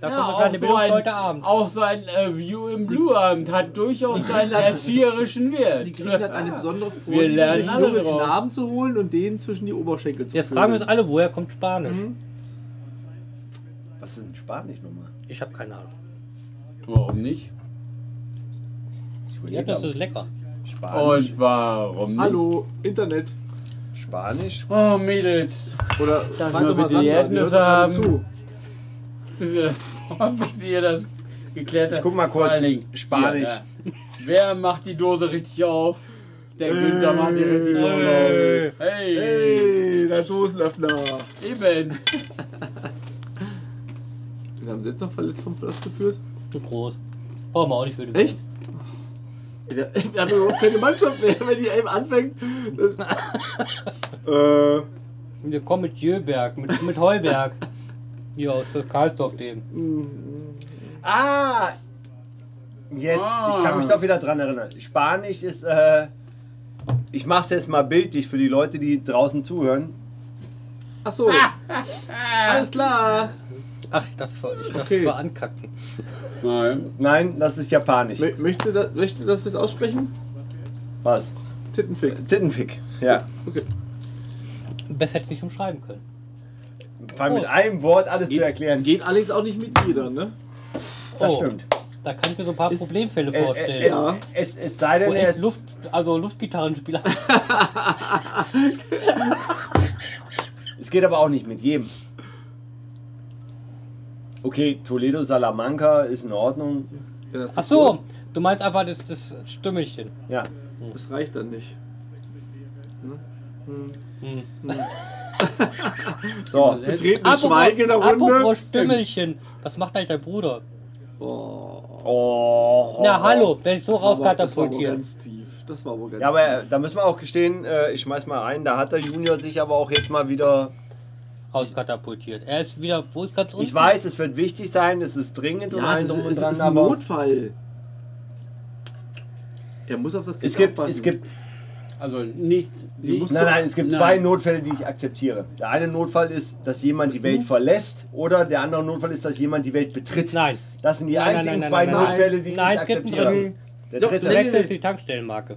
Das
Ja,
war so
auch,
kleine
so
Bildung für
ein,
heute Abend.
auch so ein äh, View im Blue Abend hat durchaus seinen erzieherischen Wert.
Die Griechen hatten eine besondere
Wir
Vorliebe,
lernen
sich
alle
junge
drauf.
Knaben zu holen und denen zwischen die Oberschenkel zu
Jetzt fragen wir uns
vögeln.
alle, woher kommt Spanisch?
Was ist denn Spanisch nochmal?
Ich habe keine Ahnung.
Warum nicht?
Ich
Ja,
überlege
das
gerade.
ist lecker.
Spanisch,
Und warum nicht?
Hallo, Internet.
Spanisch,
Oh, Mädels.
Oder
Darf
frag
ich
doch
mal
mal
bitte die
Sandra, die hört
Erdnüsse
doch gerade
haben?
zu.
Bis ihr- Bis ihr das geklärt habt.
Ich guck mal
Vor
kurz.
allen Dingen,
Spanisch.
Ja, ja. Wer macht die Dose richtig auf? Der Günther macht die richtig
Äh.
auf. Hey.
Hey, der Dosenöffner.
Eben.
Den haben sie jetzt noch verletzt vom Platz geführt.
Zu groß. Brauchen wir auch nicht für die
Echt? Wir, wir haben überhaupt keine Mannschaft mehr, wenn die eben anfängt. Das, äh,
Welt. Wir kommen mit Jöberg, mit, mit Heuberg. Hier aus das Karlsdorf dem.
Ah! Jetzt,
Ah.
ich kann mich doch wieder dran erinnern. Spanisch ist, äh, ich mach's jetzt mal bildlich für die Leute, die draußen zuhören.
ach so. Alles klar.
Ach, das war, ich dachte,
Okay.
das war ankacken.
Nein.
Nein, das ist Japanisch.
Mö- Möchte, da, möchte dass wir es aussprechen?
Was?
Tittenfick.
Tittenfick. Ja.
Okay.
Besser hätte ich nicht umschreiben können.
Vor
Oh.
allem mit einem Wort alles zu erklären.
Geht Alex auch nicht mit jeder, ne?
Das
Oh,
stimmt.
da kann ich mir so ein paar
Ist-
Problemfälle
Äh,
vorstellen.
äh, es,
Ja.
es, es sei
Wo
denn, er
echt
ist
Luft, also Luftgitarrenspieler.
Es geht aber auch nicht mit jedem. Okay, Toledo Salamanca ist in Ordnung.
Ja,
Ach so, du meinst einfach das, das Stimmelchen.
Ja.
Das reicht dann nicht.
Äh, Hm.
So.
ah,
Betretenes Schweigen in der Runde.
apropos Stimmelchen, was macht eigentlich dein Bruder?
Oh,
Oh.
Na hallo, wenn ich so
das war aber- das war aber
rauskatapultiert.
ganz tief. Das war aber ganz
Ja, aber äh,
tief.
da müssen wir auch gestehen, äh, ich schmeiß mal ein, da hat der Junior sich aber auch jetzt mal wieder.
Rauskatapultiert. Er ist wieder, wo ist ganz unten?
Ich weiß, es wird wichtig sein, es ist dringend und
Ja,
allen
es
drum
ist,
und
es
dran,
ist ein
aber
Notfall. Er muss auf das Kind
es gibt,
aufpassen.
es gibt
Also nicht. nicht
Nein, nein, es gibt zwei Notfälle, die ich akzeptiere. Der eine Notfall ist, dass jemand die Welt verlässt oder der andere Notfall ist, dass jemand die Welt betritt.
Nein.
Das sind die
Nein, nein,
einzigen
nein,
zwei
nein, nein.
Notfälle, die ich
Nein,
nicht
es gibt einen
akzeptiere.
dritten.
Der
Doch,
dritte.
nee,
Wechsel ist die Tankstellenmarke.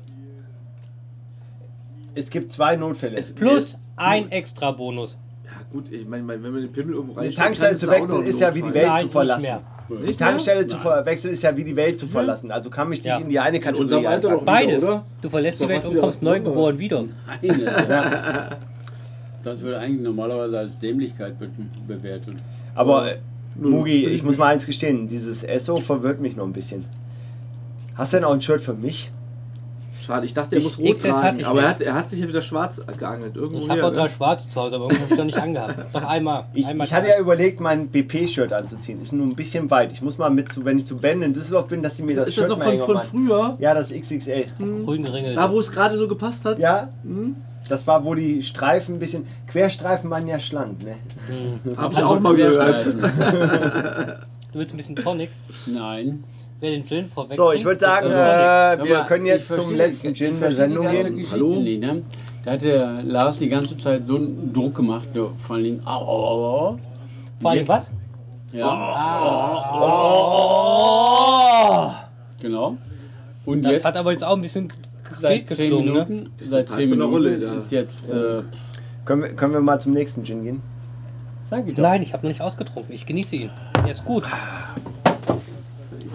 Es gibt zwei Notfälle.
Plus ein extra Bonus.
Ja, gut, ich meine, wenn man den Pimmel irgendwo
Die
reinsteckt.
Tankstelle zu wechseln ist ja wie die Welt
Nein,
zu
nicht
verlassen.
mehr.
Die Tankstelle zu ver- wechseln ist ja wie die Welt zu verlassen. Also kann mich nicht
Ja.
in die eine Kategorie
unserem Alter
einpacken.
doch.
Beides.
oder?
Du verlässt
Da
die Welt
warst
und
du
kommst
ja was
neu geboren wieder.
Eine. Das würde eigentlich normalerweise als Dämlichkeit be bewertet.
Aber äh, Mugi, ich muss mal eins gestehen, dieses Esso verwirrt mich noch ein bisschen. Hast du denn auch ein Shirt für mich?
Schade, ich dachte, er
Ich-
muss rot
XS hatte
tragen.
ich
Aber er
nicht.
hat, er hat sich ja wieder schwarz geangelt. Irgendwo
Ich
her,
habe auch
ne?
drei schwarze zu Hause, aber irgendwie habe ich noch nicht angehabt. Noch einmal.
Oh Ich,
einmal
ich hatte ja überlegt, mein BP-Shirt anzuziehen. Ist nur ein bisschen weit. Ich muss mal mit zu, wenn ich zu Ben in Düsseldorf bin, dass sie mir
Ist
das
das, ist das
Shirt
noch
mal
von,
hängen
von
machen.
früher?
Ja, das XXL.
grün geringelt.
Da, wo es gerade so gepasst hat?
Ja,
Hm?
das war, wo die Streifen ein bisschen. Querstreifen waren ja schlank, ne?
Hab ich auch mal gehört.
Du willst ein bisschen Tonic?
Nein.
Wer den Gin vorweg.
So, ich würde sagen,
Hör
äh,
mal,
wir können
ich
jetzt zum
verstehe-
letzten
ich
Gin der
verstehe die
Sendung
ganze
gehen.
Geschichte
Hallo?
Nicht, ne? Da hat der Lars die ganze Zeit so einen Druck gemacht, ne? vor allen Dingen. Au, au, au, au.
Vor allem
Jetzt-
was?
Oh.
Ja, Ah. genau. Und
Das
jetzt
hat aber jetzt auch ein bisschen
seit
Krieg
10
geklungen, ne?
Minuten,
Das ist
seit
total
10
für eine
Minuten
Rolle, ja.
ist jetzt, äh,
Können wir, können wir mal zum nächsten Gin gehen?
sag ich doch.
Nein, ich habe noch nicht ausgetrunken. Ich genieße ihn. Der ist gut.
Ah.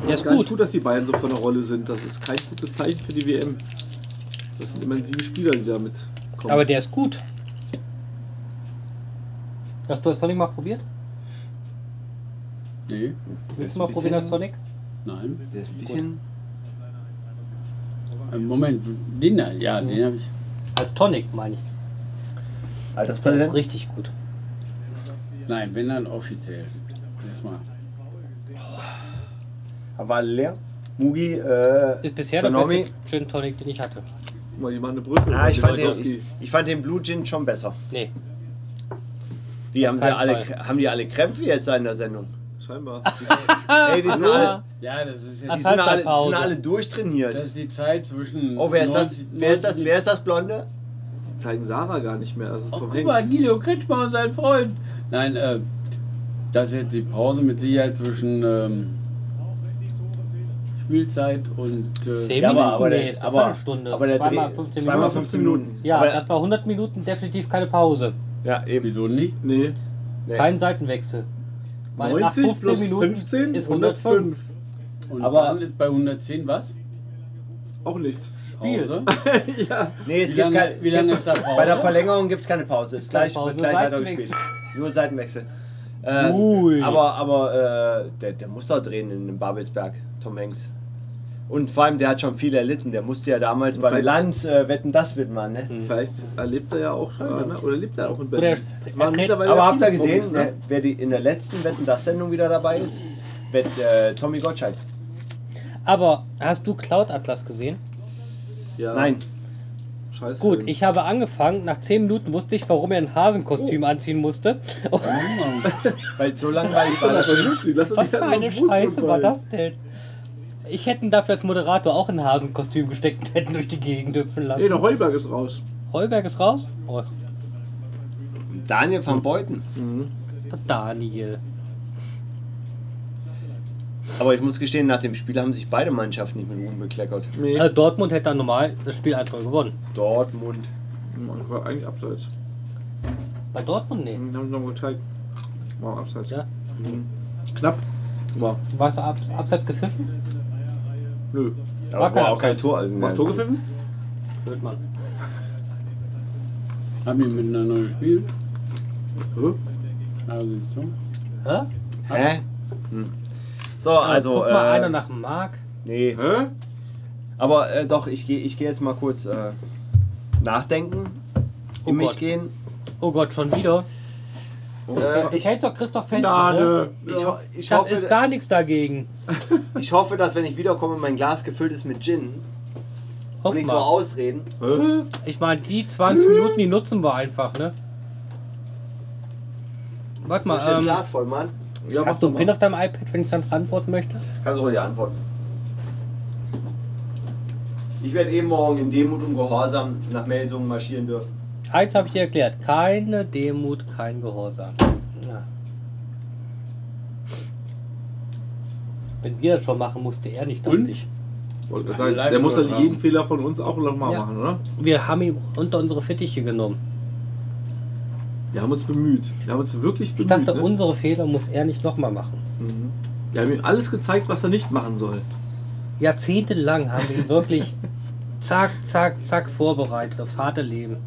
Der ist
Gar nicht
gut.
gut, dass die beiden so von der Rolle sind. Das ist kein gutes Zeichen für die WM. Das sind immerhin sieben Spieler, die da mitkommen.
Aber der ist gut. Hast du das Sonic mal probiert?
Nee,
Willst du mal probieren das Sonic?
nein.
Der ist ein bisschen.
Äh, Moment, den da, ja, den habe ich.
Als Tonic meine ich. Der ist
Alterspräsident.
richtig gut.
Nein, wenn dann offiziell. Erstmal.
Aber alle leer. Mugi, äh,
Ist bisher
Sonomi.
der beste Gin Tonic, den ich hatte.
Guck mal, die machen eine Brücke.
Ah, ich, fand den,
Lewandowski.
ich, ich fand den Blue Gin schon besser.
Nee.
Die haben, sie
keinen
alle,
Fall.
haben die alle Krämpfe jetzt in der Sendung.
Scheinbar.
Ey, die sind alle,
Ja, das ist
Ach,
die
jetzt.
sind alle, die sind
Halbzeitpause.
alle durchtrainiert.
Das ist die Zeit zwischen.
oh, wer ist das?
90
Wer ist das? Wer ist das Blonde?
Die zeigen Sarah gar nicht mehr. Das ist
Oh,
Tom
guck mal,
Hanks.
Guido Kretschmer und sein Freund. Nein, äh, das ist jetzt die Pause mit Sicherheit zwischen ähm, Spielzeit und. Äh,
Zehn
Ja, aber-
Minuten?
aber der-
nee, ist eine
aber-
Viertelstunde.
aber der
zweimal
Dreh-
15
zweimal
Minuten.
15 Minuten.
Ja,
aber,
das war 100 Minuten definitiv keine Pause.
ja eben.
Wieso nicht?
Nee.
Nee.
Kein Seitenwechsel. Weil
90 plus 15
ist
105.
105.
Und
Aber-
dann ist bei 110 was?
Auch nichts.
Spiel.
Pause.
Nee, es
Wie
gibt
lange,
kein,
wie
es
lange
gibt,
ist da Pause?
Bei der Verlängerung gibt es keine Pause. Ist
keine
gleich,
Pause,
wird gleich
nur
weiter gespielt. Nur Seitenwechsel. Äh,
Ui.
Aber, aber äh, der, der muss da drehen in dem Babelsberg, Tom Hanks. Und vor allem, der hat schon viel erlitten. Der musste ja damals beim
vielleicht-
Lanz äh, wetten, das wird man. Ne?
Vielleicht erlebt er ja auch schon, ne? oder lebt er auch in
Oder er-
Berlin. Das waren
er-
mittlerweile
Aber
ja
habt ihr
viele
gesehen,
Profis,
ne,
ne?
wer die in der letzten Wetten das Sendung wieder dabei ist? Wird, äh, Tommy Gottschalk.
Aber hast du Cloud Atlas gesehen?
Ja.
ne? Nein,
Scheiße.
Gut, ich habe angefangen. Nach 10 Minuten wusste ich, warum er ein
Oh.
Hasenkostüm anziehen musste. Und
weil so langweilig war das.
Vernünftig, lass uns
was
halt die
halt
für
anderen
eine
Brot
Scheiße war
verteilen.
das denn? Ich hätte ihn dafür als Moderator auch ein Hasenkostüm gesteckt und hätten durch die Gegend hüpfen
Nee,
Genau.
lassen.
der Heuberg ist raus.
Heuberg ist raus? Oh,
Daniel van Beuten.
der Daniel.
Aber ich muss gestehen, nach dem Spiel haben sich beide Mannschaften nicht mit Ruhm bekleckert.
Nee,
Äh, Dortmund hätte dann normal das Spiel 1-0 gewonnen.
Dortmund.
war eigentlich abseits.
Bei Dortmund?
Mhm.
Nee.
Den haben sie nochmal gezeigt. War abseits. Mhm.
Ja.
Knapp. War.
Warst du abs abseits gepfiffen?
Nö.
Aber
War
es
kein
auch kein Tor. Also
Warst du gepfiffen?
Wird man.
Haben wir miteinander gespielt?
Hä?
Also, siehst du?
Hä?
Hä? Hm. So, also.
Guck mal
äh,
einer nach dem Mark.
Nee.
Hä?
Aber äh, doch, ich gehe ich geh jetzt mal kurz äh, nachdenken,
Oh
in mich
Gott.
gehen.
Oh Gott, schon wieder.
Äh,
Du
ich,
kennst doch Christoph Fendler. Ne?
Gnade.
ich, ho- ich,
Das ist
hoffe,
gar nichts dagegen.
ich hoffe, dass wenn ich wiederkomme, mein Glas gefüllt ist mit Gin.
Hoff
Und nicht so
mal.
ausreden.
Hä?
Ich meine, die 20 Minuten, die nutzen wir einfach, ne? Warte
Ich das
mal, ähm,
Glas voll, Mann.
Ja, mach
hast du einen
doch
Pin
mal.
auf deinem iPad, wenn ich dann antworten möchte?
Kannst du ruhig antworten. Ich werde eben morgen in Demut und Gehorsam nach Melsungen marschieren dürfen.
Eins habe ich dir erklärt: keine Demut, kein Gehorsam. Ja. Wenn wir das schon machen, musste er nicht
Und?
ich.
Wollte gerade
Keine
sagen, der muss halt
Live-Übertragung.
jeden Fehler von uns auch nochmal
Ja.
machen, oder?
Wir haben ihn unter unsere Fittiche genommen.
Wir haben uns bemüht. Wir haben uns wirklich
Ich
bemüht.
dachte,
ne?
unsere Fehler muss er nicht nochmal machen.
Mhm. Wir haben ihm alles gezeigt, was er nicht machen soll.
Jahrzehntelang haben wir ihn wirklich zack, zack, zack vorbereitet aufs harte Leben.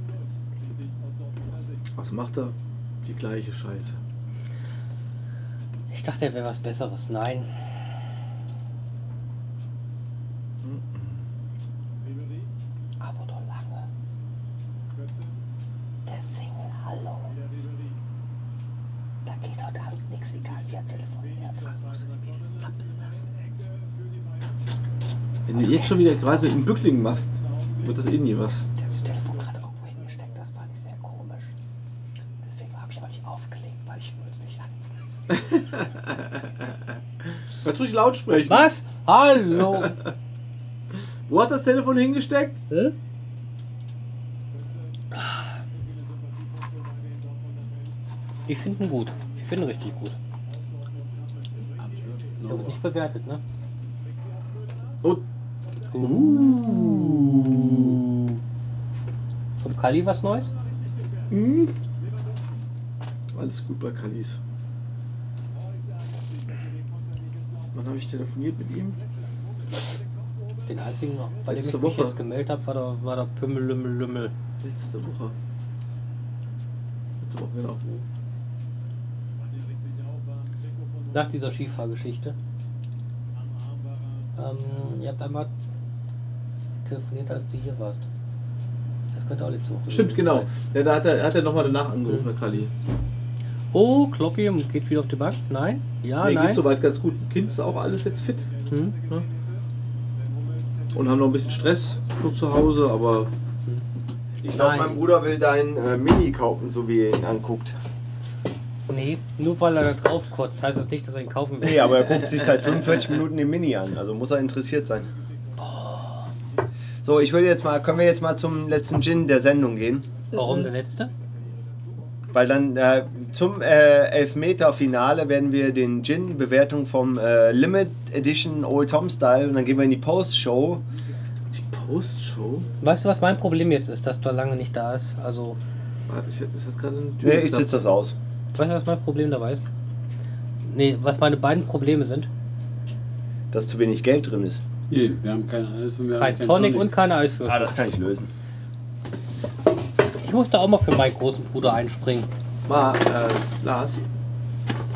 Was macht er? Die gleiche Scheiße.
Ich dachte, er wäre was Besseres. Nein. Aber doch lange. Der Single, hallo. Da geht heute Abend nichts, egal wie er telefoniert.
Wenn du jetzt schon wieder gerade einen Bückling machst, wird das eh nie was.
Der hat das Telefon gerade irgendwo hingesteckt, das fand ich sehr komisch. Deswegen habe ich auch nicht aufgelegt, weil ich will es nicht anfassen.
Kannst du nicht laut sprechen?
Was? Hallo?
Wo hat das Telefon hingesteckt?
Ich finde ihn gut. Ich finde ihn richtig gut. Ich habe
Absolut.
nicht bewertet, ne?
Oh.
Vom Uh. Kali was Neues?
Alles gut bei Kalis. Wann habe ich telefoniert mit ihm?
Den einzigen, bei dem
Letzte
ich mich
Woche.
jetzt gemeldet habe, war der, war der Pümmel Lümmel Lümmel.
Letzte Woche. Letzte Woche, genau.
Nach dieser Skifahrgeschichte. Ähm, ihr habt einmal telefoniert, als du hier warst. Das könnte auch letzte Woche.
Stimmt,
gewesen
genau.
sein.
Ja, da hat er, hat er nochmal danach angerufen, der Kali.
Oh, Kloppi geht wieder auf die Bank. Nein? Ja,
nee, geht
Ah, nein.
soweit ganz gut. Kind ist auch alles jetzt fit.
Hm?
Ne? Und haben noch ein bisschen Stress so zu Hause, aber
Ich glaube,
Nein.
mein Bruder will dein äh, Mini kaufen, so wie er ihn anguckt.
Nee, nur weil er da drauf kotzt, heißt das nicht, dass er ihn kaufen will.
Nee, aber er guckt sich seit 45 Minuten den Mini an, also muss er interessiert sein. So, ich würde jetzt mal, können wir jetzt mal zum letzten Gin der Sendung gehen?
Warum der letzte?
Weil dann äh, zum äh, Elfmeter-Finale werden wir den Gin-Bewertung vom äh, Limit Edition Old Tom Style und dann gehen wir in die Post-Show.
die Postshow.
Weißt du, was mein Problem jetzt ist, dass du lange nicht da ist? Also,
Warte, ich- Es hat gerade eine Tür.
Nee, Äh, ich
geklappt.
sitze das aus.
weißt du, was mein Problem dabei ist? Nee, was meine beiden Probleme sind?
Dass zu wenig Geld drin ist.
Nee, wir haben kein Eis und wir
Kein
haben kein
Tonic und keine
Ah,
Eiswürfel.
das kann ich lösen.
Ich muss da auch mal für meinen großen Bruder einspringen.
Mal, äh, Lars,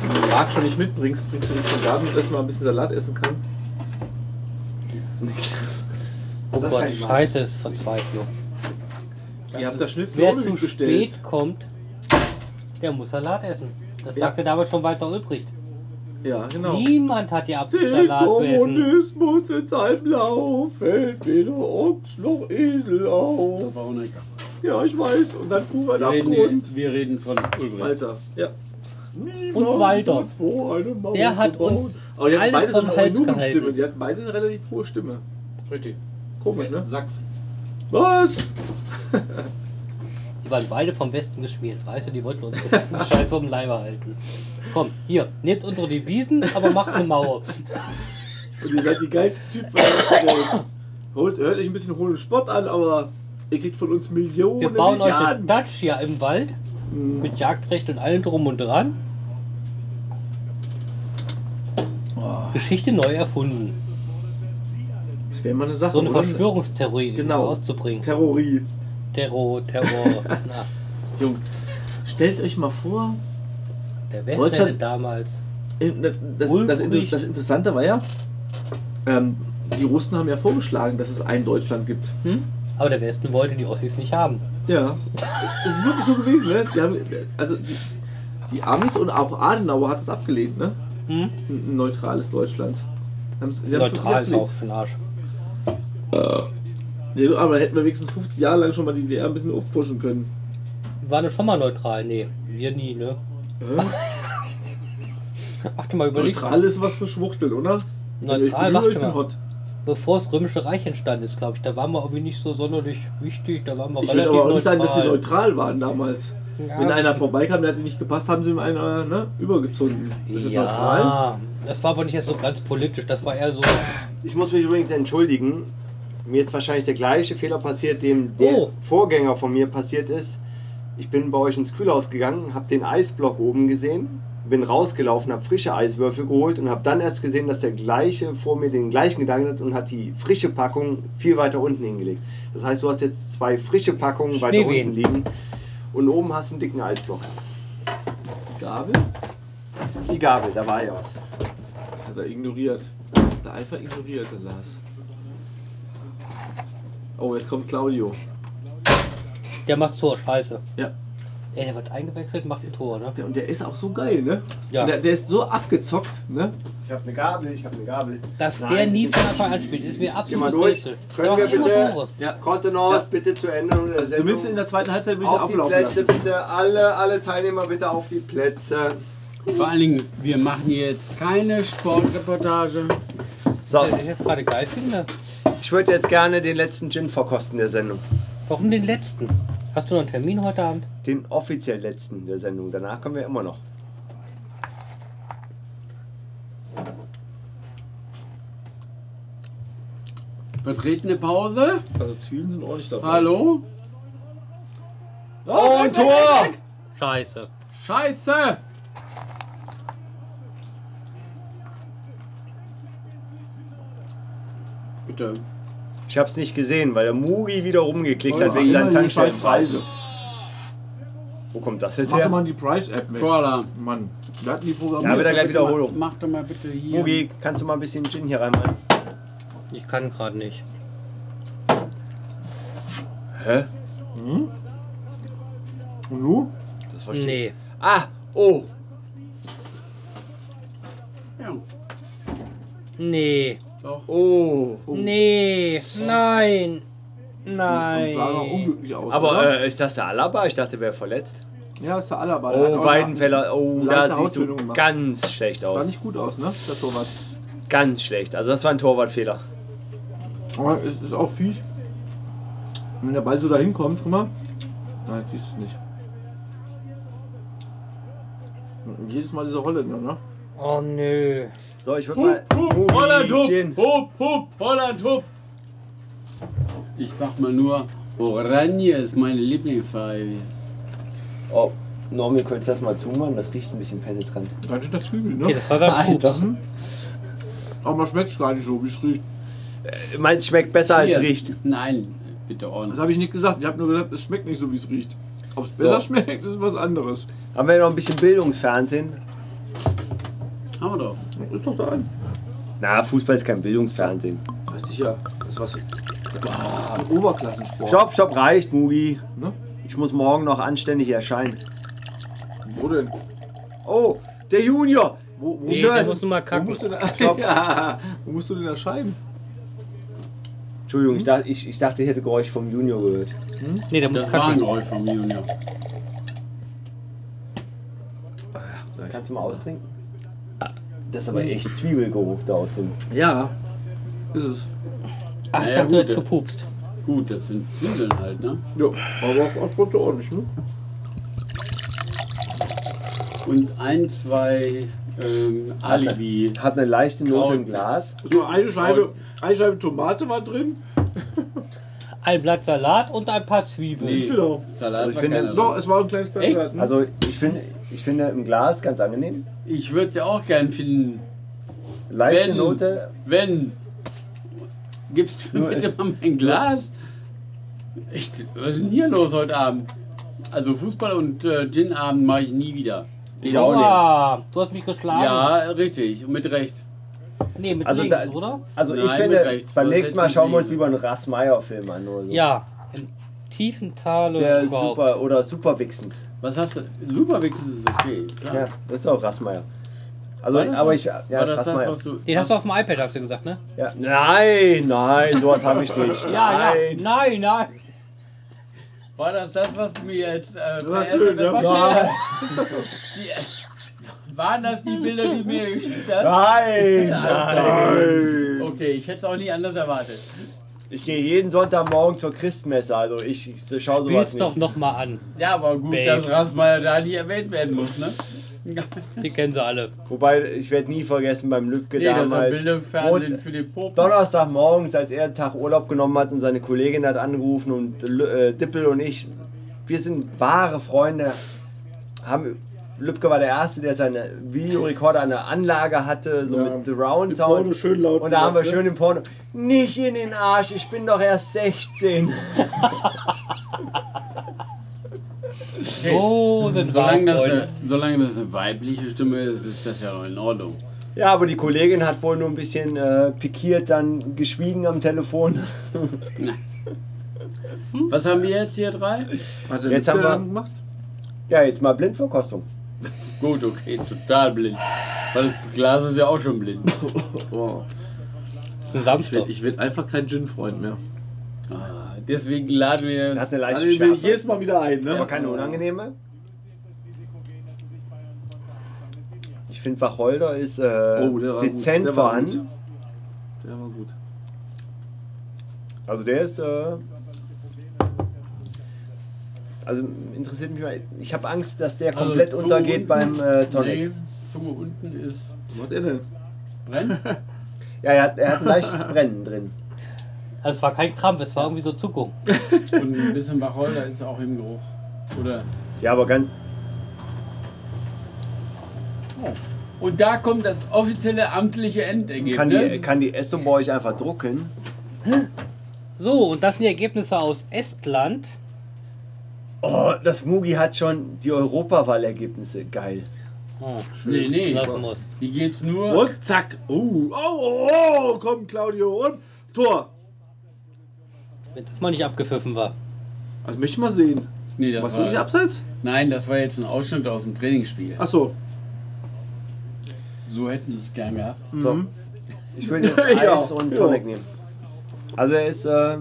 wenn du den Marc schon nicht mitbringst, bringst du nichts von da, mit, dass man ein bisschen Salat essen kann.
Oh
Das
Gott,
kann ich machen.
scheiße, ist Verzweiflung.
Ihr habt das Schnitzel
Wer
ohne
zu
mich bestellt.
spät kommt, der muss Salat essen. Das
Ja.
sagte damals schon Walter Ulbricht.
Ja, genau.
Niemand hat die Absicht,
Der
Salat zu essen.
Kommunismus in seinem Lauf fällt weder Ochs noch Esel auf.
Warum nicht?
Ja, ich weiß. Und dann fuhr er
Wir
nach
reden,
Grund.
wir reden von Ulbricht.
Walter, ja.
Und Walter.
Vor eine Mauer
Der hat
gebaut.
uns
Aber die hatten
alles
beide so
vom
eine
Hals
Eunuchenstimme.
gehalten.
Die hatten beide eine relativ hohe Stimme.
Richtig.
Komisch, ne?
Sachsen.
Was?
Die waren beide vom Westen geschmiert, weißt du, die wollten uns das Scheiß um den Leibe halten. Komm, hier, nehmt unsere Devisen, aber macht eine Mauer.
Und ihr seid die geilsten Typen von der Welt. Holt, hört euch ein bisschen hohlen Spott an, aber ihr kriegt von uns Millionen,
Wir bauen euch eine
Milliarden. Mhm.
Dacia im Wald mit Jagdrecht und allem drum und dran.
Oh.
Geschichte neu erfunden.
das wäre mal eine Sache,
So eine
oder?
Verschwörungstheorie
Genau.
auszubringen.
Terrorie.
Terror, Terror. Na,
Junge, stellt euch mal vor,
der Westen
Deutschland-
hätte damals.
Äh, das, das, das,
Ulbricht.
das Interessante war ja, ähm, die Russen haben ja vorgeschlagen, dass es ein Deutschland gibt.
Hm? Aber der Westen wollte die Ossis nicht haben.
Ja. Das ist wirklich so gewesen, ne? Die haben, also die, die Amis und auch Adenauer hat es abgelehnt, ne?
Hm?
Ein ein neutrales Deutschland. Haben's- sie haben's
Neutral ist
abgelehnt.
auch für den Arsch.
Ja, aber dann hätten wir wenigstens 50 Jahre lang schon mal die DDR ein bisschen aufpushen können.
War das schon mal neutral? Nee, wir nie, ne? Ach du mal überlegt.
Neutral ist was für Schwuchtel, oder?
Neutral
ich bin,
macht
ich bin
immer.
hot.
bevor das Römische Reich entstanden ist, glaube ich. Da waren wir irgendwie nicht so sonderlich wichtig, da waren wir
Ich würde
relativ
aber auch nicht sagen, dass sie
neutral.
neutral waren damals.
Ja.
Wenn einer vorbeikam, der hat nicht gepasst, haben sie ihm einen äh, ne, übergezogen. Ist das
ja,
neutral?
das war aber nicht erst so ganz politisch, das war eher so.
Ich muss mich übrigens entschuldigen. Mir ist wahrscheinlich der gleiche Fehler passiert, dem der
Oh.
Vorgänger von mir passiert ist. Ich bin bei euch ins Kühlhaus gegangen, habe den Eisblock oben gesehen, bin rausgelaufen, habe frische Eiswürfel geholt und habe dann erst gesehen, dass der gleiche vor mir den gleichen Gedanken hat und hat die frische Packung viel weiter unten hingelegt. Das heißt, du hast jetzt zwei frische Packungen weiter
Schneewehen.
unten liegen und oben hast einen dicken Eisblock.
Gabel?
Die Gabel, da war ja was.
Das hat er ignoriert. Hat er einfach ignoriert, der Lars. Oh, jetzt kommt Claudio.
Der macht Tor, scheiße.
Ja.
Ey, der wird eingewechselt, macht ein Tor, ne?
Der, und der ist auch so geil, ne?
Ja.
Und Der, der ist so abgezockt, ne?
Ich habe eine Gabel, ich habe eine Gabel.
Dass
Nein,
der nie
das
von Anfang an spielt, ist mir absolut
mal durch.
rätsel.
Können
Der
wir
macht immer
bitte-
Tore.
Ja.
Kortenhaus,
Ja.
bitte zu Ende. und der Sendung.
Zumindest in der zweiten Halbzeit will ich
Auf die
auflaufen
Plätze
lassen.
bitte, alle, alle Teilnehmer bitte auf die Plätze.
Vor allen Dingen, wir machen jetzt keine Sportreportage.
So,
Was ich jetzt gerade geil ne? finde.
ich würde jetzt gerne den letzten Gin verkosten der Sendung.
Warum um den letzten? Hast du noch einen Termin heute Abend?
Den offiziell letzten der Sendung. Danach kommen wir immer noch.
Betretene Pause.
Also Zwiebeln sind ordentlich dabei.
Hallo?
Oh, ein Tor!
Scheiße.
Scheiße! Bitte.
Ich habe es nicht gesehen, weil der Mugi wieder rumgeklickt
Oh,
hat wegen seinen
Immer die scheiß
Tankstellenpreisen.
Preise.
Wo kommt das jetzt
Mach doch
her?
mal die Price-App mit.
Koala,
Mann, wir hatten die
Ja,
programmiert.
wieder gleich Wiederholung.
mach doch mal bitte hier.
Mugi, kannst du mal ein bisschen Gin hier reinmachen?
Ich kann gerade nicht.
Hä?
Und nu?
Das verstehe ich.
Nee.
Ah, oh.
Ja,
Nee.
doch.
Oh.
Nee. Nein.
Und sah noch
Nein.
unglücklich aus.
Aber
oder?
äh, ist das der Alaba? Ich dachte, wer verletzt.
ja, ist der Alaba. Der hat
Oh,
auch
Weidenfeller. Oh,
leichte
da siehst du
Hautbildung gemacht.
ganz schlecht
Sah
aus.
nicht gut aus, ne? Der Torwart.
Ganz schlecht. Also das war ein Torwartfehler. Oh,
Aber es ist auch fies. Wenn der Ball so dahin kommt, guck mal. Nein, jetzt siehst du es nicht. Und Jedes Mal diese Holländer, ne?
Oh nö.
So, ich würde mal.
Hup, hup,
Mugi,
Holland,
Gin.
hup, hup, hup, Holland, hup. Ich sag mal nur, Oranje ist meine Lieblingsfarbe.
Oh, Normi, könntest du das mal zumachen? Das riecht ein bisschen penetrant.
Ganz schön das Zwiebel,
Okay,
ne?
das war sein Pups.
Aber man schmeckt es gar nicht so, wie es riecht.
Meins schmeckt besser als
Hier.
riecht.
Nein, bitte
Das
ordentlich.
habe ich nicht gesagt. Ich habe nur gesagt, es schmeckt nicht so, wie es riecht. Ob es besser schmeckt, ist was anderes.
Haben wir noch ein bisschen Bildungsfernsehen? Also,
Haben wir doch.
Ist doch da ein.
Na, Fußball ist kein Bildungsfernsehen.
Ja, sicher. Das ist was.
Das ist ein Oberklassensport.
Stopp, stopp, reicht, Mugi.
Ne?
Ich muss morgen noch anständig erscheinen.
Wo denn?
Oh, der Junior.
Wo, wo,
Ich
Nee, der
weiß.
muss nur mal
wo,
kacken.
musst, du denn,
Stopp.
ja, wo musst du denn erscheinen?
Entschuldigung, ich dachte, ich, ich, dachte, ich hätte Geräusch vom Junior gehört.
Nee, der muss
Das war ein
kacken.
Geräusch vom Junior.
Kannst du mal austrinken? Das ist aber echt Zwiebelgeruch da aus dem.
Ja. Ist es.
Ach, ich
Ja,
dachte, du
gut.
hättest gepupst.
Gut, das sind Zwiebeln halt, ne?
Ja, aber auch, auch ganz ordentlich, ne?
Und ein, zwei ähm, Alibi.
Hat eine leichte Note im
Grauen.
Glas.
So eine Scheibe, eine Scheibe Tomate war drin.
Ein Blatt Salat und ein paar Zwiebeln.
Nee,
Genau.
Salat
Also ich
war
finde-
keiner
Doch,
drin.
es war ein kleines Bett. ne?
Also, ich finde ich finde im Glas ganz angenehm.
Ich würde ja auch gern finden,
Leichte
Wenn-
Note.
wenn. Gibst du mir
Nur-
bitte mal mein Glas? Echt, was ist denn hier los heute Abend? Also Fußball und äh, Gin-Abend mache ich nie wieder.
Ich auch nicht.
Oha, du hast mich geschlagen.
Ja, richtig, mit Recht.
Nee, mit
Also
links,
da-
oder?
Also ich
Nein, mit
finde,
rechts.
beim
Das
nächsten
hätte
Mal
ich
schauen wir uns
gesehen.
lieber einen Ras Meyer Film an oder so.
Ja, im tiefen Tal und
Der
überhaupt.
super oder super Wichsens.
Was hast du? Superwix ist okay, klar.
Ja, das ist auch Rassmeier. Also,
War das
aber
das?
ich. Ja,
War
das
das, das,
Rassmeier.
was du.
Den hast du auf dem iPad, hast du gesagt, ne?
Ja. Nein, nein, sowas habe ich nicht.
Ja, ja.
nein.
Nein, nein.
War das das, was du mir jetzt äh, per
war
SMS
schön, ne?
geschickt
Nein,
hast? Die- Waren das die Bilder, die du mir geschickt hast?
nein, nein.
Okay. okay, ich hätte es auch nicht anders erwartet.
Ich gehe jeden Sonntagmorgen zur Christmesse, also ich, ich schaue sowas
Spiel's
nicht.
doch nochmal an.
Ja, aber gut,
Babe.
dass Rasmeier da nicht erwähnt werden muss, ne?
Die kennen sie alle.
Wobei, ich werde nie vergessen, beim Lübke
Nee, das ist ein
damals,
Bildungsfernsehen
Mond-
für die Pop.
Donnerstagmorgens, als er einen Tag Urlaub genommen hat und seine Kollegin hat angerufen und Lü- äh, Dippel und ich, wir sind wahre Freunde. Haben, Lübke war der Erste, der seine Videorekorder an der Anlage hatte, so
Ja.
mit Surround
Im Porno
Sound.
schön laut
und da haben wir
gemacht, ne?
schön im Porno, nicht in den Arsch, ich bin doch erst 16.
So sind wahre
Solange das, eine,
Freunde.
solange das eine weibliche Stimme ist, ist das ja in Ordnung.
Ja, aber die Kollegin hat wohl nur ein bisschen äh, pikiert, dann geschwiegen am Telefon.
Was haben wir jetzt hier drei?
Hat der
Jetzt
Lübke
haben wir-
dann gemacht?
Ja, jetzt mal Blindverkostung.
Gut, okay, total blind. Weil das Glas ist ja auch schon blind.
Oh,
äh,
Das ist ein
ich werd-
Samstag.
ich werde einfach kein Gin-Freund mehr.
Ah, deswegen laden
Er
wir
hat eine
Also
leichte
den will ich
Schärfe,
jedes Mal wieder ein, ne?
aber keine unangenehme. Ich finde, Wacholder ist äh,
Oh, der war gut,
dezent
der war gut.
vorhanden.
Der war gut.
Also der ist... Äh, also interessiert mich mal... Ich habe Angst, dass
Äh,
der
Also
komplett
zu
untergeht
unten?
beim äh, Tonic.
Nee, Zunge unten ist
Was macht er denn?
brennt.
Ja, er hat, er hat ein leichtes Brennen drin.
Also es war kein Krampf, es war irgendwie so Zuckung.
Und ein bisschen Wacholder ist auch im Geruch. Oder.
Ja, aber ganz...
Oh. Und da kommt das offizielle amtliche Endergebnis.
Kann die, kann die Esso bei euch einfach drucken?
So, und das sind die Ergebnisse aus Estland.
Oh, das Mugi hat schon die Europawahl-Ergebnisse. Geil.
Oh,
nee, nee.
das muss.
Hier geht's nur.
Und zack. Oh, oh, oh, oh, komm, Claudio. Und Tor.
Wenn das mal nicht abgepfiffen war.
Also möchte ich mal sehen.
Nee, das
Was
war,
wirklich abseits?
Nein, das war jetzt ein Ausschnitt aus dem Trainingsspiel.
Achso.
So hätten sie es gern gehabt.
So. Ich will jetzt
Mhm. Ja.
Eis und Tonic nehmen. Also er ist, äh,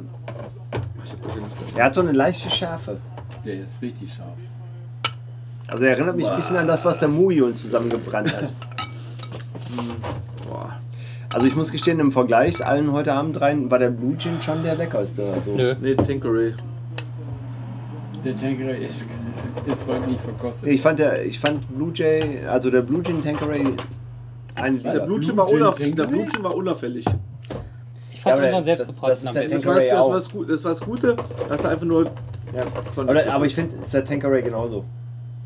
er hat so eine leichte Schärfe.
Der ist richtig scharf.
Also er erinnert mich ein bisschen an das, was der Mugi uns zusammengebrannt hat.
Boah.
Also ich muss gestehen, im Vergleich allen heute Abend rein war der Blue Gin schon der leckerste. Also,
Nö.
Nee, Tankeray.
Der Tanker ist, ist heute nicht verkostet.
Nee, Ich fand der, ich fand Blue Jay, also der Blue Gin Tanqueray ein
Der
Liter.
Blue Gin
Blue
war,
Gin
unauf
trinken
der
wir
Blue Gin war unauffällig.
Ich
Ja,
fand
aber
unseren
das- das ist
selbstgebrachten am
der
besten.
Das war das,
Tanqueray auch.
war das, Gute- das war das Gute. Das war einfach nur.
Ja. Aber, aber ich finde, ist der Tanqueray genauso.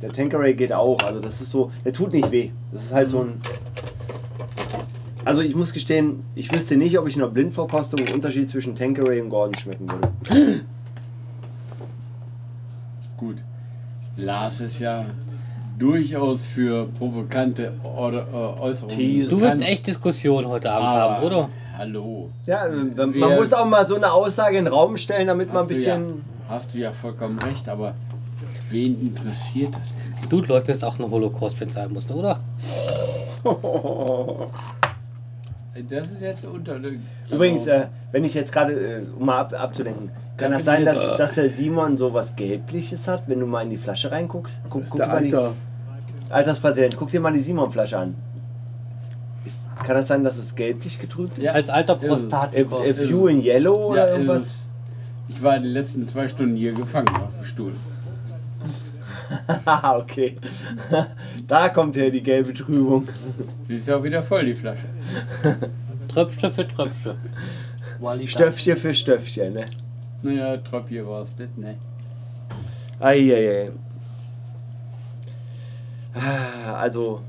Der Tanqueray geht auch. Also das ist so, der tut nicht weh. Das ist halt so ein. Also ich muss gestehen, ich wüsste nicht, ob ich in einer Blindverkostung einen Unterschied zwischen Tanqueray und Gordon schmecken würde.
Gut. Lars ist ja durchaus für provokante Order, äh, Äußerungen.
Teaser.
Du
bekannt.
willst echt Diskussion heute Abend
Aber
haben, oder?
Hallo.
Ja, ähm, man
Wir-
muss auch mal so eine Aussage in den Raum stellen, damit man ein
Hast du
bisschen.
Ja, hast du ja vollkommen recht, aber wen interessiert das denn?
Du leugnest auch einen Holocaust, wenn es sein muss, oder?
Das ist jetzt unter. Also,
Übrigens, äh, wenn ich jetzt gerade, äh, um mal ab, abzulenken, kann das sein, dass, dass der Simon so was Gelbliches hat, wenn du mal in die Flasche reinguckst? Guck,
Ist
guck
der
mal die-
Alter.
Alterspatient, guck dir mal die Simon-Flasche an. Ist, kann das sein, dass es gelblich getrübt ist?
Ja,
Als alter
ist es.
If,
Prostatiker.
if you in yellow äh, oder
Ja,
irgendwas?
ist- Ich war in den letzten zwei Stunden hier gefangen auf dem Stuhl.
Haha, okay. da kommt her die gelbe Trübung.
Sie ist ja auch wieder voll, die Flasche.
Tröpfchen für Tröpfchen. Walida.
Stöpfchen für Stöpfchen, ne?
Naja, Trop hier war es nicht, ne?
Eieiei. Ah, Also,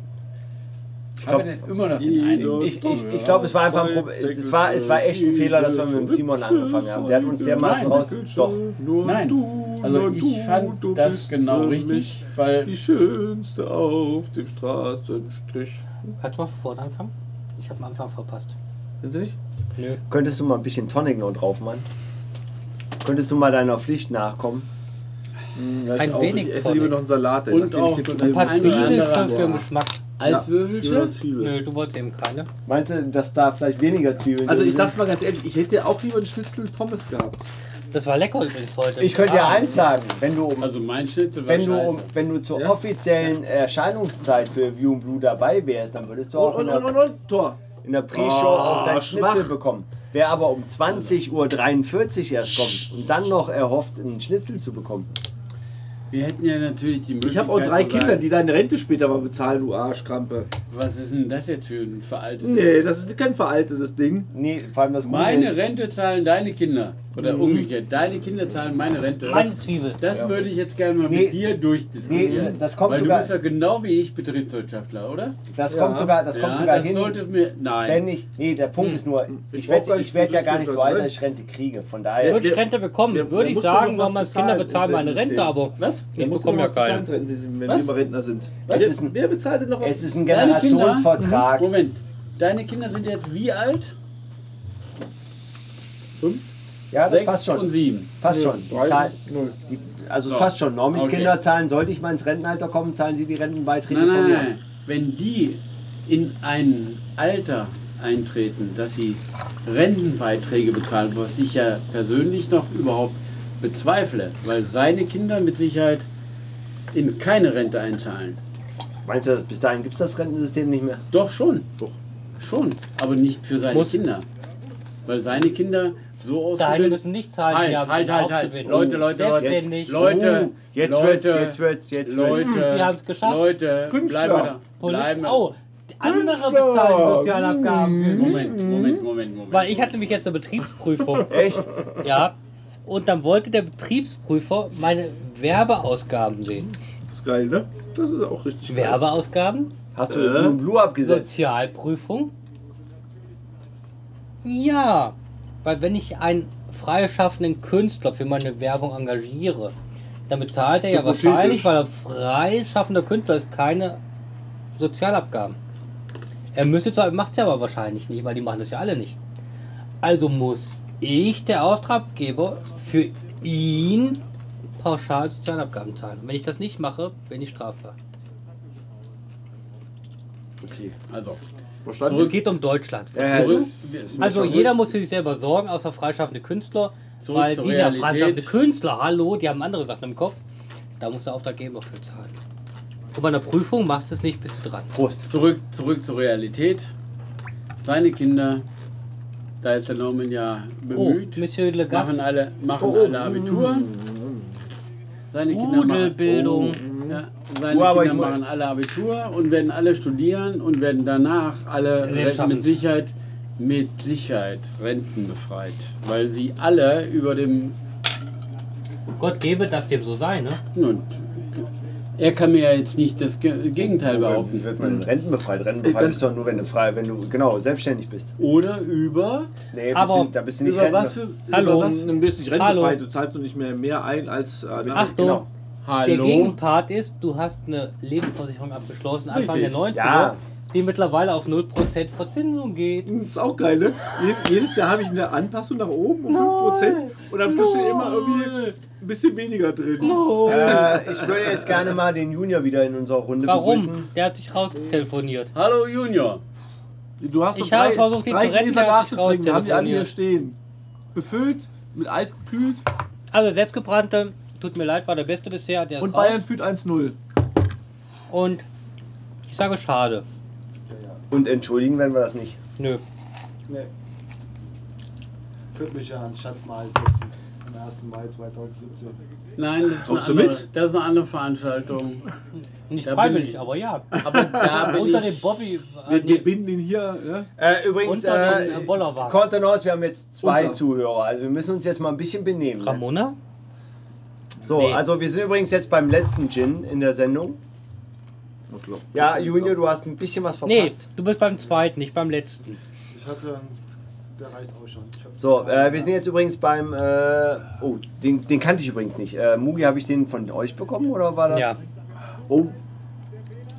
Ich
glaub-
habe denn immer noch den einen.
ich, ich, ich glaube, es war einfach ein Problem. Es, es, war, es war echt ein Fehler, dass wir mit dem Simon angefangen haben. Der hat uns dermaßen
Nein,
raus. Doch.
Nur
Nein.
du,
Also
nur
ich
du,
fand
du
das
bist
genau
für
richtig,
mich
weil
Die schönste auf dem Straßenstrich.
Kannst du mal vor den Anfang? Ich habe am Anfang verpasst.
Sind sie
Hm,
nicht?
Nö.
Könntest du mal ein bisschen Tonic noch drauf, Mann? Könntest du mal deiner Pflicht nachkommen?
Ein
Auch,
wenig
Ich esse lieber
Tonic.
noch einen Salat. ey,
Und
nachdem
auch
ich den
so
Ein
Problem
paar
Ein oder
Zwiebeln
anderer-
schon für den Geschmack.
Ja,
Eiswürfelchen.
Zwiebel.
Nö, du wolltest eben keine.
Meinst du, dass da vielleicht weniger Zwiebeln
Also
drin
ich
sind?
sag's mal ganz ehrlich, ich hätte auch lieber einen Schnitzel Pommes gehabt.
Das war lecker übrigens heute.
Ich könnte dir
Ah,
eins sagen, wenn du um,
Also mein Schnitzel war
wenn du
scheiße.
um, wenn du zur
Ja?
offiziellen Erscheinungszeit für View and Blue dabei wärst, dann würdest du
Und,
auch
und,
in
und,
der,
und, und, Tor.
in der Pre-Show auch dein Schnitzel bekommen. Wer aber um 20.43 Uhr erst kommt und dann noch erhofft, einen Schnitzel zu bekommen.
Wir hätten ja natürlich die Möglichkeit.
Ich habe auch drei
zu
Kinder,
sagen,
die deine Rente später mal bezahlen, du Arschkrampe.
Was ist denn das jetzt für ein veraltetes?
Nee, das ist kein veraltetes Ding.
Nee, vor allem das Gute
Meine
ist-
Rente zahlen deine Kinder.
Mhm.
Oder umgekehrt, deine Kinder zahlen meine Rente.
Meine
das
Zwiebel.
das würde ich jetzt gerne mal
Nee.
mit dir durchdiskutieren.
Nee, das kommt
weil
sogar-
du bist ja genau wie ich Betriebswirtschaftler, oder?
Das kommt sogar, das
ja,
kommt sogar
das
hin.
sollte mir. Nein. Hm.
Denn ich, nee, der Punkt ist nur, ich
Ich brauch gar
werde
nicht
ich werd ja gar nicht so alt,
sein.
dass ich Rente kriege. Von daher,
Würde ich
der-
Rente bekommen,
der-
würde
der
ich
muss
sagen,
doch noch
weil meine
was
Kinder
bezahlen,
bezahlen meine
das
Rente,
Rentensystem.
aber
Was?
ich bekomme ja keinen.
Wenn sie wenn
Was?
die mal Rentner sind.
Was?
Wer- Wer bezahlt denn noch was?
es ist ein
Deine Kinder-
Generationsvertrag.
Moment, deine Kinder sind jetzt wie alt?
Ja, das
Sechs
Also passt
und
schon.
sieben.
Passt schon. Die Zahl,
Null.
die, also es
So.
passt schon. Normis
Okay.
Kinder zahlen, sollte ich mal ins Rentenalter kommen, zahlen sie die Rentenbeiträge
Nein,
von
nein,
mir.
nein. Wenn die in ein Alter eintreten, dass sie Rentenbeiträge bezahlen, was ich ja persönlich noch überhaupt bezweifle, weil seine Kinder mit Sicherheit in keine Rente einzahlen.
Meinst du, bis dahin gibt es das Rentensystem nicht mehr?
Doch schon. Doch. Schon, aber nicht für seine
Muss-
Kinder. Weil seine Kinder so
Deine
ausgebildet
müssen nicht zahlen, die
Halt,
haben
halt,
den
halt, halt.
Hauptgewinn.
Leute, Leute, Leute.
Selbstständig.
Leute,
Uh, jetzt
Leute,
wird's, jetzt wird's, jetzt wird's.
Leute,
Sie haben's geschafft.
Leute,
Künstler.
bleiben wir da.
Poli-
Bleiben wir.
Oh, die andere bezahlen Sozialabgaben. für sich.
Moment, Moment, Moment, Moment.
Mhm. Weil ich hatte nämlich jetzt eine Betriebsprüfung.
Echt?
Ja. Und dann wollte der Betriebsprüfer meine Werbeausgaben sehen.
Das ist geil, ne? Das ist auch richtig geil.
Werbeausgaben,
Hast du
Äh?
Blue Blue abgesetzt?
Sozialprüfung. Ja, weil wenn ich einen freischaffenden Künstler für meine Werbung engagiere, dann bezahlt er ja
Hypothetisch.
wahrscheinlich, weil er freischaffender Künstler ist, keine Sozialabgaben. Er müsste zwar, macht ja aber wahrscheinlich nicht, weil die machen das ja alle nicht. Also muss ich, der Auftraggeber, für ihn pauschal Sozialabgaben zahlen. Wenn ich das nicht mache, bin ich strafbar.
Also,
Es geht um Deutschland.
Ja,
Äh,
ja,
zurück,
Also jeder muss für sich selber sorgen, außer freischaffende Künstler.
Zurück
weil
zur
diese
Realität.
freischaffende Künstler, hallo, die haben andere Sachen im Kopf. Da muss der Auftraggeber für zahlen. Und bei einer Prüfung machst du es nicht, bist du dran.
Prost.
zurück, zurück zur Realität. Seine Kinder, da ist der Norman ja
Oh,
bemüht,
Monsieur Legas,
machen alle, machen alle Abitur. Seine Kinder
Rudelbildung.
machen, ja, seine
Oh, aber
Kinder
ich mu-
machen alle Abitur und werden alle studieren und werden danach alle
Selbst
Renten-
schaffen.
mit Sicherheit mit Sicherheit rentenbefreit, weil sie alle über dem
Gott gebe, dass dem so sei, ne?
Nun, er kann mir ja jetzt nicht das Ge- Gegenteil
Wie
behaupten. Hm.
wird man rentenbefreit? Rentenbefreit bist du doch nur, wenn du frei, wenn du genau selbstständig bist.
Oder über,
Nee, bist
Aber
du, da bist du nicht
über was
rentenbefreit.
für...
Hallo.
Über was?
Dann bist du nicht rentenfrei,
Hallo.
du zahlst du nicht mehr mehr ein als... Äh, das-
Achtung,
genau.
der
Hallo.
Gegenpart ist, du hast eine Lebensversicherung abgeschlossen, Anfang
Richtig.
der 90er,
Ja.
die mittlerweile auf 0% Verzinsung geht.
Das ist auch geil, ne? Je- Jedes Jahr habe ich eine Anpassung nach oben um 5% und am Schluss steht immer irgendwie ein bisschen weniger drin.
Äh, ich würde jetzt gerne mal den Junior wieder in unserer Runde begrüßen.
Warum? Der hat sich raustelefoniert.
Hallo Junior.
Du hast
Ich
doch
habe
drei-
versucht, ihn
drei
zu retten,
Gläser
er hat sich
nachzutrinken. Wir haben die alle hier
raustelefoniert.
stehen. Befüllt, mit Eis gekühlt
Also selbstgebrannte, tut mir leid, war der beste bisher. Der ist
und
raus.
Bayern führt 1-0.
Und ich sage schade.
Und entschuldigen werden wir das nicht.
Nö.
Nee. Könnte mich ja an Schandmal setzen. Am 1. Mai 2017.
Nein, das ist, eine
Kommst du
andere,
mit?
das ist eine andere Veranstaltung.
Nicht
Da bin
freiwillig,
ich.
aber ja.
Aber da bin
Unter dem
ich...
Bobby. Äh,
Wir, wir
nee,
binden ihn hier.
ne?
Ja?
Äh, übrigens,
unter dem
äh,
äh, Bollerwagen.
Kontenance, wir haben jetzt zwei
Unter.
Zuhörer, also wir müssen uns jetzt mal ein bisschen benehmen. ne?
Ramona?
So,
Nee.
also wir sind übrigens jetzt beim letzten Gin in der Sendung. Ja, Junior, du hast ein bisschen was
Nee,
verpasst.
du bist beim zweiten, nicht beim letzten.
Ich hatte einen, der reicht auch schon. Ich hab
So,
keine
äh, wir sind jetzt übrigens beim. Äh, oh, den, den kannte ich übrigens nicht. Äh, Mugi, habe ich den von euch bekommen oder war das?
Ja.
Oh,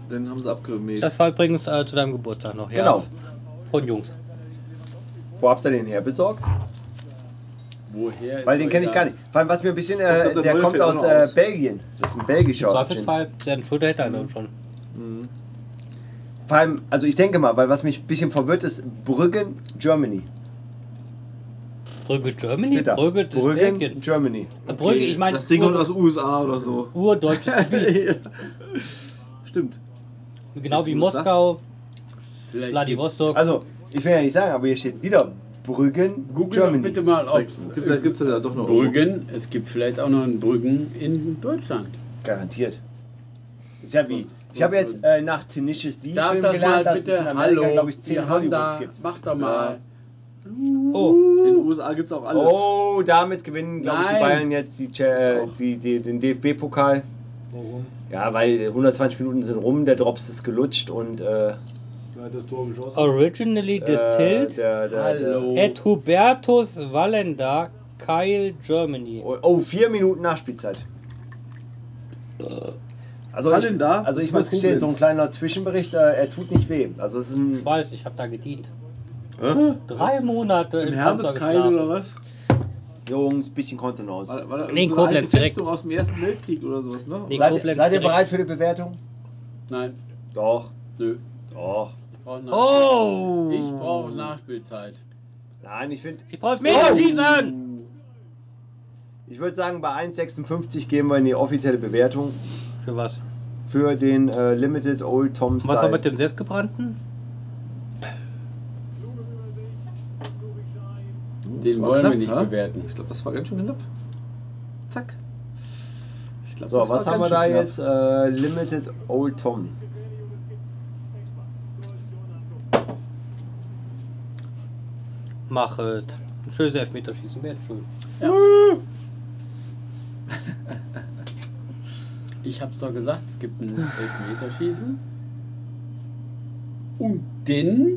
dann haben sie abgemäht.
Das war übrigens äh, zu deinem Geburtstag noch, ja.
Genau.
Von Jungs.
Wo habt ihr den her besorgt?
Woher ist
Weil den
euch
kenne ich
da-
gar nicht. Vor allem, was mir ein bisschen.
Ich
Äh,
glaub, der
der
neue
kommt
fällt auch
aus
noch
äh,
aus.
Belgien. Das ist ein
Im
belgischer Gin.
Zweifelsfall, der Schulter hätte er mhm. schon.
Vor allem, also ich denke mal, weil was mich ein bisschen verwirrt ist: Brüggen, Germany.
Brügge Germany?
Steht da.
Brügge ist
Brüggen,
Belgien.
Germany.
Äh, Brügge, ich meine,
das Ding kommt aus
ur,
den USA oder so.
urdeutsches Gebiet.
Stimmt.
Genau
Jetzt,
wie
wo du's
Moskau,
Vielleicht
Vladivostok.
Also, Ich will ja nicht sagen, aber hier steht wieder Brüggen,
Google doch
Germany.
bitte mal, ob es
Vielleicht gibt es ja doch noch
Brüggen, es gibt vielleicht auch noch einen Brüggen in Deutschland.
Garantiert. Ist ja wie.
Sonst-
Ich habe
sonst-
jetzt äh, nach Tenacious D
Darf
Film
das mal
gelernt, dass es
bitte,
in Amerika,
hallo,
glaube ich, 10
wir haben
Hollywoods
da,
gibt.
mach doch mal.
Oh,
In den USA gibt es auch alles.
Oh, damit gewinnen, glaube ich, die
Nein.
Bayern jetzt die, Cha- äh, die, die, den DFB-Pokal.
Warum?
Ja, weil 120 Minuten sind rum, der Drops ist gelutscht und äh,
Wer hat das Tor geschossen?
originally
äh,
distilled
der, der,
Hallo.
Der,
at Hubertus Wallender, Keil, Germany.
oh, oh, vier Minuten Nachspielzeit. Also
Was
ich,
denn da?
also
Das
ich
ist mal
muss gestehen,
Koblenz.
so ein kleiner Zwischenbericht, äh, er tut nicht weh. Also es ist ein
Ich weiß, ich habe da gedient.
Hä?
Drei Monate
Im
in
Hermeskeil oder was?
Jungs, bisschen Kontenance.
War, war da
Nee, in
irgendeine alte
Koblenz direkt.
Festung aus dem Ersten Weltkrieg oder sowas, ne?
Nee,
Seid,
Koblenz
seid ihr
direkt.
bereit für die Bewertung?
Nein,
Doch,
nö.
doch.
Ich brauche
Oh!
Ich brauche Nachspielzeit.
Nein, ich finde.
Ich brauche mehr
Oh!
schießen!
Ich würde sagen, bei 1,56 geben wir in die offizielle Bewertung
Für was?
für den äh, Limited Old Tom Style.
Was war mit dem selbstgebrannten?
Den
war
wollen
knapp,
wir nicht
ha?
ne?
bewerten.
Ich glaube, das war ganz schön knapp. Zack. Ich glaub,
so,
das
was
war
haben wir
ganz
da
schön knapp.
jetzt? Äh, Limited Old Tom.
Machet. Ein schönes Elfmeterschießen wäre jetzt schön.
Ich hab's doch gesagt, es gibt ein Elfmeterschießen. Und dann,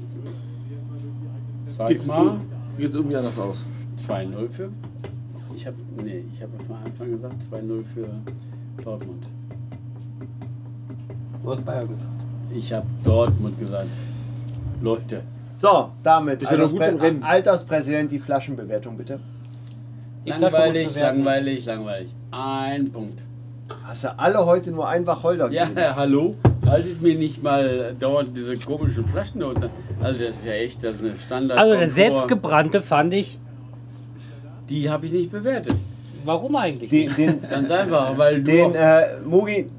sag ich
Geht's
mal,
Geht's irgendwie anders aus.
2-0 für. Ich hab, nee, ich habe am Anfang gesagt 2-0 für Dortmund.
Du hast Bayern gesagt.
Ich habe Dortmund gesagt. Leute,
So, damit.
Bist du noch gut im Rennen?
Alterspräsident, die Flaschenbewertung bitte.
Die Flasche muss
langweilig,
bewerten.
langweilig, langweilig. Ein Punkt.
Hast du alle heute nur ein Wacholder
Ja,
gegeben?
hallo. Als ich mir nicht mal dauernd diese komischen Flaschen da unten. Also das ist ja echt, das ist eine Standard.
Also der selbstgebrannte fand ich.
Die habe ich nicht bewertet.
Warum eigentlich?
Den,
Nicht?
den,
Ganz einfach, weil du.
den
auch-
äh, Mugi,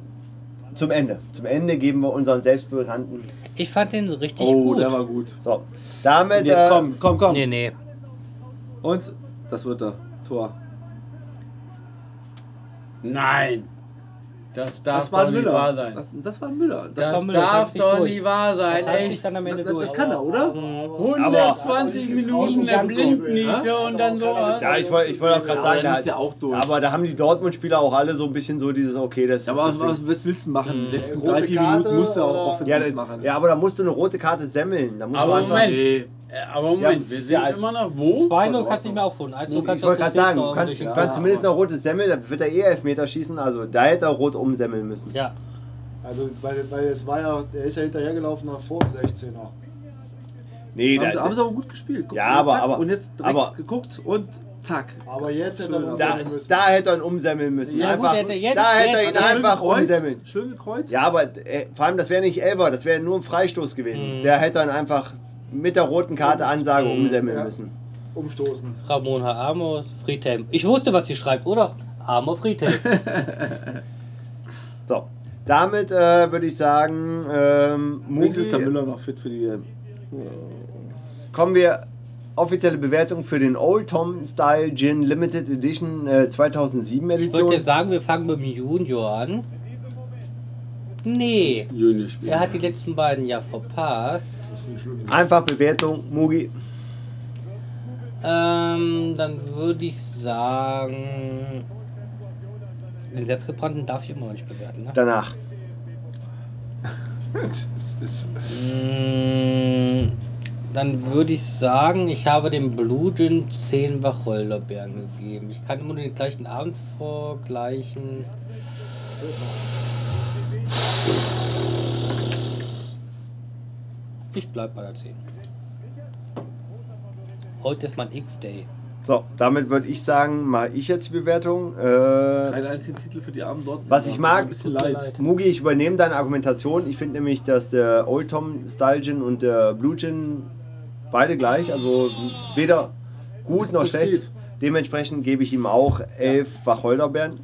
zum Ende. Zum Ende geben wir unseren selbstbewandten.
Ich fand den richtig
oh,
gut.
der war gut.
So, damit.
Und jetzt
äh,
komm, komm, komm.
Nee, nee.
Und das wird da. Tor.
Nein. Das darf
Das war
doch
ein
nicht
Müller.
wahr sein.
Das, das war ein Müller. Das,
Das,
war Müller,
darf
das ist
doch
durch.
nicht wahr sein.
Halte ich
Echt.
dann am Ende
das,
durch.
das kann er, oder?
Aber-
120 Minuten
Hat
der
auch nicht
Blindniete und dann sowas.
Ja, ich wollte ich wollte auch gerade sagen,
dann
da,
ist ja auch durch.
aber da haben die Dortmund-Spieler auch alle so ein bisschen so dieses, okay, das
Ja, aber
das
was, was willst du denn machen? Die letzten
Rote
drei, vier
Karte
Minuten musst du
oder-
auch offensiv
ja,
machen.
das, ja, aber da musst du eine rote Karte semmeln. Da musst du
Aber
einfach,
Moment.
Nee.
Äh, Aber Moment,
Ja,
wir
ist
sind
ja-
immer noch wo?
2-0 kannst du nicht mehr aufholen. 1-0 kannst
Ich
du auch
wollte
zum
gerade sagen, du
zehnten
kannst, du
Euro
kannst zumindest eine rote Semmel, da wird er eh Elfmeter schießen, also da hätte er rot umsemmeln müssen.
durch- Ja.
Also, weil, weil es war ja, der ist ja hinterhergelaufen nach vor dem 16er.
Nee,
Haben,
da,
sie- haben
da,
sie aber gut gespielt. Guck,
halt Ja,
und
aber-
zack,
aber-
Und jetzt direkt
aber-
geguckt und zack.
Aber jetzt hätte er
Schön,
noch
da,
sagen müssen.
da hätte er ihn umsemmeln müssen.
Ja,
einfach,
gut, hätte jetzt-
da hätte er
jetzt-
ihn einfach
schön gekreuzt,
umsemmeln.
Schön gekreuzt.
Ja, aber äh, vor allem, das wäre nicht Elfer, das wäre nur ein Freistoß
Mhm.
gewesen. Der hätte dann einfach mit der roten Karte Ansage umsemmeln
Ja.
müssen.
Umstoßen.
Ramon H. Amos, Friedhelm. Ich wusste, was sie schreibt, oder? Armer Friedhelm.
So, damit äh, würde ich sagen, ähm,
Nächstes ist der
Mugi,
Müller noch fit für die äh, WM.
kommen wir offizielle Bewertung für den Old Tom Style Gin Limited Edition äh, 2007
Ich wollte
Edition.
jetzt sagen, wir fangen mit dem Junior an. Nee.
Juni
Er hat die letzten beiden ja verpasst.
Einfach Bewertung, Mugi.
Ähm, dann würde ich sagen. Den selbstgebrannten darf ich immer noch nicht bewerten, ne?
Danach.
Das ist
Mm, Dann würde ich sagen, ich habe dem Blue Gin 10 Wacholderbeeren gegeben. Ich kann immer nur den gleichen Abend vergleichen. Ich bleib bei der 10. Heute ist mein X-Day.
So, damit würde ich sagen, mache ich jetzt die Bewertung. Äh,
Keinen einzigen Titel für die Armen dort.
Was ich mag-
Ein bisschen
Tut mir
leid.
leid.
Mugi, ich übernehme deine Argumentation. Ich finde nämlich, dass der Old Tom Style Gin und der Blue Gin beide gleich, also weder gut noch schlecht.
versteht.
Dementsprechend gebe ich ihm auch elf Wacholderbeeren.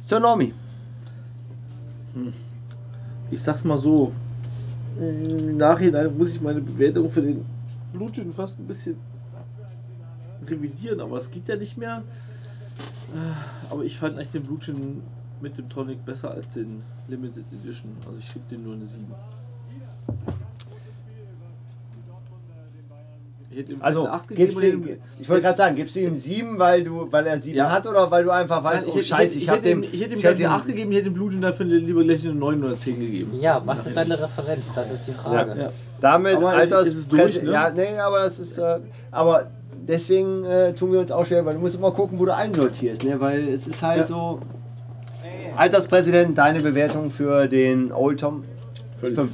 Sir Normi.
Ich sag's mal so.
Im Nachhinein muss ich meine Bewertung für den Blue Gin fast ein bisschen revidieren, aber es geht ja nicht mehr. Äh, Aber ich fand eigentlich den Blue Gin mit dem Tonic besser als den Limited Edition. Also ich gebe dem nur eine 7. Ich hätte ihm
Also,
eine 8 gegeben.
gibst
oder
du
ihm-
ihm, ich wollte gerade sagen, gibst du ihm 7, weil, du, weil er 7
Ja.
hat oder weil du einfach
Nein,
weißt,
ich,
oh
hätte-
scheiße,
ich,
ich
hätte-
habe dem...
ich hätte ihm
ich
gleich
hätte
eine 8
ihm-
gegeben, ich hätte dem Blue Gin dafür lieber gleich eine 9 oder 10 gegeben.
Ja, was ist deine Referenz? Das ist die Frage.
Ja.
Damit
Aber es-
Alters
es ist durch, ne?
Ja, nee, aber das ist. Äh, aber deswegen äh, tun wir uns auch schwer, weil du musst immer gucken, wo du einsortierst, ne? Weil es ist halt
Ja.
so. Alterspräsident, deine Bewertung für den Old Tom
Fünf.
5.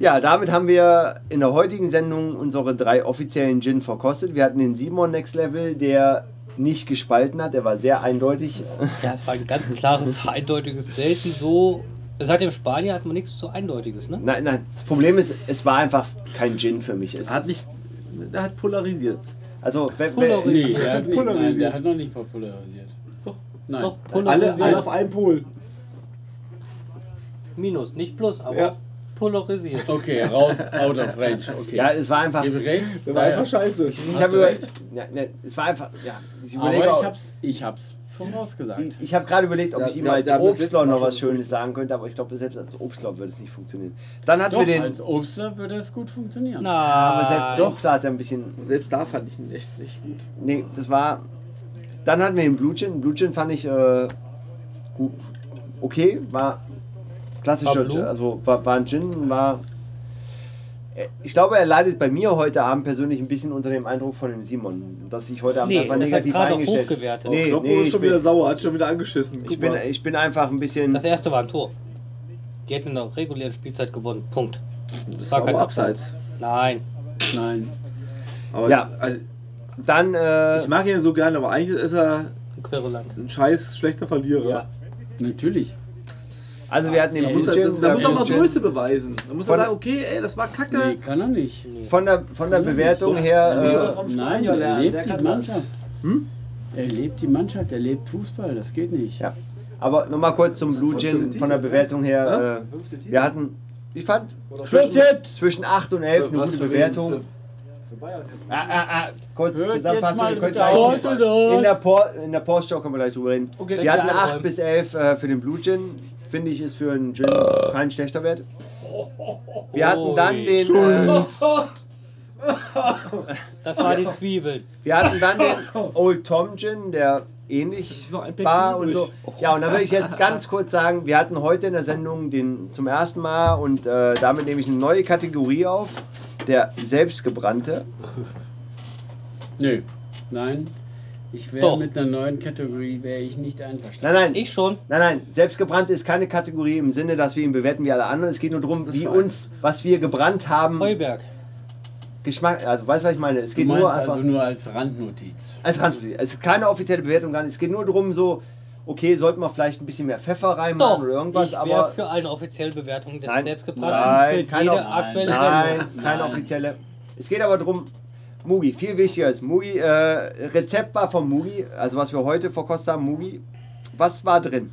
Ja, damit haben wir in der heutigen Sendung unsere drei offiziellen Gin verkostet. Wir hatten den Simon Next Level, der nicht gespalten hat, der war sehr eindeutig.
Ja, es war ein ganz klares, eindeutiges, selten so. Seit dem Spanier hat man nichts so eindeutiges, ne?
Nein, nein, das Problem ist, es war einfach kein Gin für mich. Es
Er hat nicht. Er hat polarisiert.
Also, wenn, wenn,
Polarisiert.
Nee, der hat, nicht, nein, der
Polarisiert.
hat noch nicht popularisiert.
Doch,
Nein.
Doch,
Alle,
polarisiert.
alle auf einem Pol.
Minus, nicht plus, aber
Ja.
polarisiert.
Okay, raus, out of range. Okay.
ja, es war einfach.
Gebe recht.
Der war
Daher-
einfach scheiße.
Ich
hast
habe
du
über,
recht.
ja, ne, es war einfach, ja, ich überlege,
Aber ich
auch-
hab's, ich hab's vorausgesagt.
ich habe gerade überlegt, ob
Ja,
ich ihm
ja,
als
da haben wir das
Obstler
letzte Mal
noch was
schon
Schönes
gefühlt.
sagen könnte, aber ich glaube, selbst als Obstler würde es nicht funktionieren. Dann hatten
Doch, also-
wir den,
als Obstler würde es gut funktionieren.
aber
Na,
selbst Obstler hat er ein bisschen,
Selbst da fand ich ihn echt nicht gut.
nee, das war, dann hatten wir den Blue Gin, Blue Gin fand ich äh, gut, okay, war klassischer,
War
Gin,
Blue?
also war, war ein Gin, war, äh, ich glaube, er leidet bei mir heute Abend persönlich ein bisschen unter dem Eindruck von dem Simon, dass ich heute Abend
Nee,
einfach
das hat
negativ
gerade noch
eingestellt.
hochgewertet.
Nee,
Kloppo
nee,
ist
ich
schon
bin-
wieder sauer, hat schon wieder angeschissen.
Ich
Guck
bin,
mal.
ich bin einfach ein bisschen.
Das erste war ein Tor. Die hätten in der regulären Spielzeit gewonnen. Punkt.
das
war
war
kein
aber abseits.
Nein.
Nein.
Aber
Ja.
also,
Dann, äh,
ich mag ihn so gerne, aber eigentlich ist er
Ein Querulant.
ein scheiß schlechter Verlierer.
Ja.
Natürlich.
also wir hatten den
Ja,
Blue
Da muss
Gin,
er, da muss er
wir
mal
hatten den
Größe beweisen. Da muss er
Von-
sagen, okay, ey, das war kacke.
Nee, kann er nicht.
Gin. von der, von der Bewertung her, äh,
Nein, er lebt die Mannschaft.
Hm?
Er lebt die Mannschaft, er lebt Fußball, das geht nicht.
Ja. aber nochmal kurz zum Blue Gin, von der Bewertung her,
Fünfte
äh,
Titel.
wir hatten, ich fand
Schluss jetzt!
zwischen 8 und 11 eine
Was
gute
für
Bewertung.
Wegen?
Für Bayern jetzt.
Ah, ah, ah, kurz
Hört jetzt
Zusammenfassung,
mal
ihr könnt
bitte
gleich
auf.
in der, Por in der Porsche Show können wir gleich drüber reden. wir hatten
wir
8
einräumen.
bis 11 äh, für den Blue Gin, finde ich ist für einen Gin kein schlechter Wert. Wir hatten dann
Ui.
den, äh,
Das war die Zwiebel.
Wir hatten dann den Old Tom Gin, der ähnlich
ist noch ein Päckchen
war und so.
übrig.
Ja, und da will ich jetzt ganz kurz sagen, wir hatten heute in der Sendung den zum ersten Mal und äh, damit nehme ich eine neue Kategorie auf, der selbstgebrannte.
Nö. Nein. Ich wäre
Doch.
mit einer neuen Kategorie wäre ich nicht einverstanden.
Nein, nein,
Ich schon.
nein, nein, selbstgebrannte ist keine Kategorie im Sinne, dass wir ihn bewerten wie alle anderen. Es geht nur darum, wie uns, was wir gebrannt haben,
Heuberg.
Hm, Geschmack, also weißt du, was ich meine? Es
Du
geht
meinst
nur einfach
also nur als Randnotiz.
als Randnotiz. Es ist keine offizielle Bewertung, gar nicht. Es geht nur darum, so, okay, sollten wir vielleicht ein bisschen mehr Pfeffer reinmachen
Doch.
oder irgendwas,
ich wäre
aber
für eine offizielle Bewertung des
Nein. Nein,
selbstgebrannten für
keine
jede
Auf-
aktuelle
Nein,
Sendung.
keine offizielle. Es geht aber darum, Mugi, viel wichtiger ist Mugi, äh, Rezept war von Mugi, also was wir heute verkostet haben, Mugi, was war drin?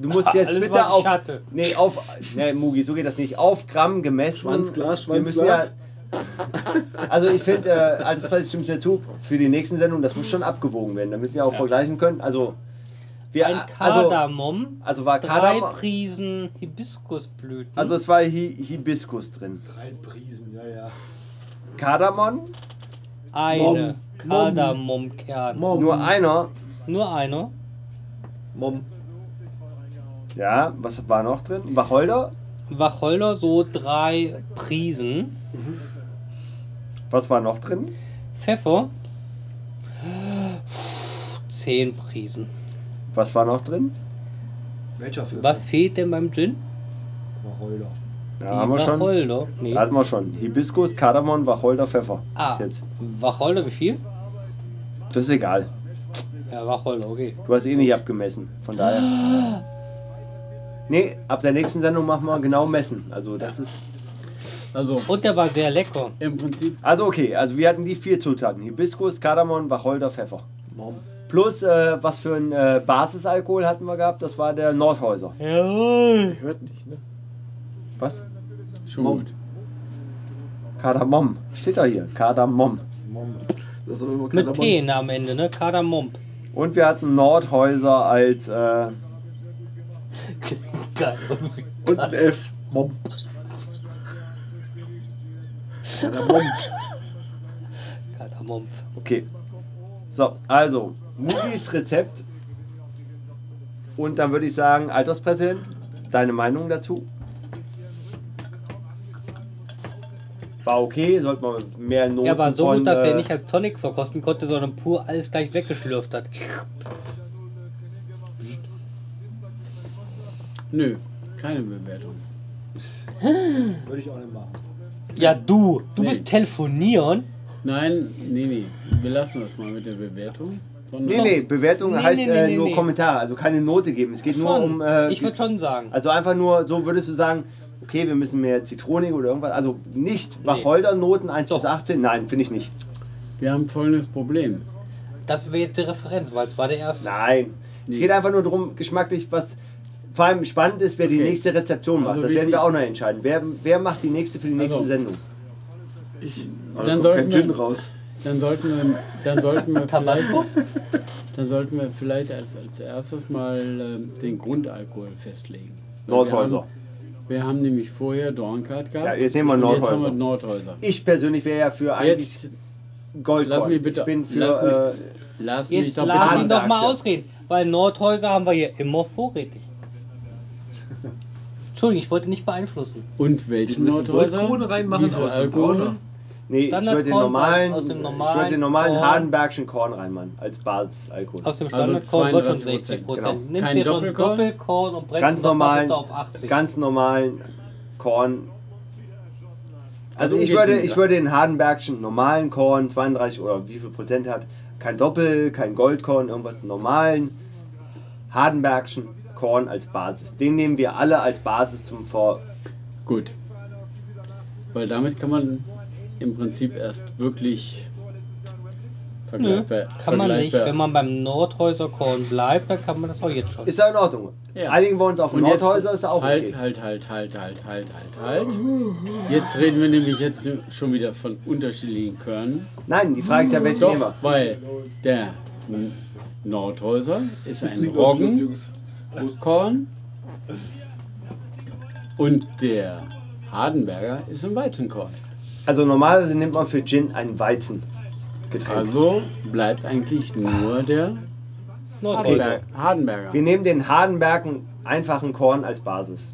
Du musst jetzt
Alles, was
bitte
ich
auf,
hatte.
nee, auf, nee, Mugi, so geht das nicht, auf Gramm gemessen.
Schwanzglas,
Wir müssen
Schwanzglas.
Ja, also ich finde, äh, alles was stimmt mir zu, für die nächsten Sendungen, das muss schon abgewogen werden, damit wir auch vergleichen können, also, wir,
Ein
also,
Kardamom,
also war
drei
Kardamom,
Prisen Hibiskusblüten.
also es war Hi Hibiskus drin.
Drei Prisen, ja, ja.
Kardamom,
eine Kardamomkern.
Mom.
nur einer.
Nur eine.
Mom.
Ja, was war noch drin? Wacholder?
Wacholder so drei Prisen.
Was war noch drin?
Pfeffer. Zehn Prisen.
Was war noch drin?
Welcher Film?
Was fehlt denn beim Gin?
Wacholder.
Ja, haben wir schon. Also-
Wacholder. Nee.
Hatten wir schon. Hibiskus, Kardamom, Wacholder, Pfeffer.
Ah,
Ist jetzt.
Wacholder, wie viel?
Das ist egal.
Ja, Wacholder, okay.
Du hast eh nicht abgemessen. Von daher. Nee, ab der nächsten Sendung machen wir genau messen. Also das ist.
Also
Und der war sehr lecker.
im Prinzip
Also okay, also wir hatten die vier Zutaten. Hibiskus, Kardamom, Wacholder, Pfeffer.
Mom.
Plus, äh, was für ein äh, Basisalkohol hatten wir gehabt? Das war der Nordhäuser.
Hört nicht, ne?
Was?
Schon gut.
Kardamom. Steht da hier. Kardamom.
Das soll immer
Mit
keiner machen.
P am Ende, ne? Kardamump.
Und wir hatten Nordhäuser als. Äh,
Geil.
Und ein F. Mom.
Kardamump.
okay. So, also, Mugis Rezept. Und dann würde ich sagen, Alterspräsident, deine Meinung dazu? War okay, sollte man mehr Noten
Er war so
von,
gut, dass er
äh,
nicht als Tonic verkosten konnte, sondern pur alles gleich weggeschlürft hat.
Nö, keine Bewertung.
Würde ich auch nicht machen.
Ja, du. Du
Nee.
bist telefonieren.
Nein, nee, nee. Wir lassen das mal mit der Bewertung. Sondern-
Nee, nee, Bewertung
Nee,
heißt
nee,
äh,
nee,
nur
nee.
Kommentare, also keine Note geben. Es geht nur um. Äh,
ich würde schon sagen.
Also einfach nur, so würdest du sagen, okay, wir müssen mehr Zitronik oder irgendwas. Also nicht Wacholdernoten 1 bis
Doch.
18. Nein, finde ich nicht.
Wir haben folgendes Problem.
Das wäre jetzt die Referenz, weil es war der erste.
Nein. Es
Nee.
geht einfach nur darum, geschmacklich was. Vor allem spannend ist, wer die
Okay.
nächste Rezeption macht.
Also
das werden
richtig-
wir auch noch entscheiden. Wer, wer macht die nächste für die nächste
Also.
Sendung?
Ich. Dann
Dann
kommt
sollten
Also, kein
wir-
Gin raus.
Dann sollten wir, dann sollten wir
Tabasco?
vielleicht, dann sollten wir vielleicht als, als erstes mal ähm, den Grundalkohol festlegen. Weil
Nordhäuser.
Wir haben, wir haben nämlich vorher Dorncard gehabt.
Ja, jetzt nehmen wir
Und
Nordhäuser.
Jetzt haben wir Nordhäuser.
Ich persönlich wäre ja für eigentlich
Jetzt
Gold.
lass mich bitte-
ich bin
lass
für. äh,
mich- lass mich
Jetzt
doch
lass
bitte-
ihn
bitte.
doch mal
Dankeschön.
ausreden, weil Nordhäuser haben wir hier immer vorrätig. Entschuldigung, ich wollte nicht beeinflussen.
Und welchen
Wir müssen
Nordhäuser?
Goldkrone reinmachen
Wie viel
aus dem
Alkohol?
Brauner.
Äh, nee, ich
Standard
würde den
Korn
normalen.
aus dem
ich
normalen
würde den normalen
Korn.
Hardenbergschen Korn reinmachen. Als Basisalkohol.
Aus dem
Also
Standardkorn wird schon
32%,
60 Prozent.
genau.
Nimmst
Kein
dir schon
Doppelkorn?
Doppelkorn und brennst
ganz
es
normalen,
nochmal bis auf 80.
ganz normalen Korn. Also
Darum
ich
geht's
würde,
nicht,
ich
ja.
würde den Hardenbergschen normalen Korn, 32 oder wie viel Prozent hat, kein Doppel, kein Goldkorn, irgendwas normalen Hardenbergschen Korn als Basis. Den nehmen wir alle als Basis zum Vor.
Gut. Weil damit kann man im Prinzip erst wirklich
Nö,
vergleichbar.
kann man nicht.
vergleichbar-
Wenn man beim Nordhäuserkorn bleibt, dann kann man das auch jetzt schon.
Ist ja in Ordnung.
Ja.
Einigen wir uns auf
Und jetzt-
Nordhäuser, ist ja auch
halt,
okay.
Halt, halt, halt, halt, halt, halt, halt. Jetzt reden wir nämlich jetzt schon wieder von unterschiedlichen Körnern.
Nein, die Frage ist ja, welchen nehmen wir?
Doch, weil der N- Nordhäuser ist ein
trinke auch Schluck,
Roggenkorn
Jungs.
und der Hardenberger ist ein Weizenkorn.
Also normalerweise nimmt man für Gin ein Weizengetränk.
Also bleibt eigentlich nur der
Nordhäuser.
Hardenberger. Hardenberger.
Wir nehmen den Hardenbergen einfachen Korn als Basis.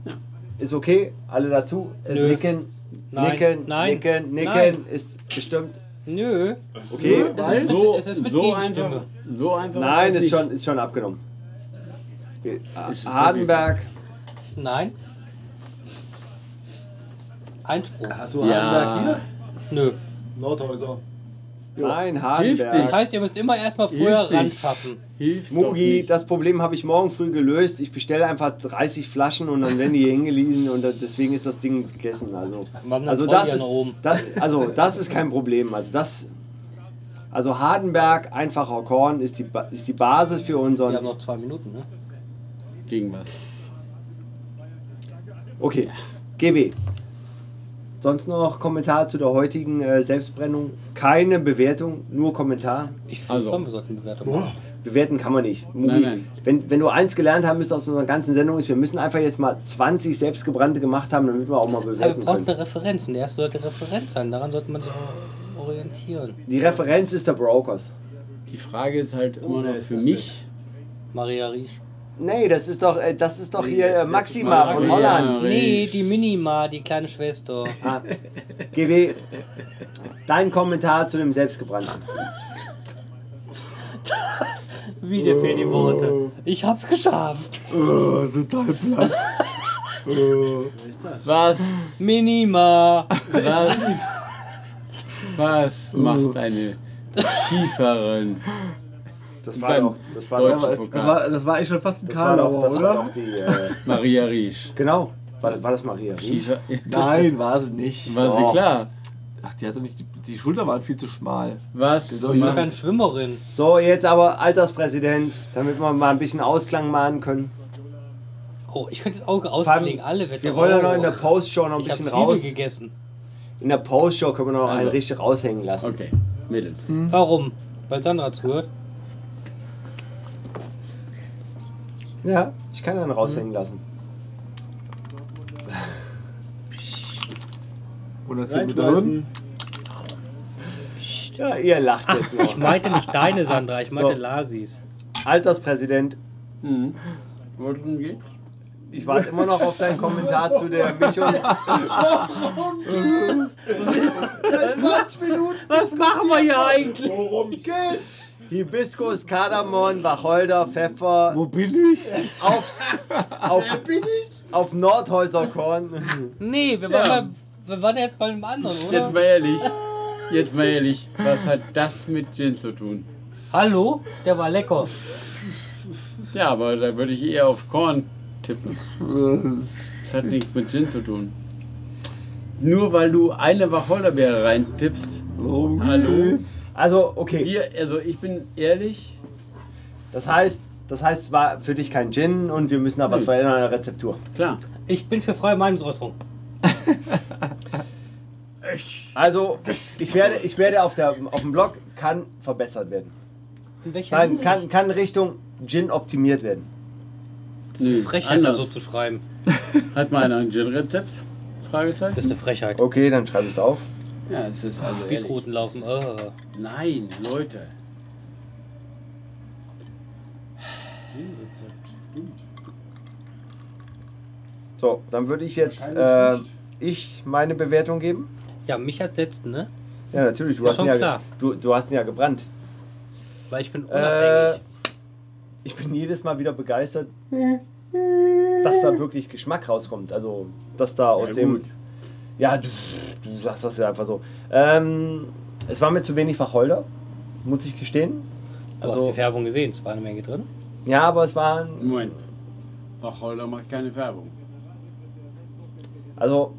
Ist okay, alle dazu. Es
Nö.
nicken,
Nein,
nicken,
nein,
nicken, nicken,
nein.
ist bestimmt.
Nö.
Okay.
Es ist mit,
Also So,
es ist mit
so,
Gegenstimme.
einfach, so einfach
Nein,
es
ist
nicht.
schon, ist schon abgenommen. Wir-
Ist es
Hardenberg,
Nein. Einspruch.
Hast du
Ja.
Hardenberg hier?
Nö.
Nordhäuser.
nein,
Hilft
Das
Hardenberg.
heißt, ihr müsst immer erstmal vorher
Hilft nicht.
ranschaffen.
Hilft doch
Mugi,
nicht.
das Problem habe ich morgen früh gelöst. Ich bestelle einfach 30 Flaschen und dann werden die hier hingelesen und dann- deswegen ist das Ding gegessen. Also,
Mann,
also
das wollen
das
die ja
ist,
nach oben.
das, also das ist kein Problem. Also das, also Hardenberg einfacher Korn ist die, Ba- ist die Basis für
Wir haben
unseren.
noch zwei Minuten, ne?
Gegen was?
Okay, GW. Sonst noch Kommentar zu der heutigen äh, Selbstbrennung. Keine Bewertung, nur Kommentar.
Ich finde
Also.
schon, wir sollten eine Bewertung machen.
Bewerten kann man nicht. Mugi,
Nein, nein.
Wenn, wenn du eins gelernt haben müsst aus unserer ganzen Sendung, ist, wir müssen einfach jetzt mal 20 selbstgebrannte gemacht haben, damit wir auch mal
Aber
bewerten
wir brauchen
können.
eine Referenz. Und der erste sollte Referenz sein. Daran sollte man sich orientieren.
Die Referenz ist der Brokers.
Die Frage ist halt immer
wer
noch
ist
für
das
mich.
Maria Riesch.
Nee, das ist doch, äh, das ist doch hier äh, Maxima
Maria
von Holland.
Riesch.
Nee, die Minima, die kleine Schwester.
Ah, GW, dein Kommentar zu dem Selbstgebrannten.
Wie dir fehlen die Worte. Oh. Ich hab's geschafft.
Oh, total platt.
Was?
Minima.
Was? Was macht eine Schieferin?
Das war
Beim
doch, das war
Deutschen
doch,
Pokal.
Das war, das war eigentlich schon fast ein
das war doch,
Karlauer,
das war
oder?
doch die, äh,
Maria Riesch.
genau, war, war das Maria Riesch?
Schiefer.
Nein, war sie nicht.
War sie
Doch.
klar?
Ach, die hatte nicht. Die, die Schulter waren viel zu schmal.
Was?
Die soll
Ich
ich
bin
sagen?
keine Schwimmerin.
So, jetzt aber Alterspräsident, damit wir mal ein bisschen Ausklang machen können.
Oh, ich könnte das Auge
allem,
ausklingen. Alle Wetter.
Wir wollen ja
oh.
noch in der Postshow noch ein
Ich hab
bisschen
Zwiebeln
raus.
gegessen.
In der Postshow können wir noch
Also.
einen richtig raushängen lassen.
Okay, Mädels.
Hm. Warum? Weil Sandra zuhört.
Ja, ich kann einen raushängen
Hm.
lassen.
110 Meter Hürden.
Ja, ihr lacht jetzt
Ah, Ich
noch.
meinte nicht deine Sandra, ich meinte
So.
Lasis.
Alterspräsident,
Mhm. Worum geht's?
ich warte immer noch auf deinen Kommentar zu der Mischung.
Seit 20 Minuten.
Was machen wir hier eigentlich?
Worum geht's?
Hibiskus, Kardamom, Wacholder, Pfeffer.
Wo bin ich?
Auf, auf, auf Nordhäuserkorn.
Nee, wir
Ja.
waren, bei, wir waren jetzt bei einem anderen,
Jetzt
oder?
mal ehrlich. Jetzt mal ehrlich. Was hat das mit Gin zu tun?
Hallo? Der war lecker.
Ja, aber da würde ich eher auf Korn tippen. Das hat nichts mit Gin zu tun. Nur weil du eine Wacholderbeere reintippst.
Warum
Hallo?
Also, okay.
Wir, also ich bin ehrlich,
Das heißt, das heißt, es war für dich kein Gin und wir müssen aber was
Hm.
verändern an der Rezeptur.
klar.
Ich bin für freie Meinungsäußerung.
Also, ich werde, ich werde auf, der, auf dem Blog kann verbessert werden.
In welcher
Nein,
Hinsicht?
kann, kann Richtung Gin optimiert werden.
Das ist eine
Nee,
Frechheit,
anders.
das so zu schreiben.
Hat mal einer ein Gin-Rezept? Fragezeichen?
Das ist eine Frechheit.
Okay, dann schreibe ich es auf.
Ja, es ist also ehrlich.
Spießruten laufen. Oh.
Nein, Leute.
So, dann würde ich jetzt äh, ich meine Bewertung geben.
Ja, mich als Letzten, ne?
Ja, natürlich, du,
Ist
hast ihn
schon
ja,
klar.
ge- du, du hast ihn ja gebrannt.
Weil ich bin
Äh,
unabhängig.
ich bin jedes Mal wieder begeistert, dass da wirklich Geschmack rauskommt. Also, dass da aus
Ja,
dem.
gut.
Ja, du, du sagst das ja einfach so. Ähm, es war mir zu wenig Wacholder, muss ich gestehen.
Du hast
Also,
die Färbung gesehen, es war eine Menge drin.
ja, aber es waren.
Moment. Wacholder macht keine Färbung.
Also,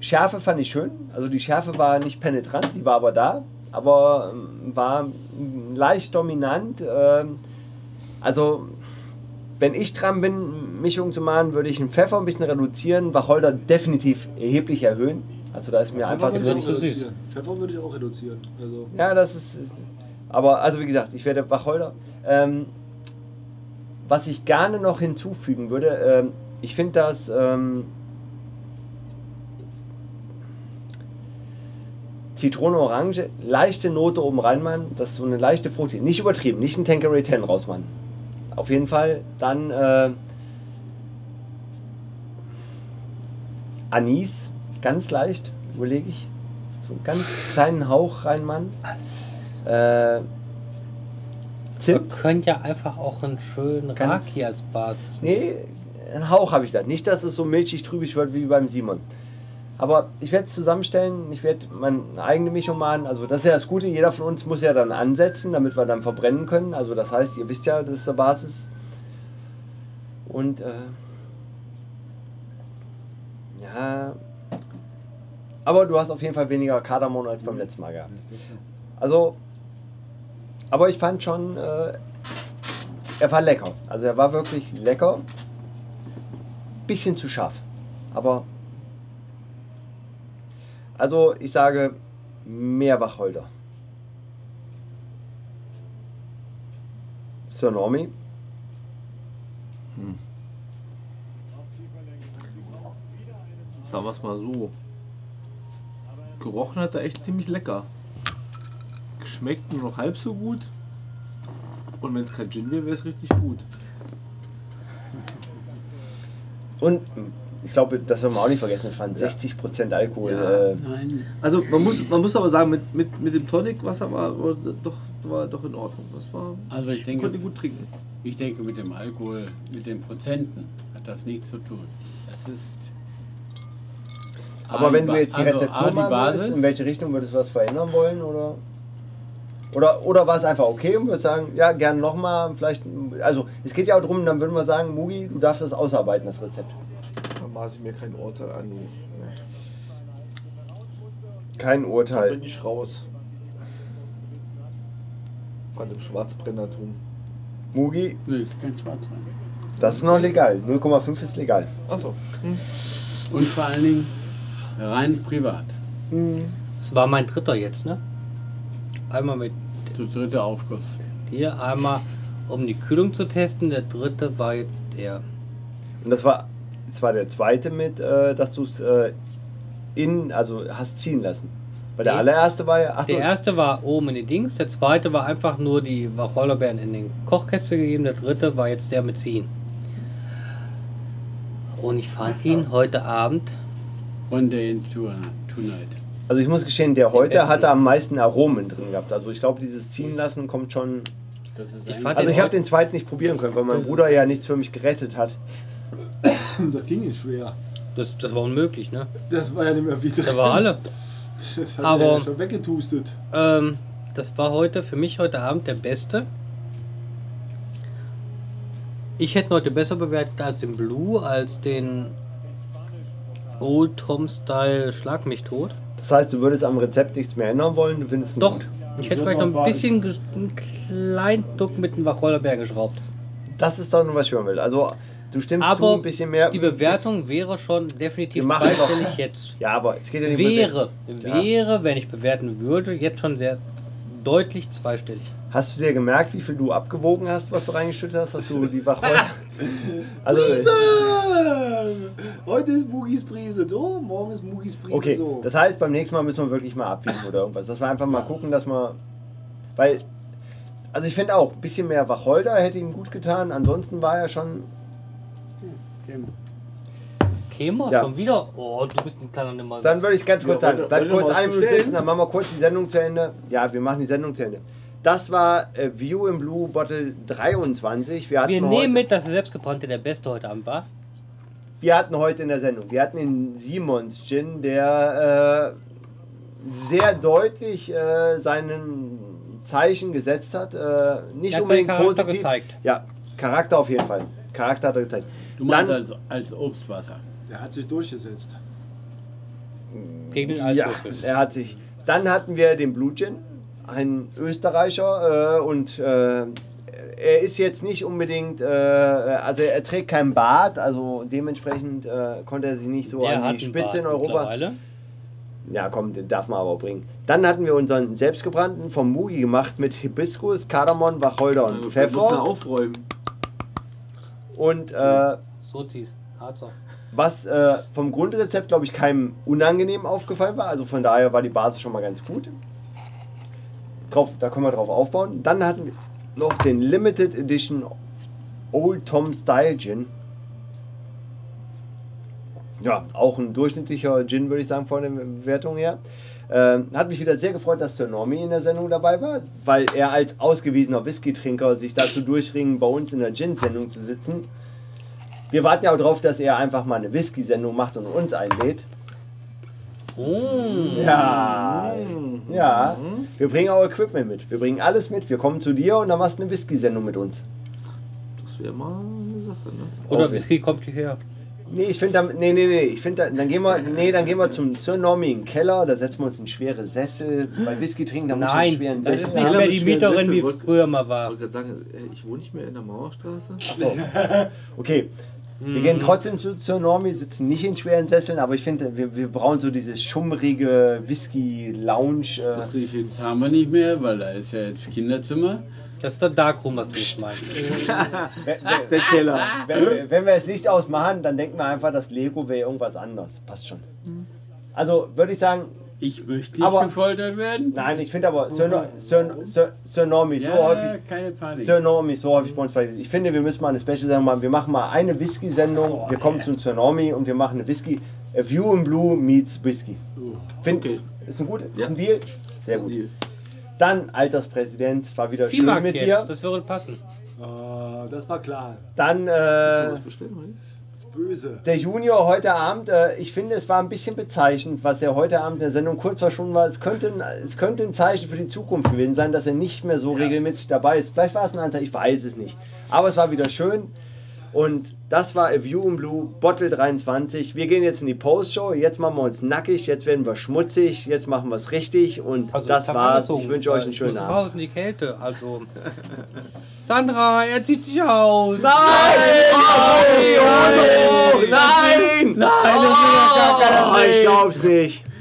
Schärfe fand ich schön. Also, die Schärfe war nicht penetrant, die war aber da. Aber ähm, war mm, leicht dominant. Ähm, also, wenn ich dran bin, Mischung zu machen, würde ich den Pfeffer ein bisschen reduzieren, Wacholder definitiv erheblich erhöhen. Also, da ist mir einfach zu
wird
wenig.
so süß.
Pfeffer würde ich auch reduzieren. Also,
Ja, das ist. ist- Aber also wie gesagt, ich werde Wacholder. Ähm, was ich gerne noch hinzufügen würde, ähm, ich finde das. Ähm, Zitrone, Orange, leichte Note oben rein, machen Das ist so eine leichte Frucht. Nicht übertrieben, nicht ein Tanqueray 10 raus, machen Auf jeden Fall dann äh, Anis, ganz leicht, überlege ich. So einen ganz kleinen Hauch rein, Mann. Äh,
Wir
Zimt.
können ja einfach auch einen schönen
Ganz-
Raki als Basis. nehmen.
Nee, einen Hauch habe ich da. Nicht, dass es so milchig trübig wird wie beim Simon. Aber ich werde es zusammenstellen, ich werde meine eigene Mischung machen. Also das ist ja das Gute, jeder von uns muss ja dann ansetzen, damit wir dann verbrennen können. Also das heißt, ihr wisst ja, das ist der Basis. Und äh, ja, aber du hast auf jeden Fall weniger Kardamom als beim letzten Mal gehabt. Also, aber ich fand schon, äh, er war lecker. Also er war wirklich lecker. Bisschen zu scharf. Aber. Also ich sage mehr Wacholder. Sir Normie.
Sagen wir es mal so. Gerochen hat er echt ziemlich lecker. Geschmeckt nur noch halb so gut. Und wenn es kein Gin wäre, wäre es richtig gut.
Und ich glaube, das haben wir auch nicht vergessen, es waren 60% Alkohol.
Ja.
Äh,
Nein.
Also man muss, man muss aber sagen, mit, mit, mit dem Tonic Wasser war, war doch war doch in Ordnung. Das war
Also ich denke,
konnte gut trinken.
Ich denke, mit dem Alkohol, mit den Prozenten hat das nichts zu tun. Das ist.
aber
A,
wenn
die
du
Ba-
jetzt die
also
Rezeptur
A, die
machen würdest,
Basis.
in welche Richtung würdest du was verändern wollen? Oder, oder, oder war es einfach okay und würdest sagen, ja, gern nochmal, vielleicht. Also es geht ja auch darum, dann würden wir sagen, Mugi, du darfst das ausarbeiten, das Rezept.
Da maß ich mir kein Urteil an.
Kein
Da bin
Urteil.
ich raus. Bei dem Schwarzbrennertum.
Mugi,
Nee, ist kein Schwarz rein.
das ist noch legal. 0,5 ist legal.
Achso.
Und vor allen Dingen rein privat.
Das war mein dritter jetzt, ne? Einmal mit
Zu dritter Aufguss.
dir, einmal um die Kühlung zu testen, der dritte war jetzt der.
Und das war, das war der zweite mit, äh, dass du es äh, in, also hast ziehen lassen. Weil der
Nee.
allererste war ja, ach so,
Der erste war oben in den Dings, der zweite war einfach nur die Wacholderbeeren in den Kochkästchen gegeben, der dritte war jetzt der mit Ziehen. Und ich fand ihn heute Abend
One day in two- tonight.
also ich muss gestehen, der heute
besten.
hatte am meisten Aromen drin gehabt. Also ich glaube, dieses ziehen lassen kommt schon.
Das ist
Ich
eigentlich-
fand
Also ich habe
heute-
den zweiten nicht probieren können, weil mein
Das-
Bruder ja nichts für mich gerettet hat.
Das ging nicht schwer.
Das, das war unmöglich, ne?
Das war ja nicht mehr wieder.
Da war alle.
Das hat
aber-
er ja schon weggetustet.
Ähm, das war heute für mich heute Abend der beste. Ich hätte ihn heute besser bewertet als den Blue, als den Old Tom Style Schlag mich tot.
Das heißt, du würdest am Rezept nichts mehr ändern wollen, du findest ihn
Doch,
gut.
ich hätte vielleicht noch ein bisschen ges- einen kleinen Duck mit dem Wacholderbeer geschraubt.
Das ist doch nur, was ich hören will. Also du stimmst zu
Aber
ein bisschen mehr.
Die Bewertung wäre schon definitiv
Wir machen doch-
zweistellig jetzt.
ja, aber es geht ja nicht um
Wäre,
Ja.
wäre, wenn ich bewerten würde, jetzt schon sehr deutlich zweistellig.
Hast du dir gemerkt, wie viel du abgewogen hast, was du reingeschüttet hast, dass du die Wacholder... Also,
Heute ist Mugis Prise so, morgen ist Mugis Prise
okay,
so.
das heißt, beim nächsten Mal müssen wir wirklich mal abwiegen oder irgendwas. Dass wir einfach mal gucken, dass wir... Weil, also ich finde auch, ein bisschen mehr Wacholder hätte ihm gut getan. Ansonsten war er schon...
Käme
Ja.
schon wieder. Oh, du bist ein kleiner Nimmer.
Dann würde ich es ganz kurz
Ja,
sagen.
wollte-
Bleib
wollte
kurz
mal
eine Minute
stellen.
sitzen, dann machen wir kurz die Sendung zu Ende. Ja, wir machen die Sendung zu Ende. Das war äh, View in Blue Bottle 23. Wir, hatten
Wir
heute,
nehmen mit, dass der selbstgebrannte der beste heute Abend war.
wir hatten heute in der Sendung, wir hatten den Simons Gin, der äh, sehr deutlich äh, seinen Zeichen gesetzt hat. Äh, nicht
Er hat seinen
unbedingt
Charakter
positiv.
gezeigt.
Ja, Charakter auf jeden Fall. Charakter hat er gezeigt.
Du meinst also
Dann-
als, als Obstwasser.
Der hat sich durchgesetzt.
Gegen den
Ja,
Eiswürfel.
Also, er hat sich. Dann hatten wir den Blue Gin, ein Österreicher, äh, und äh, er ist jetzt nicht unbedingt, äh, also er trägt keinen Bart, also dementsprechend äh, konnte er sich nicht so an
der hat
die
einen
Spitze
Bart
in Europa.
mittlerweile.
Ja, komm, den darf man aber auch bringen. Dann hatten wir unseren selbstgebrannten vom Mugi gemacht mit Hibiskus, Kardamom, Wacholder und
Also, wir mussten da
Pfeffer.
aufräumen.
Und äh,
Sozis. Harzer.
was äh, vom Grundrezept, glaube ich, keinem unangenehm aufgefallen war. Also von daher war die Basis schon mal ganz gut. Drauf, da können wir drauf aufbauen. Dann hatten wir noch den Limited Edition Old Tom Style Gin. Ja, auch ein durchschnittlicher Gin, würde ich sagen, von der Bewertung her. Ähm, hat mich wieder sehr gefreut, dass Sir Normie in der Sendung dabei war, weil er als ausgewiesener Whisky-Trinker sich dazu durchringen, bei uns in der Gin-Sendung zu sitzen. Wir warten ja auch drauf, dass er einfach mal eine Whisky-Sendung macht und uns einlädt.
Mm.
Ja.
Mhm.
Ja. Wir bringen auch Equipment mit. Wir bringen alles mit. Wir kommen zu dir und dann machst du eine Whisky-Sendung mit uns.
Das wäre mal eine Sache, ne?
Oder
Auf-
Whisky kommt hierher.
Nee, ich finde, nee, nee, nee, ich finde, dann gehen wir, nee, dann gehen wir zum Sir Normie in den Keller, da setzen wir uns in schwere Sessel, bei Whisky trinken, da muss ich einen
Nein,
schweren
das
Sessel
ist nicht
haben.
mehr die
schweren
Mieterin, wie
Sessel.
früher mal
Ich
war.
wollte gerade sagen, äh, ich wohne nicht mehr in der Mauerstraße.
Okay, wir
Mhm.
gehen trotzdem zu Sir Normie, sitzen nicht in schweren Sesseln, aber ich finde, wir, wir brauchen so dieses schummrige Whisky-Lounge. Äh,
Das kriege ich hin.
Das haben wir nicht mehr, weil da ist ja jetzt Kinderzimmer.
Das ist der Darkroom, was du jetzt meinst.
Der Keller.
Wenn, wenn wir das Licht ausmachen, dann denken wir einfach, das Lego wäre irgendwas anderes. Passt schon. Also würde ich sagen,
Ich möchte nicht
Aber-
gefoltert werden.
nein, ich finde aber Sir, No- Sir, Sir, Sir Normie so häufig.
keine Panik.
Sir Normie so häufig bei uns bei. Ich finde, wir müssen mal eine Special-Sendung machen. Wir machen mal eine Whisky-Sendung. Wir kommen zum Sir Normie und wir machen eine Whisky. A View in Blue meets Whisky. Find,
Okay.
Ist ein gut, ist ein Deal. Sehr gut.
Deal.
Dann Alterspräsident, war wieder schön
Viehmarkt
mit
jetzt,
dir.
das würde passen.
Ah, das war klar.
Dann äh,
Was bestellen wir?
Das ist böse.
Der Junior heute Abend, äh, ich finde, es war ein bisschen bezeichnend, was er heute Abend in der Sendung kurz verschwunden war. Es könnte, ein- es könnte ein Zeichen für die Zukunft gewesen sein, dass er nicht mehr so regelmäßig dabei ist. Vielleicht war es ein Anteil, ich weiß es nicht. Aber es war wieder schön. Und das war A View in Blue, Bottle 23. Wir gehen jetzt in die Postshow. Jetzt machen wir uns nackig, jetzt werden wir schmutzig, jetzt machen wir es richtig. Und das war's. Also, Ich wünsche euch einen schönen
Abend.
Abend.
raus in die Kälte, also. Sandra, er zieht sich aus.
Nein! Nein! Nein! Nein! Nein! Nein! Nein! Ich Oh, glaub's nicht.